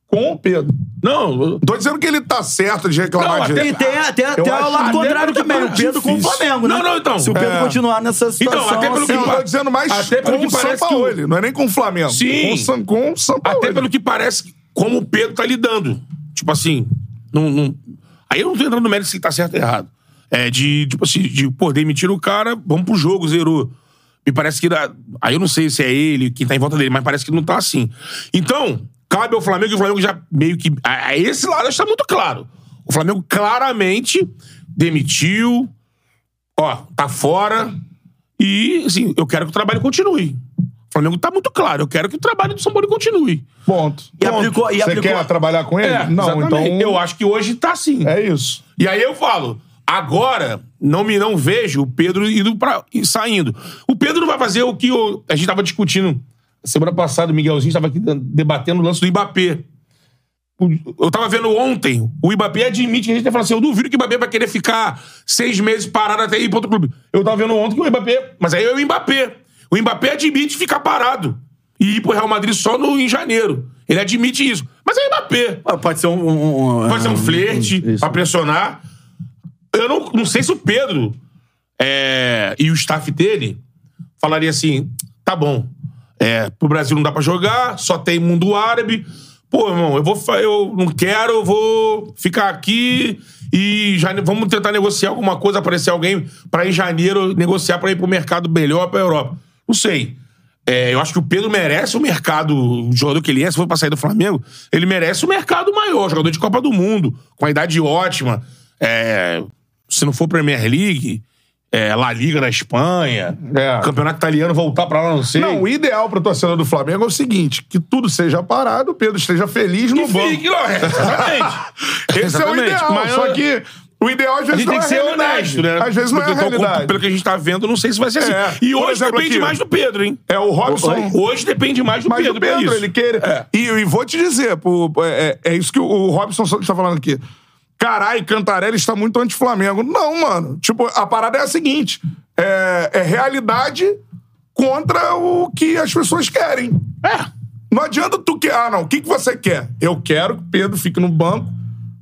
S1: com o Pedro.
S2: Não,
S1: Tô dizendo que ele tá certo de reclamar
S2: Não,
S1: de...
S2: até-
S3: E tem, tem,
S1: Eu
S3: tem o
S1: acho
S3: lado
S1: até
S3: contrário
S1: porque
S3: também.
S1: tá
S3: O Pedro com o
S1: difícil.
S3: Flamengo, né?
S2: Não, não, então.
S3: Se o Pedro
S1: É.
S3: continuar nessa situação.
S2: até pelo que
S1: Eu
S3: assim,
S1: tô dizendo mais
S2: Até pelo
S1: com
S2: que
S1: o
S2: parece
S1: São Paulo, não é nem com o Flamengo.
S2: Sim.
S1: Com o São, com o São Paulo.
S2: Até pelo que parece, que- como o Pedro tá lidando. Tipo assim, não. não- Aí eu não tô entrando no mérito se tá certo ou errado. É de, tipo assim, de, pô, demitir o cara, vamos pro jogo, zerou. Me parece que. dá- Aí eu não sei se é ele, quem tá em volta dele, mas parece que não tá assim. Então, cabe ao Flamengo e o Flamengo já meio que. A, a esse lado está muito claro. O Flamengo claramente demitiu, ó, tá fora. E, assim, eu quero que o trabalho continue. O Flamengo tá muito claro, eu quero que o trabalho do São Paulo continue.
S1: Ponto.
S3: E
S1: Ponto.
S3: aplicou- e
S1: Você
S3: aplicou-
S1: quer trabalhar com ele?
S2: É,
S1: não,
S2: exatamente.
S1: então...
S2: Eu acho que hoje tá sim.
S1: É isso.
S2: E aí eu falo, agora não me não vejo o Pedro indo pra, e saindo. O Pedro não vai fazer o que o- a gente tava discutindo semana passada, o Miguelzinho estava aqui debatendo o lance do Ibapê. O- Eu tava vendo ontem, o Ibapê admite que a gente tá falando assim, eu duvido que o Ibapê vai querer ficar seis meses parado até ir pra outro clube. Eu tava vendo ontem que o Ibapê, mas aí é o Mbappé. O Mbappé admite ficar parado e ir pro Real Madrid só no, em janeiro. Ele admite isso. Mas é o Mbappé.
S3: Ah, Pode ser um... um, um
S2: Pode ser um flerte
S3: Isso.
S2: pra pressionar. Eu não, não sei se o Pedro é, e o staff dele falaria assim: tá bom, é, pro Brasil não dá pra jogar, só tem mundo árabe. Pô, irmão, eu, vou, fa- eu não quero, eu vou ficar aqui e já ne- vamos tentar negociar alguma coisa, aparecer alguém pra em janeiro negociar pra ir pro mercado melhor pra Europa. Não sei. É, eu acho que o Pedro merece o mercado, o jogador que ele é, se for pra sair do Flamengo, ele merece o mercado maior, jogador de Copa do Mundo, com a idade ótima. É, se não for Premier League, é, La Liga da Espanha,
S1: É.
S2: campeonato italiano, voltar pra lá, não sei.
S1: Não, o ideal pro torcedor do Flamengo é o seguinte, que tudo seja parado, o Pedro esteja feliz no
S2: e
S1: banco.
S2: fique, não, é, exatamente.
S1: Esse é o ideal,
S2: mas
S1: só que o ideal às
S2: A
S1: vezes
S2: gente
S1: não
S2: tem
S1: é
S2: que
S1: a
S2: ser
S1: realidade.
S2: honesto, né?
S1: Às vezes não é a
S2: Porque eu tô-
S1: realidade.
S2: Pelo que a gente tá vendo, não sei se vai ser assim.
S1: É.
S2: E
S1: Por
S2: hoje
S1: exemplo,
S2: depende
S1: aqui.
S2: mais do Pedro, hein?
S1: É, o Robson-
S2: Hoje- Hoje depende mais do
S1: Mas
S2: Pedro.
S1: o Pedro,
S2: pra isso. É.
S1: ele queira. E, e vou te dizer, pô, é, é isso que o, o Robson Santos tá falando aqui. Carai, Cantarelli está muito anti-Flamengo. Não, mano. Tipo, a parada é a seguinte: é, é realidade contra o que as pessoas querem.
S2: É.
S1: Não adianta tu que. Ah, não. O que, que você quer? Eu quero que o Pedro fique no banco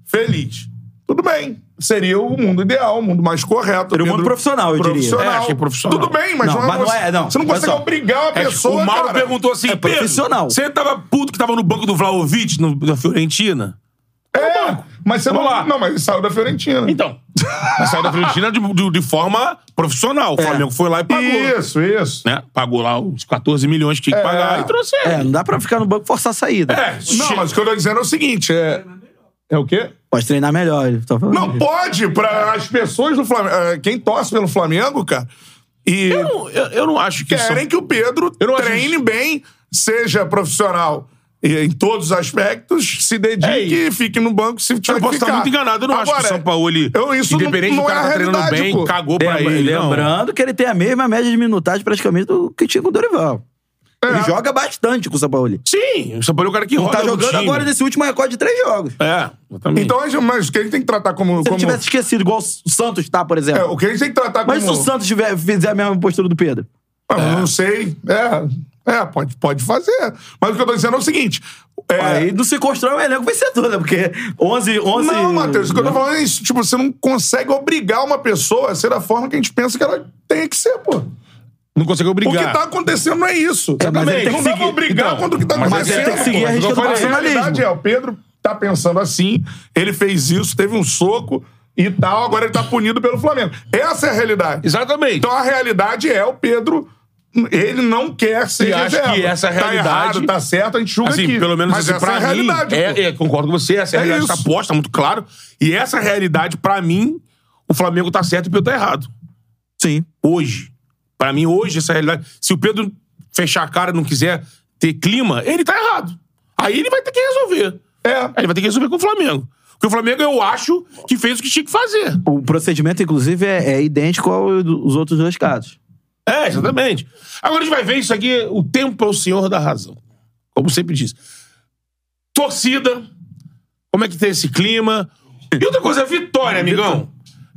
S1: feliz. Tudo bem. Seria o mundo ideal, o mundo mais correto.
S3: Seria o mundo profissional, eu diria.
S2: É, achei profissional.
S1: Tudo bem, mas
S3: Não,
S1: não, é
S3: mas não
S1: você-
S3: é, não.
S1: Você não
S3: Olha
S1: consegue
S3: só.
S1: obrigar a
S2: É,
S1: pessoa.
S2: o Mauro
S1: cara.
S2: perguntou assim,
S3: É
S2: Pedro,
S3: profissional.
S2: você tava puto que tava no banco do Vlaovic, no, da Fiorentina?
S1: É, mas você
S2: Vamos
S1: não.
S2: lá.
S1: Não, mas ele saiu da Fiorentina.
S2: Então. Mas saiu da Fiorentina de, de- de forma
S3: É.
S2: profissional. O Flamengo foi lá e
S1: tá
S2: pagou.
S1: Isso, isso.
S2: Né? Pagou lá os 14 milhões que tinha que pagar e trouxe ele.
S3: É, não dá pra ficar no banco e forçar a saída.
S2: É,
S1: Não,
S2: che-
S1: mas o que eu tô dizendo é o seguinte: é. É o quê?
S3: Pode treinar melhor. ele tá falando.
S2: Uhum.
S1: Não pode pra as pessoas do Flamengo. é, Quem torce pelo Flamengo, cara, e
S2: eu, não- eu- eu não acho que isso...
S1: querem que o Pedro
S2: Eu não acho
S1: treine
S2: justo.
S1: bem, seja profissional e em todos os aspectos, se
S2: É
S1: dedique
S2: isso.
S1: e fique no banco se tiver
S2: Eu posso
S1: que
S2: estar
S1: ficar.
S2: muito enganado, eu não acho que o
S1: Agora,
S2: São Paulo, ele,
S1: eu, isso
S2: independente
S1: não, não
S2: do cara
S1: é a
S2: tá treinando
S1: realidade,
S2: bem,
S1: pô. É,
S2: cagou pra
S3: Lembra-
S2: ele. não.
S3: lembrando que ele tem a mesma média de minutagem praticamente do que tinha com o Dorival.
S1: É.
S3: Ele joga bastante com o Sampaoli.
S2: Sim, o São Paulo é o cara que
S3: Não
S2: roda
S3: tá
S2: no
S3: jogando
S2: time.
S3: agora nesse último recorde de três jogos. Se
S2: É, exatamente.
S1: Então, mas o que a gente tem que tratar como.
S3: ele
S1: como
S3: tivesse esquecido, igual o Santos tá, por
S1: é,
S3: exemplo.
S1: o que a gente tem que tratar
S3: Mas se
S1: como.
S3: o Santos tiver, fizer a mesma postura do Pedro?
S1: Ah, eu Não sei. É, é pode, pode fazer. Mas o que eu tô dizendo é o seguinte. é,
S3: Aí não se constrói um elenco vencedor, né? Porque 11...
S2: tipo
S3: 11
S1: não,
S2: assim,
S1: Matheus, o que eu tô
S2: né?
S1: falando é isso. Tipo, você não consegue obrigar uma pessoa a ser da forma que a gente pensa que ela tem que ser, pô.
S2: não conseguiu
S1: O que
S2: brigar.
S1: tá acontecendo não é isso.
S3: É, mas ele tem que
S1: não dá pra
S3: seguir-
S1: obrigar
S3: então,
S1: contra o que tá
S2: mas ele
S1: acontecendo.
S2: tem que seguir
S1: pô.
S2: a risca
S1: Eu
S2: do
S1: falei, A
S3: profissionalismo.
S1: realidade é, o Pedro tá pensando assim, ele fez isso, teve um soco e tal, agora ele tá punido pelo Flamengo. Essa é a realidade.
S2: Exatamente.
S1: Então a realidade é o Pedro. Ele não quer ser
S2: E acho
S1: reserva.
S2: que essa realidade-
S1: Tá errado, tá certo, a gente julga
S2: assim,
S1: aqui.
S2: pelo menos
S1: Mas
S2: assim,
S1: essa
S2: pra
S1: é a
S2: mim,
S1: realidade.
S2: é-
S1: pô.
S2: é, concordo com você, essa
S1: É
S2: realidade está
S1: isso.
S2: posta, muito claro. E essa realidade, pra mim, o Flamengo tá certo e o Pedro tá errado.
S3: Sim.
S2: Hoje. Pra mim, hoje, essa realidade. Se o Pedro fechar a cara e não quiser ter clima, ele tá errado. Aí ele vai ter que resolver.
S1: É.
S2: Aí ele vai ter que resolver com o Flamengo. Porque o Flamengo, eu acho, que fez o que tinha que fazer.
S3: O procedimento, inclusive, é, é idêntico aos outros dois casos.
S2: É, exatamente. Agora a gente vai ver isso aqui, o tempo é o senhor da razão. Como sempre diz. Torcida, como é que tem esse clima? E outra coisa, vitória, amigão.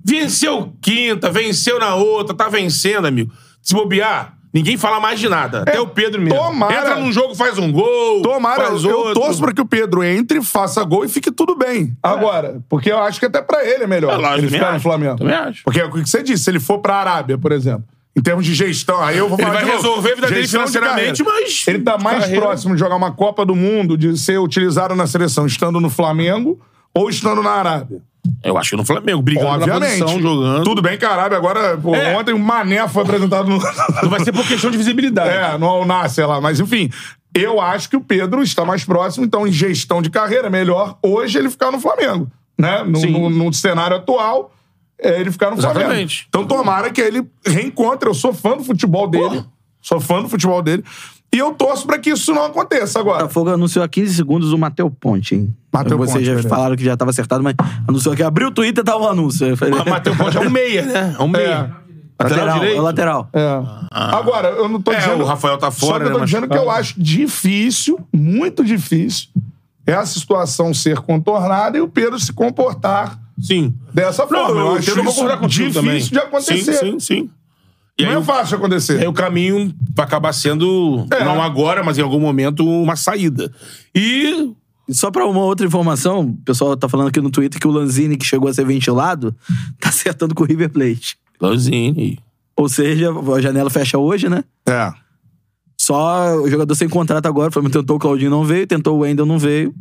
S2: Venceu quinta, venceu na outra, tá vencendo, amigo. Se bobear, ninguém fala mais de nada. Até o Pedro mesmo.
S1: É, tomara.
S2: Entra num jogo, faz um gol.
S1: Tomara,
S2: faz
S1: eu, eu
S2: outro.
S1: torço pra que o Pedro entre, faça gol e fique tudo bem. Agora, porque eu acho que até pra ele é melhor
S2: É lógico,
S1: ele
S2: também
S1: ficar no
S2: acho,
S1: Flamengo.
S2: também acho.
S1: Porque é o que você disse, se ele for pra Arábia, por exemplo, em termos de gestão, aí eu vou
S2: Ele
S1: falar
S2: vai
S1: de novo,
S2: resolver a vida dele
S1: gestão de
S2: financeiramente,
S1: carreira.
S2: mas
S1: Ele tá mais
S2: carreira.
S1: próximo de jogar uma Copa do Mundo, de ser utilizado na seleção, estando no Flamengo ou estando na Arábia.
S2: Eu acho que no Flamengo, brigando na
S1: Obviamente.
S2: posição, jogando.
S1: Tudo bem que a Arábia agora... pô,
S2: É.
S1: Ontem o Mané foi apresentado no...
S2: Não vai ser por questão de visibilidade.
S1: É, no Alnar, sei lá. Mas, enfim, eu acho que o Pedro está mais próximo, então, em gestão de carreira, melhor hoje ele ficar no Flamengo. Né? No,
S2: Sim.
S1: no- no cenário atual, é ele ficar no Flamengo.
S2: Exatamente.
S1: Então, tomara que ele reencontre. Eu sou fã do futebol dele. Sou fã do futebol dele. E eu torço para que isso não aconteça
S3: O
S1: agora.
S3: Botafogo anunciou há 15 segundos o Mateu Ponte, hein?
S1: Mateu
S3: Vocês
S1: Ponte,
S3: já
S1: verdade.
S3: falaram que já estava acertado, mas anunciou que abriu o Twitter e tá o anúncio. Eu falei,
S2: Mas Matheus Ponte é um meia, né? É um meia. Lateral,
S3: lateral, é
S2: direito.
S3: o lateral.
S1: É. Agora, eu não tô
S2: É,
S1: dizendo.
S2: o Rafael tá
S1: Só
S2: fora,
S1: que eu
S2: né,
S1: tô
S2: mas-
S1: dizendo que eu acho difícil, muito difícil, essa situação ser contornada e o Pedro se comportar
S2: Sim.
S1: dessa
S2: Não,
S1: forma.
S2: eu,
S1: Eu,
S2: entendo,
S1: acho
S2: eu vou
S1: isso
S2: concordar contigo
S1: difícil
S2: também.
S1: de acontecer.
S2: Sim, sim, sim. E aí,
S1: não é
S2: o-
S1: fácil de acontecer.
S2: aí o caminho vai acabar sendo,
S1: É.
S2: não agora, mas em algum momento, uma saída. E
S3: E Só pra uma outra informação, o pessoal tá falando aqui no Twitter que o Lanzini, que chegou a ser ventilado, tá acertando com o River Plate.
S2: Lanzini.
S3: Ou seja, a janela fecha hoje, né?
S1: É.
S3: Só o jogador sem contrato agora. O Flamengo tentou o Claudinho, não veio. Tentou o Wendel, não veio.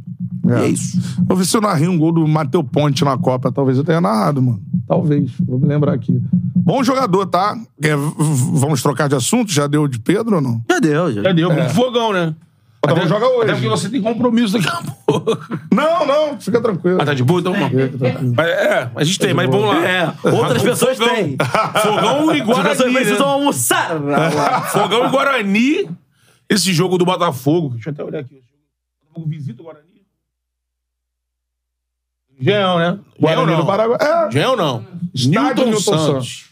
S1: É.
S3: E é isso.
S1: Eu vi se eu narrei um gol do Matheus Ponte na Copa. Talvez eu tenha narrado, mano. Talvez. Vou me lembrar aqui. Bom jogador, tá? É, v- v- vamos trocar de assunto? Já deu de Pedro ou não?
S3: Já deu, já.
S2: Já deu,
S1: É.
S2: um fogão, né?
S1: Então vamos jogar hoje.
S2: Até porque você tem compromisso daqui a pouco.
S1: Não, não. Fica tranquilo.
S2: Ah, tá de boa, então? não. Mas, é, a gente tem,
S1: Tá
S2: mas vamos lá.
S3: É, outras pessoas
S2: fogão,
S3: têm.
S2: Fogão e
S3: As pessoas
S2: Guarani. né?
S3: precisam almoçar.
S2: Fogão e Guarani. Esse jogo do Botafogo. Deixa eu até olhar aqui. O Botafogo visita o Guarani. Engenhão, né?
S1: Guarani
S2: Engenhão
S1: do Paraguai. É.
S2: Engenhão não.
S1: Estádio
S2: Newton
S1: Newton
S2: Santos.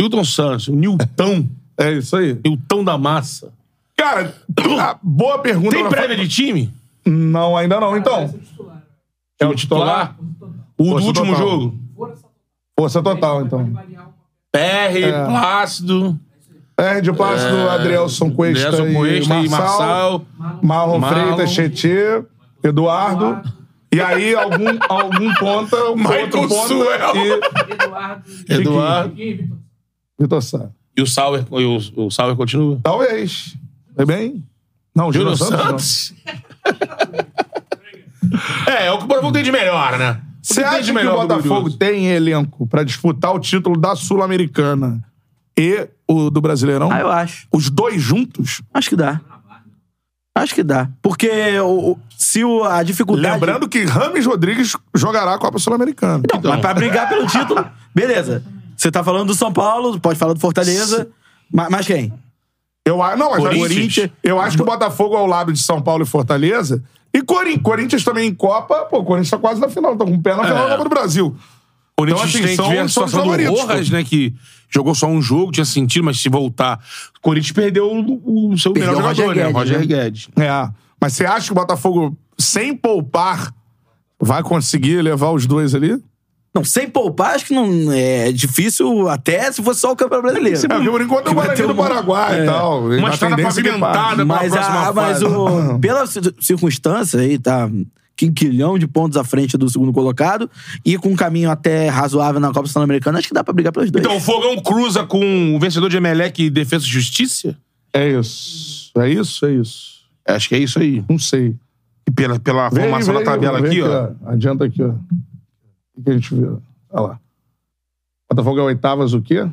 S2: Newton Santos. O Newton.
S1: É isso aí.
S2: Newton da massa.
S1: Cara, a Ah, boa pergunta.
S2: Tem
S1: Rafael.
S2: prévia de time?
S1: Não, ainda não. Então,
S2: É o
S1: titular?
S2: O do
S1: Força
S2: último
S1: total.
S2: jogo?
S1: força total, então.
S2: PR, Plácido,
S1: É, de Plácido, Adrielson Cuesta
S2: Nelson
S1: e,
S2: Cuesta e
S1: Marçal.
S2: Marçal.
S1: Marlon,
S2: Marlon.
S1: Freitas, Tietê, Eduardo. E aí, algum, algum ponta, um
S2: Michael
S1: outro ponta
S2: Suel.
S1: e
S2: Eduardo.
S1: Vitor Sá.
S2: E o Sauer, e o, o Sauer continua?
S1: Talvez. É bem? Não, Júnior
S2: Júnior
S1: Santos. não.
S2: Santos? é, é o que o Botafogo tem de melhor, né?
S1: Você acha que o Botafogo tem elenco pra disputar o título da Sul-Americana e o do Brasileirão?
S3: Ah, eu acho.
S1: Os dois juntos?
S3: Acho que dá. Acho que dá. Porque o- o- se o- a dificuldade...
S1: Lembrando que Rames Rodrigues jogará a Copa Sul-Americana.
S2: Então.
S1: tá,
S3: Mas pra brigar pelo título, beleza. Você tá falando do São Paulo, pode falar do Fortaleza. Mas, mas quem?
S1: Eu, a- não, mas
S2: Corinthians.
S1: Corinthians. Eu acho que o Botafogo ao lado de São Paulo e Fortaleza. E Corin- Corinthians também em Copa. Pô, o Corinthians tá quase na final. Tá com o pé
S2: É.
S1: na final da Copa do Brasil.
S2: O Corinthians
S1: Então, assim,
S2: tem,
S1: são-
S2: teve a
S1: são
S2: situação do
S1: favoritos,
S2: Rojas,
S1: pô.
S2: né? Que jogou só um jogo, tinha sentido, mas se voltar. O Corinthians perdeu o, o seu
S3: Perdeu
S2: melhor
S3: o
S2: jogador, né?
S3: Roger Guedes,
S2: Roger
S3: né?
S2: Guedes.
S1: É. Mas você acha que o Botafogo, sem poupar, vai conseguir levar os dois ali?
S3: Não, sem poupar, acho que não é difícil até se fosse só o campeão brasileiro.
S1: É, porque por enquanto é o
S3: Que vai
S1: Guarani
S3: ter
S1: do
S3: uma-
S1: Paraguai
S3: é.
S1: e tal.
S2: Uma
S1: A
S2: estrada
S1: tendência é que
S2: pavimentada
S1: pare.
S2: pra
S3: Mas,
S2: próxima
S3: a, mas
S2: fase.
S3: o, pela ci- circunstância aí, tá quinquilhão de pontos à frente do segundo colocado e com um caminho até razoável na Copa Sul-Americana, acho que dá pra brigar pelos dois.
S2: Então, o Fogão cruza com o vencedor de Emelec e Defesa e Justiça?
S1: É isso. É isso, é isso.
S2: Acho que é isso aí.
S1: Não sei.
S2: E pela, pela
S1: Vem,
S2: formação
S1: vem,
S2: da tabela
S1: vem
S2: aqui, ó.
S1: Adianta aqui, ó. O que que a gente viu? Olha lá. Botafogo é oitavas o quê?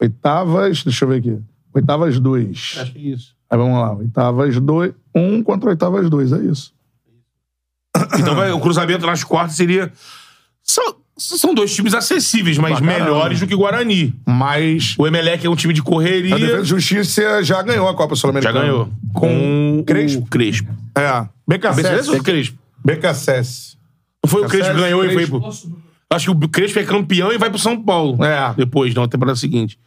S1: Oitavas, deixa eu ver aqui. Oitavas dois.
S2: Acho que é isso.
S1: Aí vamos lá. Oitavas dois, um contra oitavas dois, é isso.
S2: Então, vai- o cruzamento nas quartas seria. São, são dois times acessíveis, mas
S1: Pra caramba.
S2: melhores do que o Guarani.
S1: Mas
S2: O Emelec é um time de correria.
S1: a Defesa de Justiça já ganhou a Copa
S2: Já
S1: Sul-Americana.
S2: ganhou.
S1: Com
S2: Com o
S1: Crespo.
S2: Crespo.
S1: É. BK7.
S2: Cabeça Crespo?
S1: BKSS.
S2: Não foi o
S1: Cacete,
S2: Crespo que ganhou e
S1: Crespo.
S2: foi pro. Acho que o Crespo é campeão e vai pro São Paulo.
S1: É.
S2: Depois, na temporada seguinte.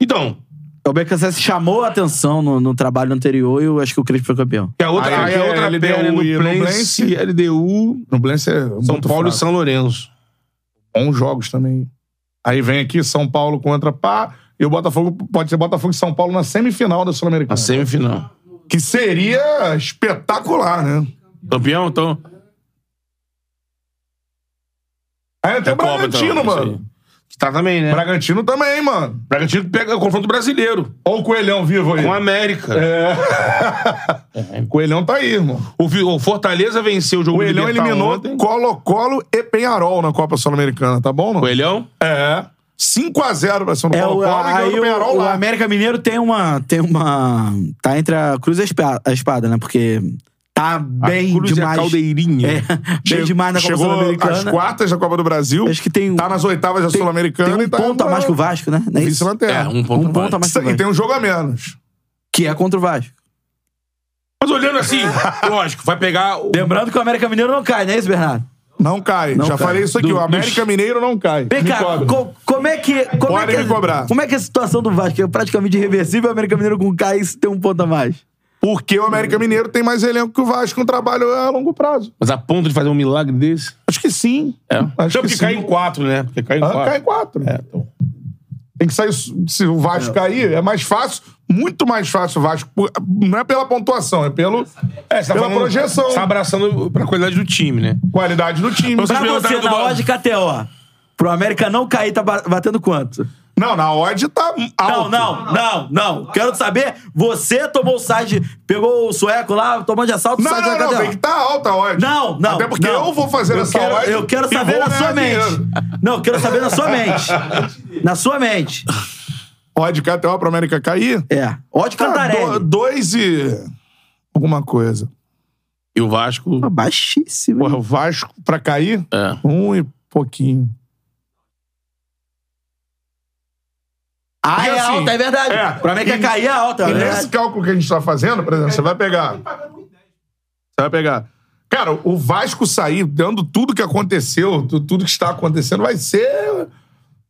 S2: Então,
S3: O BKSS chamou a atenção no, no trabalho anterior e eu acho que o Crespo foi campeão.
S2: que a outra,
S1: Aí
S2: aí a
S1: é
S2: outra
S1: LDU
S2: perna no
S1: e
S2: Plense,
S1: Nublense.
S2: LDU,
S1: Nublense é
S2: São Paulo e São Lourenço.
S1: Bons jogos também. Aí vem aqui São Paulo contra Pá e o Botafogo, pode ser Botafogo e São Paulo na semifinal da
S2: A
S1: Sul-Americana.
S2: semifinal.
S1: Que seria espetacular, né?
S2: Campeão, então.
S1: Aí
S2: É
S1: até o É Bragantino, mano.
S2: então. Que tá também, né?
S1: Bragantino também, mano.
S2: Bragantino pega o confronto brasileiro.
S1: Olha o Coelhão vivo aí.
S2: Com a América.
S1: É, O Coelhão tá aí, irmão.
S2: O, Vi- o Fortaleza venceu o jogo
S1: O
S2: do
S1: Coelhão
S2: Libertar
S1: eliminou
S2: tá ontem.
S1: Colo-Colo e Penharol na Copa Sul-Americana, tá bom? Não?
S2: Coelhão?
S1: É. 5x0 pra cima do
S3: É, o,
S1: Colo-Colo e
S3: aí
S1: ganhou do Penharol
S3: o, o
S1: lá.
S3: América Mineiro tem uma, tem uma. Tá entre a cruz e a espa- a espada, né? Porque tá bem
S2: Cruz e a
S3: demais.
S2: Caldeirinha.
S3: É, bem
S1: Che-
S3: demais na Copa
S1: Chegou às
S3: Sul-Americana.
S1: quartas da Copa do Brasil.
S3: Acho que tem-
S1: Tá nas oitavas da
S3: Tem-
S1: Sul-Americana
S3: Tem um
S1: e tá
S3: ponto a mais que o Vasco, né? Não é isso?
S1: Vice-lanterna.
S2: É, um ponto
S3: um ponto a mais que o
S1: E tem
S3: Vasco.
S1: um jogo a menos.
S3: Que é contra o Vasco.
S2: Mas olhando assim, lógico, vai pegar o
S3: Lembrando que o América Mineiro não cai, não é isso, Bernardo?
S1: Não cai.
S3: Não
S1: Já
S3: cai.
S1: falei isso aqui.
S3: Do-
S1: o América Mineiro não cai.
S3: Vem
S1: Me
S3: cá,
S1: cobra.
S3: co- como é que. Como
S1: Podem
S3: é que
S1: me cobrar.
S3: Como é que é a situação do Vasco? É praticamente irreversível, o América Mineiro com cai e tem um ponto a mais.
S1: Porque o América Mineiro tem mais elenco que o Vasco, um trabalho a longo prazo.
S2: Mas a ponto de fazer um milagre desse?
S1: Acho que sim. Acho
S2: Então,
S1: que
S2: porque
S1: sim.
S2: cai em quatro, né? Porque cai em
S1: Ah,
S2: quatro.
S1: cai em quatro.
S2: É, então.
S1: Tem que sair. Se o Vasco cair, é mais fácil, muito mais fácil o Vasco. por- Não é pela pontuação, é pelo,
S2: É, você tá
S1: pela
S2: falando-
S1: projeção,
S2: Você tá abraçando pra qualidade do time, né?
S1: qualidade do time.
S2: Pra Vocês
S3: Pra você,
S2: perguntaram do
S3: na
S2: Vasco.
S3: hora de KTO, pro América não cair, tá ba- batendo quanto?
S1: Não, na odd tá
S3: Não,
S1: alto.
S3: não, não, não. Quero saber, você tomou o site, pegou o sueco lá, tomando de assalto, o
S1: Não,
S3: site da
S1: não, não,
S3: KTO.
S1: tem que estar alta a odd.
S3: Não, não.
S1: Até porque
S3: não.
S1: eu vou fazer
S3: eu
S1: essa
S3: quero,
S1: odd.
S3: Eu quero
S1: e
S3: saber
S1: vou
S3: na
S1: ganhar
S3: sua
S1: dinheiro.
S3: mente. Não, eu quero saber na sua mente. na sua mente.
S1: Odd KTO pra América cair?
S3: É. Ódio
S1: Tá,
S3: Cantarelli.
S1: do- dois e. alguma coisa.
S2: E o Vasco.
S3: Pô, Baixíssimo.
S1: Porra, o Vasco pra cair?
S2: É.
S1: Um e pouquinho.
S3: Ah,
S1: E
S3: é
S1: assim,
S3: alta, é verdade.
S1: é.
S3: pra mim que
S1: E-
S3: cair é alta.
S1: E
S3: é
S1: nesse
S3: verdade.
S1: cálculo que a gente tá fazendo, por exemplo, você vai pegar. Você vai pegar. Cara, o Vasco sair, dando tudo que aconteceu, tu- tudo que está acontecendo, vai ser.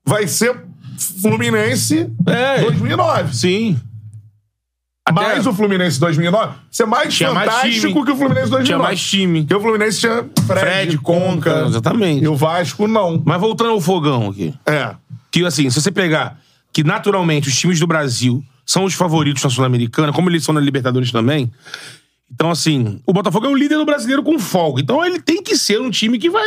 S1: Vai ser Fluminense
S2: É.
S1: 2009.
S2: Sim.
S1: Mais o Fluminense 2009. Isso é mais
S2: Tinha mais
S1: fantástico
S2: time.
S1: que o Fluminense 2009.
S2: Tinha mais time.
S1: Porque o Fluminense tinha Fred,
S2: Fred,
S1: Conca.
S2: Conca, exatamente.
S1: E o Vasco, não.
S2: Mas voltando ao fogão aqui.
S1: É.
S2: Que assim, se você pegar que naturalmente os times do Brasil são os favoritos na Sul-Americana, como eles são na Libertadores também. Então, assim, o Botafogo é o líder do brasileiro com folga. Então ele tem que ser um time que vai.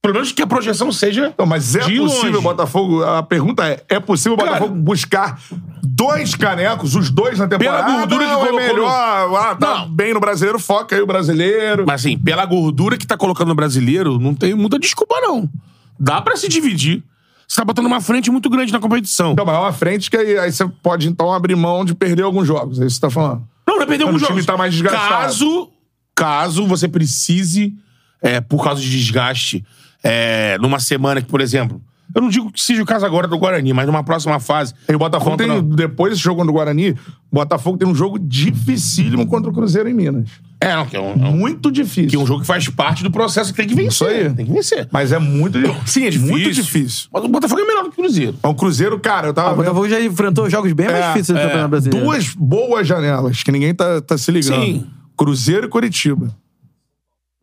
S2: Pelo menos que a projeção seja.
S1: Não, mas é
S2: De
S1: possível
S2: longe.
S1: o Botafogo. A pergunta é: é possível o
S2: Cara,
S1: Botafogo buscar dois canecos, os dois na temporada?
S2: Pela gordura
S1: ah,
S2: que
S1: não, é
S2: colocou no-
S1: melhor. Ah, tá
S2: Não.
S1: bem no brasileiro, foca aí o brasileiro.
S2: Mas assim, pela gordura que tá colocando no brasileiro, não tem muita desculpa, não. Dá pra se dividir. Você tá botando uma frente muito grande na competição.
S1: Então, mas é uma frente que aí, aí você pode então abrir mão de perder alguns jogos. É isso que você tá falando.
S2: Não, não é perder
S1: Quando
S2: alguns
S1: o time
S2: jogos.
S1: tá mais desgastado.
S2: Caso, caso você precise, é, por causa de desgaste, é, numa semana que, por exemplo, eu não digo que seja o caso agora do Guarani, mas numa próxima fase.
S1: E o Botafogo
S2: Contra-
S1: tem, depois desse jogo contra o Guarani, o Botafogo tem um jogo dificílimo contra o Cruzeiro em Minas.
S2: É, não, que é um, é um-
S1: Muito difícil.
S2: que é um jogo que faz parte do processo que tem que vencer.
S1: Isso aí.
S2: Tem que vencer.
S1: Mas é muito difícil.
S2: Sim, é difícil.
S1: Muito difícil.
S2: Mas o Botafogo é melhor do que o Cruzeiro.
S1: É um Cruzeiro, cara, eu tava
S3: Ah, O
S1: vendo
S3: Botafogo já enfrentou jogos bem mais
S1: É,
S3: difíceis do
S1: é.
S3: Campeonato Brasileiro.
S1: Duas boas janelas que ninguém tá, tá se ligando.
S2: Sim.
S1: Cruzeiro e Curitiba.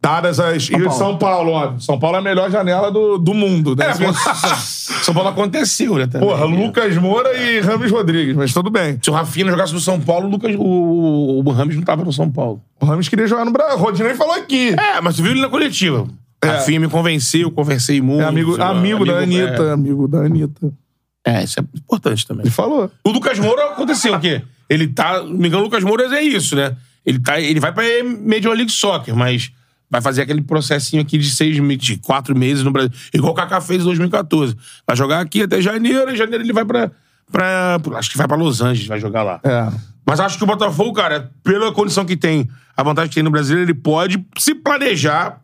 S1: Dadas as. e
S3: Paulo.
S1: São Paulo, óbvio. São Paulo é a melhor janela do, do mundo, né?
S2: É, São Paulo aconteceu, né? também.
S1: Porra, Lucas Moura e Ramos Rodrigues, mas tudo bem.
S2: Se o Rafinha jogasse no São Paulo, o, Lucas, o, o, o Ramos não tava no São Paulo.
S1: O Ramos queria jogar no Brasil. Rodinei falou aqui.
S2: É, mas tu viu ele na coletiva. Rafinha me convenceu, conversei muito.
S1: É amigo, amigo, da Anitta. Amigo da Anitta.
S2: É, isso é importante também.
S1: Ele falou.
S2: O Lucas Moura aconteceu o quê? Ele tá. se não Me engano, o Lucas Moura é isso, né? Ele, tá, ele vai pra Major League Soccer, mas vai fazer aquele processinho aqui de seis meses, de quatro meses no Brasil. Igual o Kaká fez em 2014. Vai jogar aqui até janeiro, em janeiro ele vai pra. pra pro- acho que vai pra Los Angeles, vai jogar lá.
S1: É.
S2: Mas acho que o Botafogo, cara, pela condição que tem, a vantagem que tem no Brasil, ele pode se planejar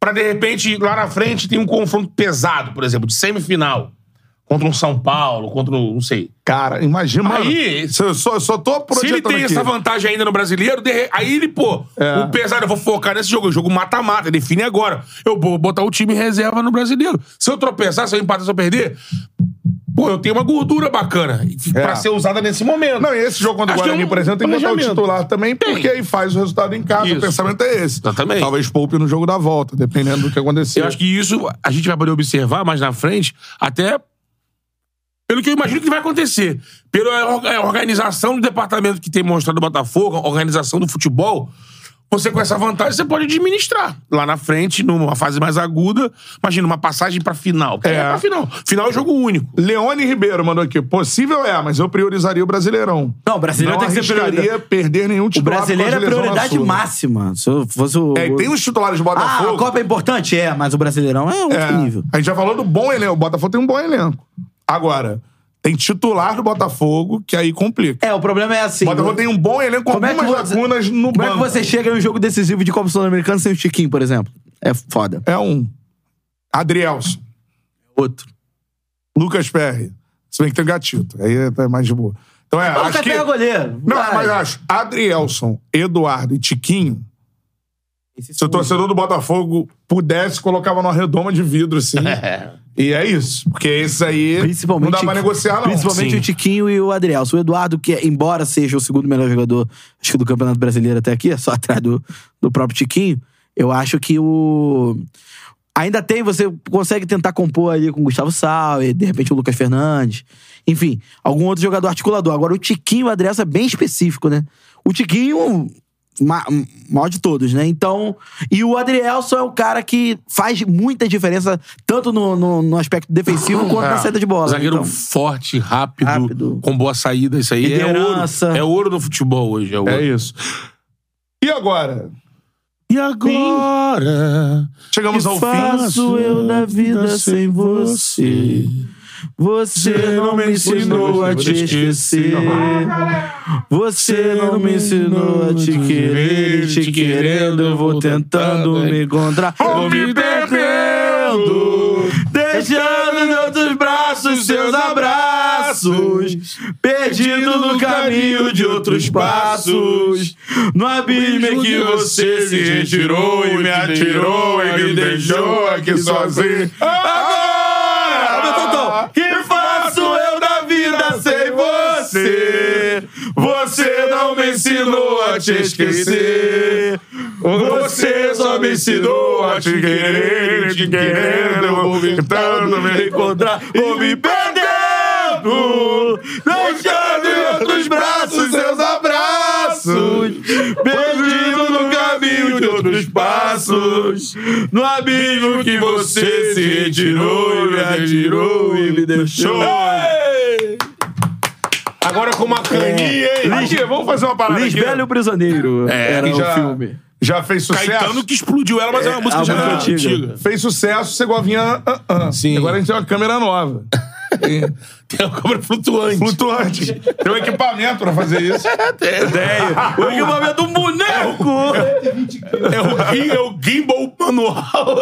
S2: pra de repente, lá na frente, tem um confronto pesado, por exemplo, de semifinal. contra um São Paulo, contra um, não sei.
S1: Cara, imagina.
S2: Aí-
S1: mano, eu só, só tô por
S2: Se ele tem essa vantagem ainda no brasileiro, de re- aí ele, pô,
S1: É.
S2: o pesado, eu vou focar nesse jogo, o jogo mata-mata, define agora. Eu vou botar o time em reserva no brasileiro. Se eu tropeçar, se eu empatar, se eu perder, pô, eu tenho uma gordura bacana e-
S1: É.
S2: pra ser usada nesse momento.
S1: Não, e esse jogo contra o
S2: Acho que é
S1: Guarani,
S2: um
S1: por exemplo, tem que botar o
S2: planejamento.
S1: titular também,
S2: Tem.
S1: porque aí faz o resultado em casa.
S2: Isso.
S1: O pensamento é esse.
S2: Exatamente.
S1: Talvez poupe no jogo da volta, dependendo do que acontecer.
S2: Eu acho que isso a gente vai poder observar mais na frente, até pelo que eu imagino que vai acontecer. Pela or- é, organização do departamento que tem mostrado o Botafogo, a organização do futebol, você com essa vantagem, você pode administrar. Lá na frente, numa fase mais aguda, imagina, uma passagem pra final. É,
S1: É.
S2: pra final. Final é jogo único.
S1: Leone Ribeiro mandou aqui. Possível é, mas eu priorizaria o Brasileirão.
S3: Não, o brasileiro
S1: Não
S3: tem que ser
S1: arriscaria
S3: prioridade.
S1: perder nenhum
S3: O
S1: titular. por
S3: brasileiro é
S1: causa de lesão
S3: prioridade
S1: na Sula.
S3: máxima. Se eu fosse o.
S1: É, e tem os titulares do Botafogo.
S3: Ah, a Copa é importante? É, mas o Brasileirão é outro
S1: É,
S3: nível.
S1: A gente já falou do bom elenco. O Botafogo tem um bom elenco. Agora, tem titular do Botafogo que aí complica.
S3: É, o problema é assim.
S1: o Botafogo tem um bom elenco com
S3: Como é que
S1: algumas
S3: você-
S1: lacunas no
S3: Como é que
S1: banco.
S3: você chega em um jogo decisivo de Copa Sul-Americana sem o Chiquinho, por exemplo? É foda.
S1: É um. Adrielson.
S3: É Outro.
S1: Lucas Perry. Se bem que tem o gatito. Aí é mais de boa. Então é,
S3: Nunca
S1: acho que...
S3: pega goleiro.
S1: Não,
S3: Vai.
S1: mas acho. Adrielson, Eduardo e Tiquinho
S3: Esses
S1: Se o
S3: são-
S1: torcedor do Botafogo pudesse, colocava numa redoma de vidro, assim. E é isso. Porque esse aí
S3: Principalmente,
S1: não dá pra negociar, não.
S3: Principalmente o Tiquinho e o Adrielso. O Eduardo, que embora seja o segundo melhor jogador acho que do Campeonato Brasileiro até aqui, é só atrás do, do próprio Tiquinho, eu acho que o... Ainda tem, você consegue tentar compor ali com o Gustavo Sal, e de repente o Lucas Fernandes. Enfim, algum outro jogador articulador. Agora, o Tiquinho e o Adrielso é bem específico, né? O Tiquinho, ma maior de todos, né? Então, e o Adrielson é o cara que faz muita diferença, tanto no, no, no aspecto defensivo quanto na saída de bola.
S2: Zagueiro
S3: Então-
S2: forte, rápido,
S3: Rápido.
S2: com boa saída. Isso aí é ouro.
S3: Liderança.
S2: É ouro no futebol hoje. É ouro.
S1: É isso. E agora?
S2: E agora?
S1: Chegamos ao fim.
S3: faço eu da vida sem você? Você não me ensinou a te esquecer. Ah,
S2: Ah,
S3: Você não me ensinou a te querer. E te querendo, eu vou tentando me encontrar. Vou me perdendo, deixando nos teus braços seus abraços. Perdido no caminho de outros passos. No abismo em que você se retirou e me atirou e me deixou aqui sozinho. Agora! Que faço eu da vida sem você? Você não me ensinou a te esquecer. Você só me ensinou a te querer, te querendo, eu vou tentando me encontrar, vou me perdendo, deixando em outros braços seus abraços, perdido no caminho de outros passos, no abismo que você se retirou, e me atirou e me deixou. É.
S2: Agora com uma caninha, hein?
S1: Aqui, vamos fazer uma parada aqui.
S3: Prisioneiro
S1: que já, Já fez sucesso.
S2: Caetano é que explodiu ela, mas é uma música
S3: a
S2: já
S3: música
S2: antiga.
S3: antiga.
S1: Fez sucesso, Segovinha. Uh -uh.
S2: Sim.
S1: Agora a gente tem uma câmera nova.
S2: Tem uma É cobra flutuante.
S1: Flutuante. Tem um equipamento pra fazer isso.
S3: É
S2: Ideia. O equipamento do boneco. É o, gim- é o gimbal manual.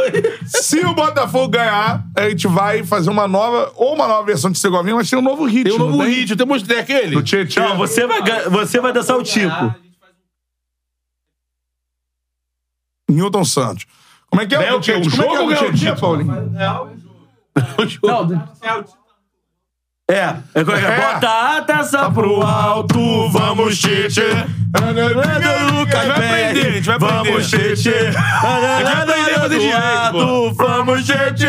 S1: Se o Botafogo ganhar, a gente vai fazer uma nova, ou uma nova versão de Segovinha, mas tem um novo ritmo.
S2: Tem um novo
S1: não
S2: hit. Eu te mostrei aquele.
S1: Do Tietchan.
S3: você vai, gan- você vai dançar o Tico.
S1: Newton Santos. Como é que é
S2: Ganhou Né, o quê? O
S1: Tietchan? Como é que
S2: jogo ou
S1: é
S2: ganhou o
S1: Tietchan,
S2: título?
S1: Paulinho?
S3: É, é, como é, que é? Bota a
S2: Tá
S3: taça pro alto, É, vamos tite. Nunca
S2: vai aprender, a gente vai aprender.
S3: Vamos tite.
S2: vai aprender a fazer direito,
S3: alto, vamos tite.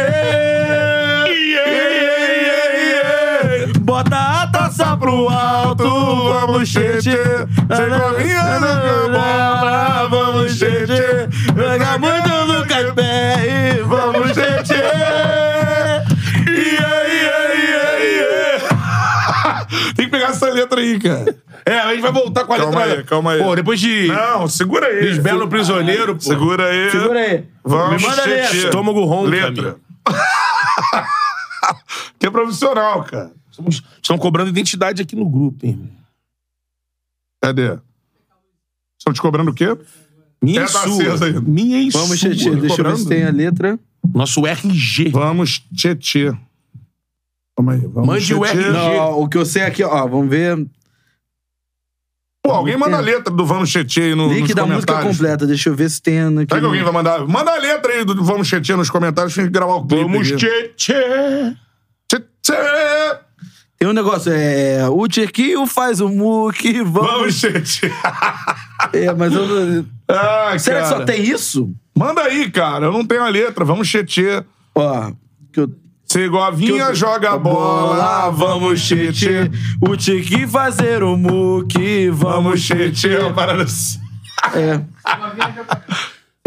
S3: Bota a taça pro alto, vamos tite.
S1: Segovinha nunca bola, vamos tite.
S3: Joga muito Lucas Pé e vamos tite.
S1: Tem que pegar essa letra aí, cara.
S2: É, a gente vai voltar com a
S1: Calma
S2: letra.
S1: aí, calma aí.
S2: Pô, depois de
S1: Não, segura aí.
S2: Lisbelo Prisioneiro, pô.
S1: Segura aí.
S3: Segura aí.
S1: Vamos
S3: Me manda
S1: tite.
S3: letra.
S2: Estômago ronco,
S1: Letra.
S2: amigo.
S1: que é profissional, cara.
S2: Estamos, estão cobrando identidade aqui no grupo, hein, irmão.
S1: Cadê? Estão te cobrando o quê?
S2: Minha e
S1: Tela tá
S2: sua.
S1: acesa aí.
S2: Minha e
S3: Vamos
S2: sua.
S3: tite. Deixa eu ver
S1: cobrando?
S3: se tem a letra.
S2: Nosso RG.
S1: Vamos, Tietê.
S2: Calma aí. Vamos
S4: Mande o
S2: chatear.
S4: RG.
S3: Não, ó, o que eu sei aqui, ó, vamos ver.
S2: Pô, alguém manda a letra do Vamos Chetir aí no,
S3: Link
S2: nos
S3: da música
S2: comentários.
S3: completa, deixa eu ver se tem. Aqui
S2: Será que
S3: no-
S2: alguém vai mandar? Manda a letra aí do Vamos Chetir nos comentários pra gente gravar o clipe.
S4: Vamos
S2: aqui.
S4: tchê-tchê.
S2: Tchê.
S3: Tem um negócio, é. O Tchequinho faz o muque,
S2: Vamos
S3: vamos.
S2: Chetir.
S3: É, mas eu. não-
S2: Ah,
S3: Será que
S2: cara.
S3: só tem isso?
S2: Manda aí, cara. Eu não tenho a letra. Vamos Chetir.
S3: Ó, que eu.
S2: Segovinha joga a bola, vamos chetir,
S3: O Tiqui fazer o muque,
S2: vamos
S3: vamos
S2: chetir. Uma parada assim.
S3: É.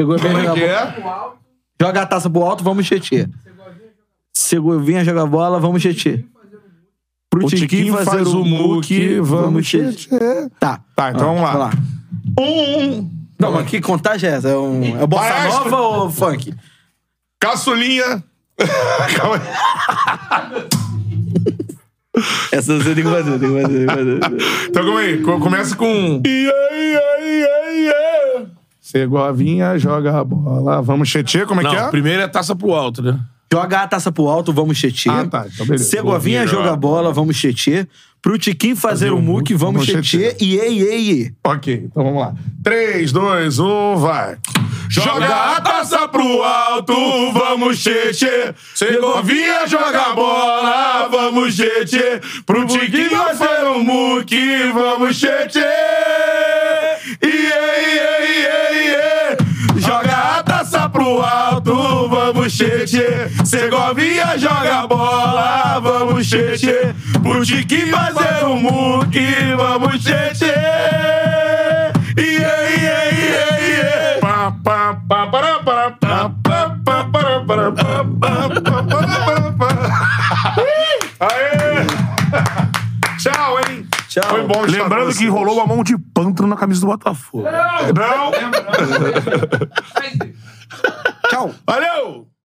S3: Chegou bem
S2: Como é
S3: jogar
S2: que
S3: bola.
S2: é?
S3: Joga a taça pro alto, vamos chetir. Segovinha joga a bola, vamos chetir. Pro
S2: O Tiquinho faz o muque, vamos chetir.
S3: Tá.
S2: Tá, então vamos lá. Um,
S3: Não, mas que contagem é essa? É, um, é bossa
S2: Parece-
S3: nova ou funk?
S2: caçulinha. Calma aí.
S3: Essa você tem que fazer, tem que fazer, tem que fazer.
S2: Então calma aí, Co- começa com. um. Segovinha joga a bola. Vamos chetir, como é que
S4: Não,
S2: é?
S4: primeiro é taça pro alto, né?
S3: Joga a taça pro alto, vamos chetir.
S2: Ah, tá, então beleza.
S3: Segovinha joga a bola, vamos chetir. Pro Tiquinho fazer o muque, vamos
S2: vamos
S3: chetir. E ei, ei, ei.
S2: Ok, então vamos lá. 3, 2, 1, vai. Joga a taça pro alto, vamos cheche. Segovinha joga a bola, vamos cheche. Pro Tiquinho fazer um muque, vamos cheche. Iê, iê, iê, iê. Joga a taça pro alto, vamos cheche. Segovinha joga a bola, vamos cheche. Pro Tiquinho fazer um muque, vamos cheche. Iê, iê, iê, iê. Pá, pá, pá, pará, pará, pá, pá, pá, pará, pará, pá, pá, pá, pará, pará, pá. Aê! Tchau, hein?
S3: Tchau.
S2: Foi bom estar com
S1: Lembrando
S2: vocês.
S1: que enrolou uma mão de pântano na camisa do Botafogo.
S2: Não!
S3: Tchau.
S2: Valeu!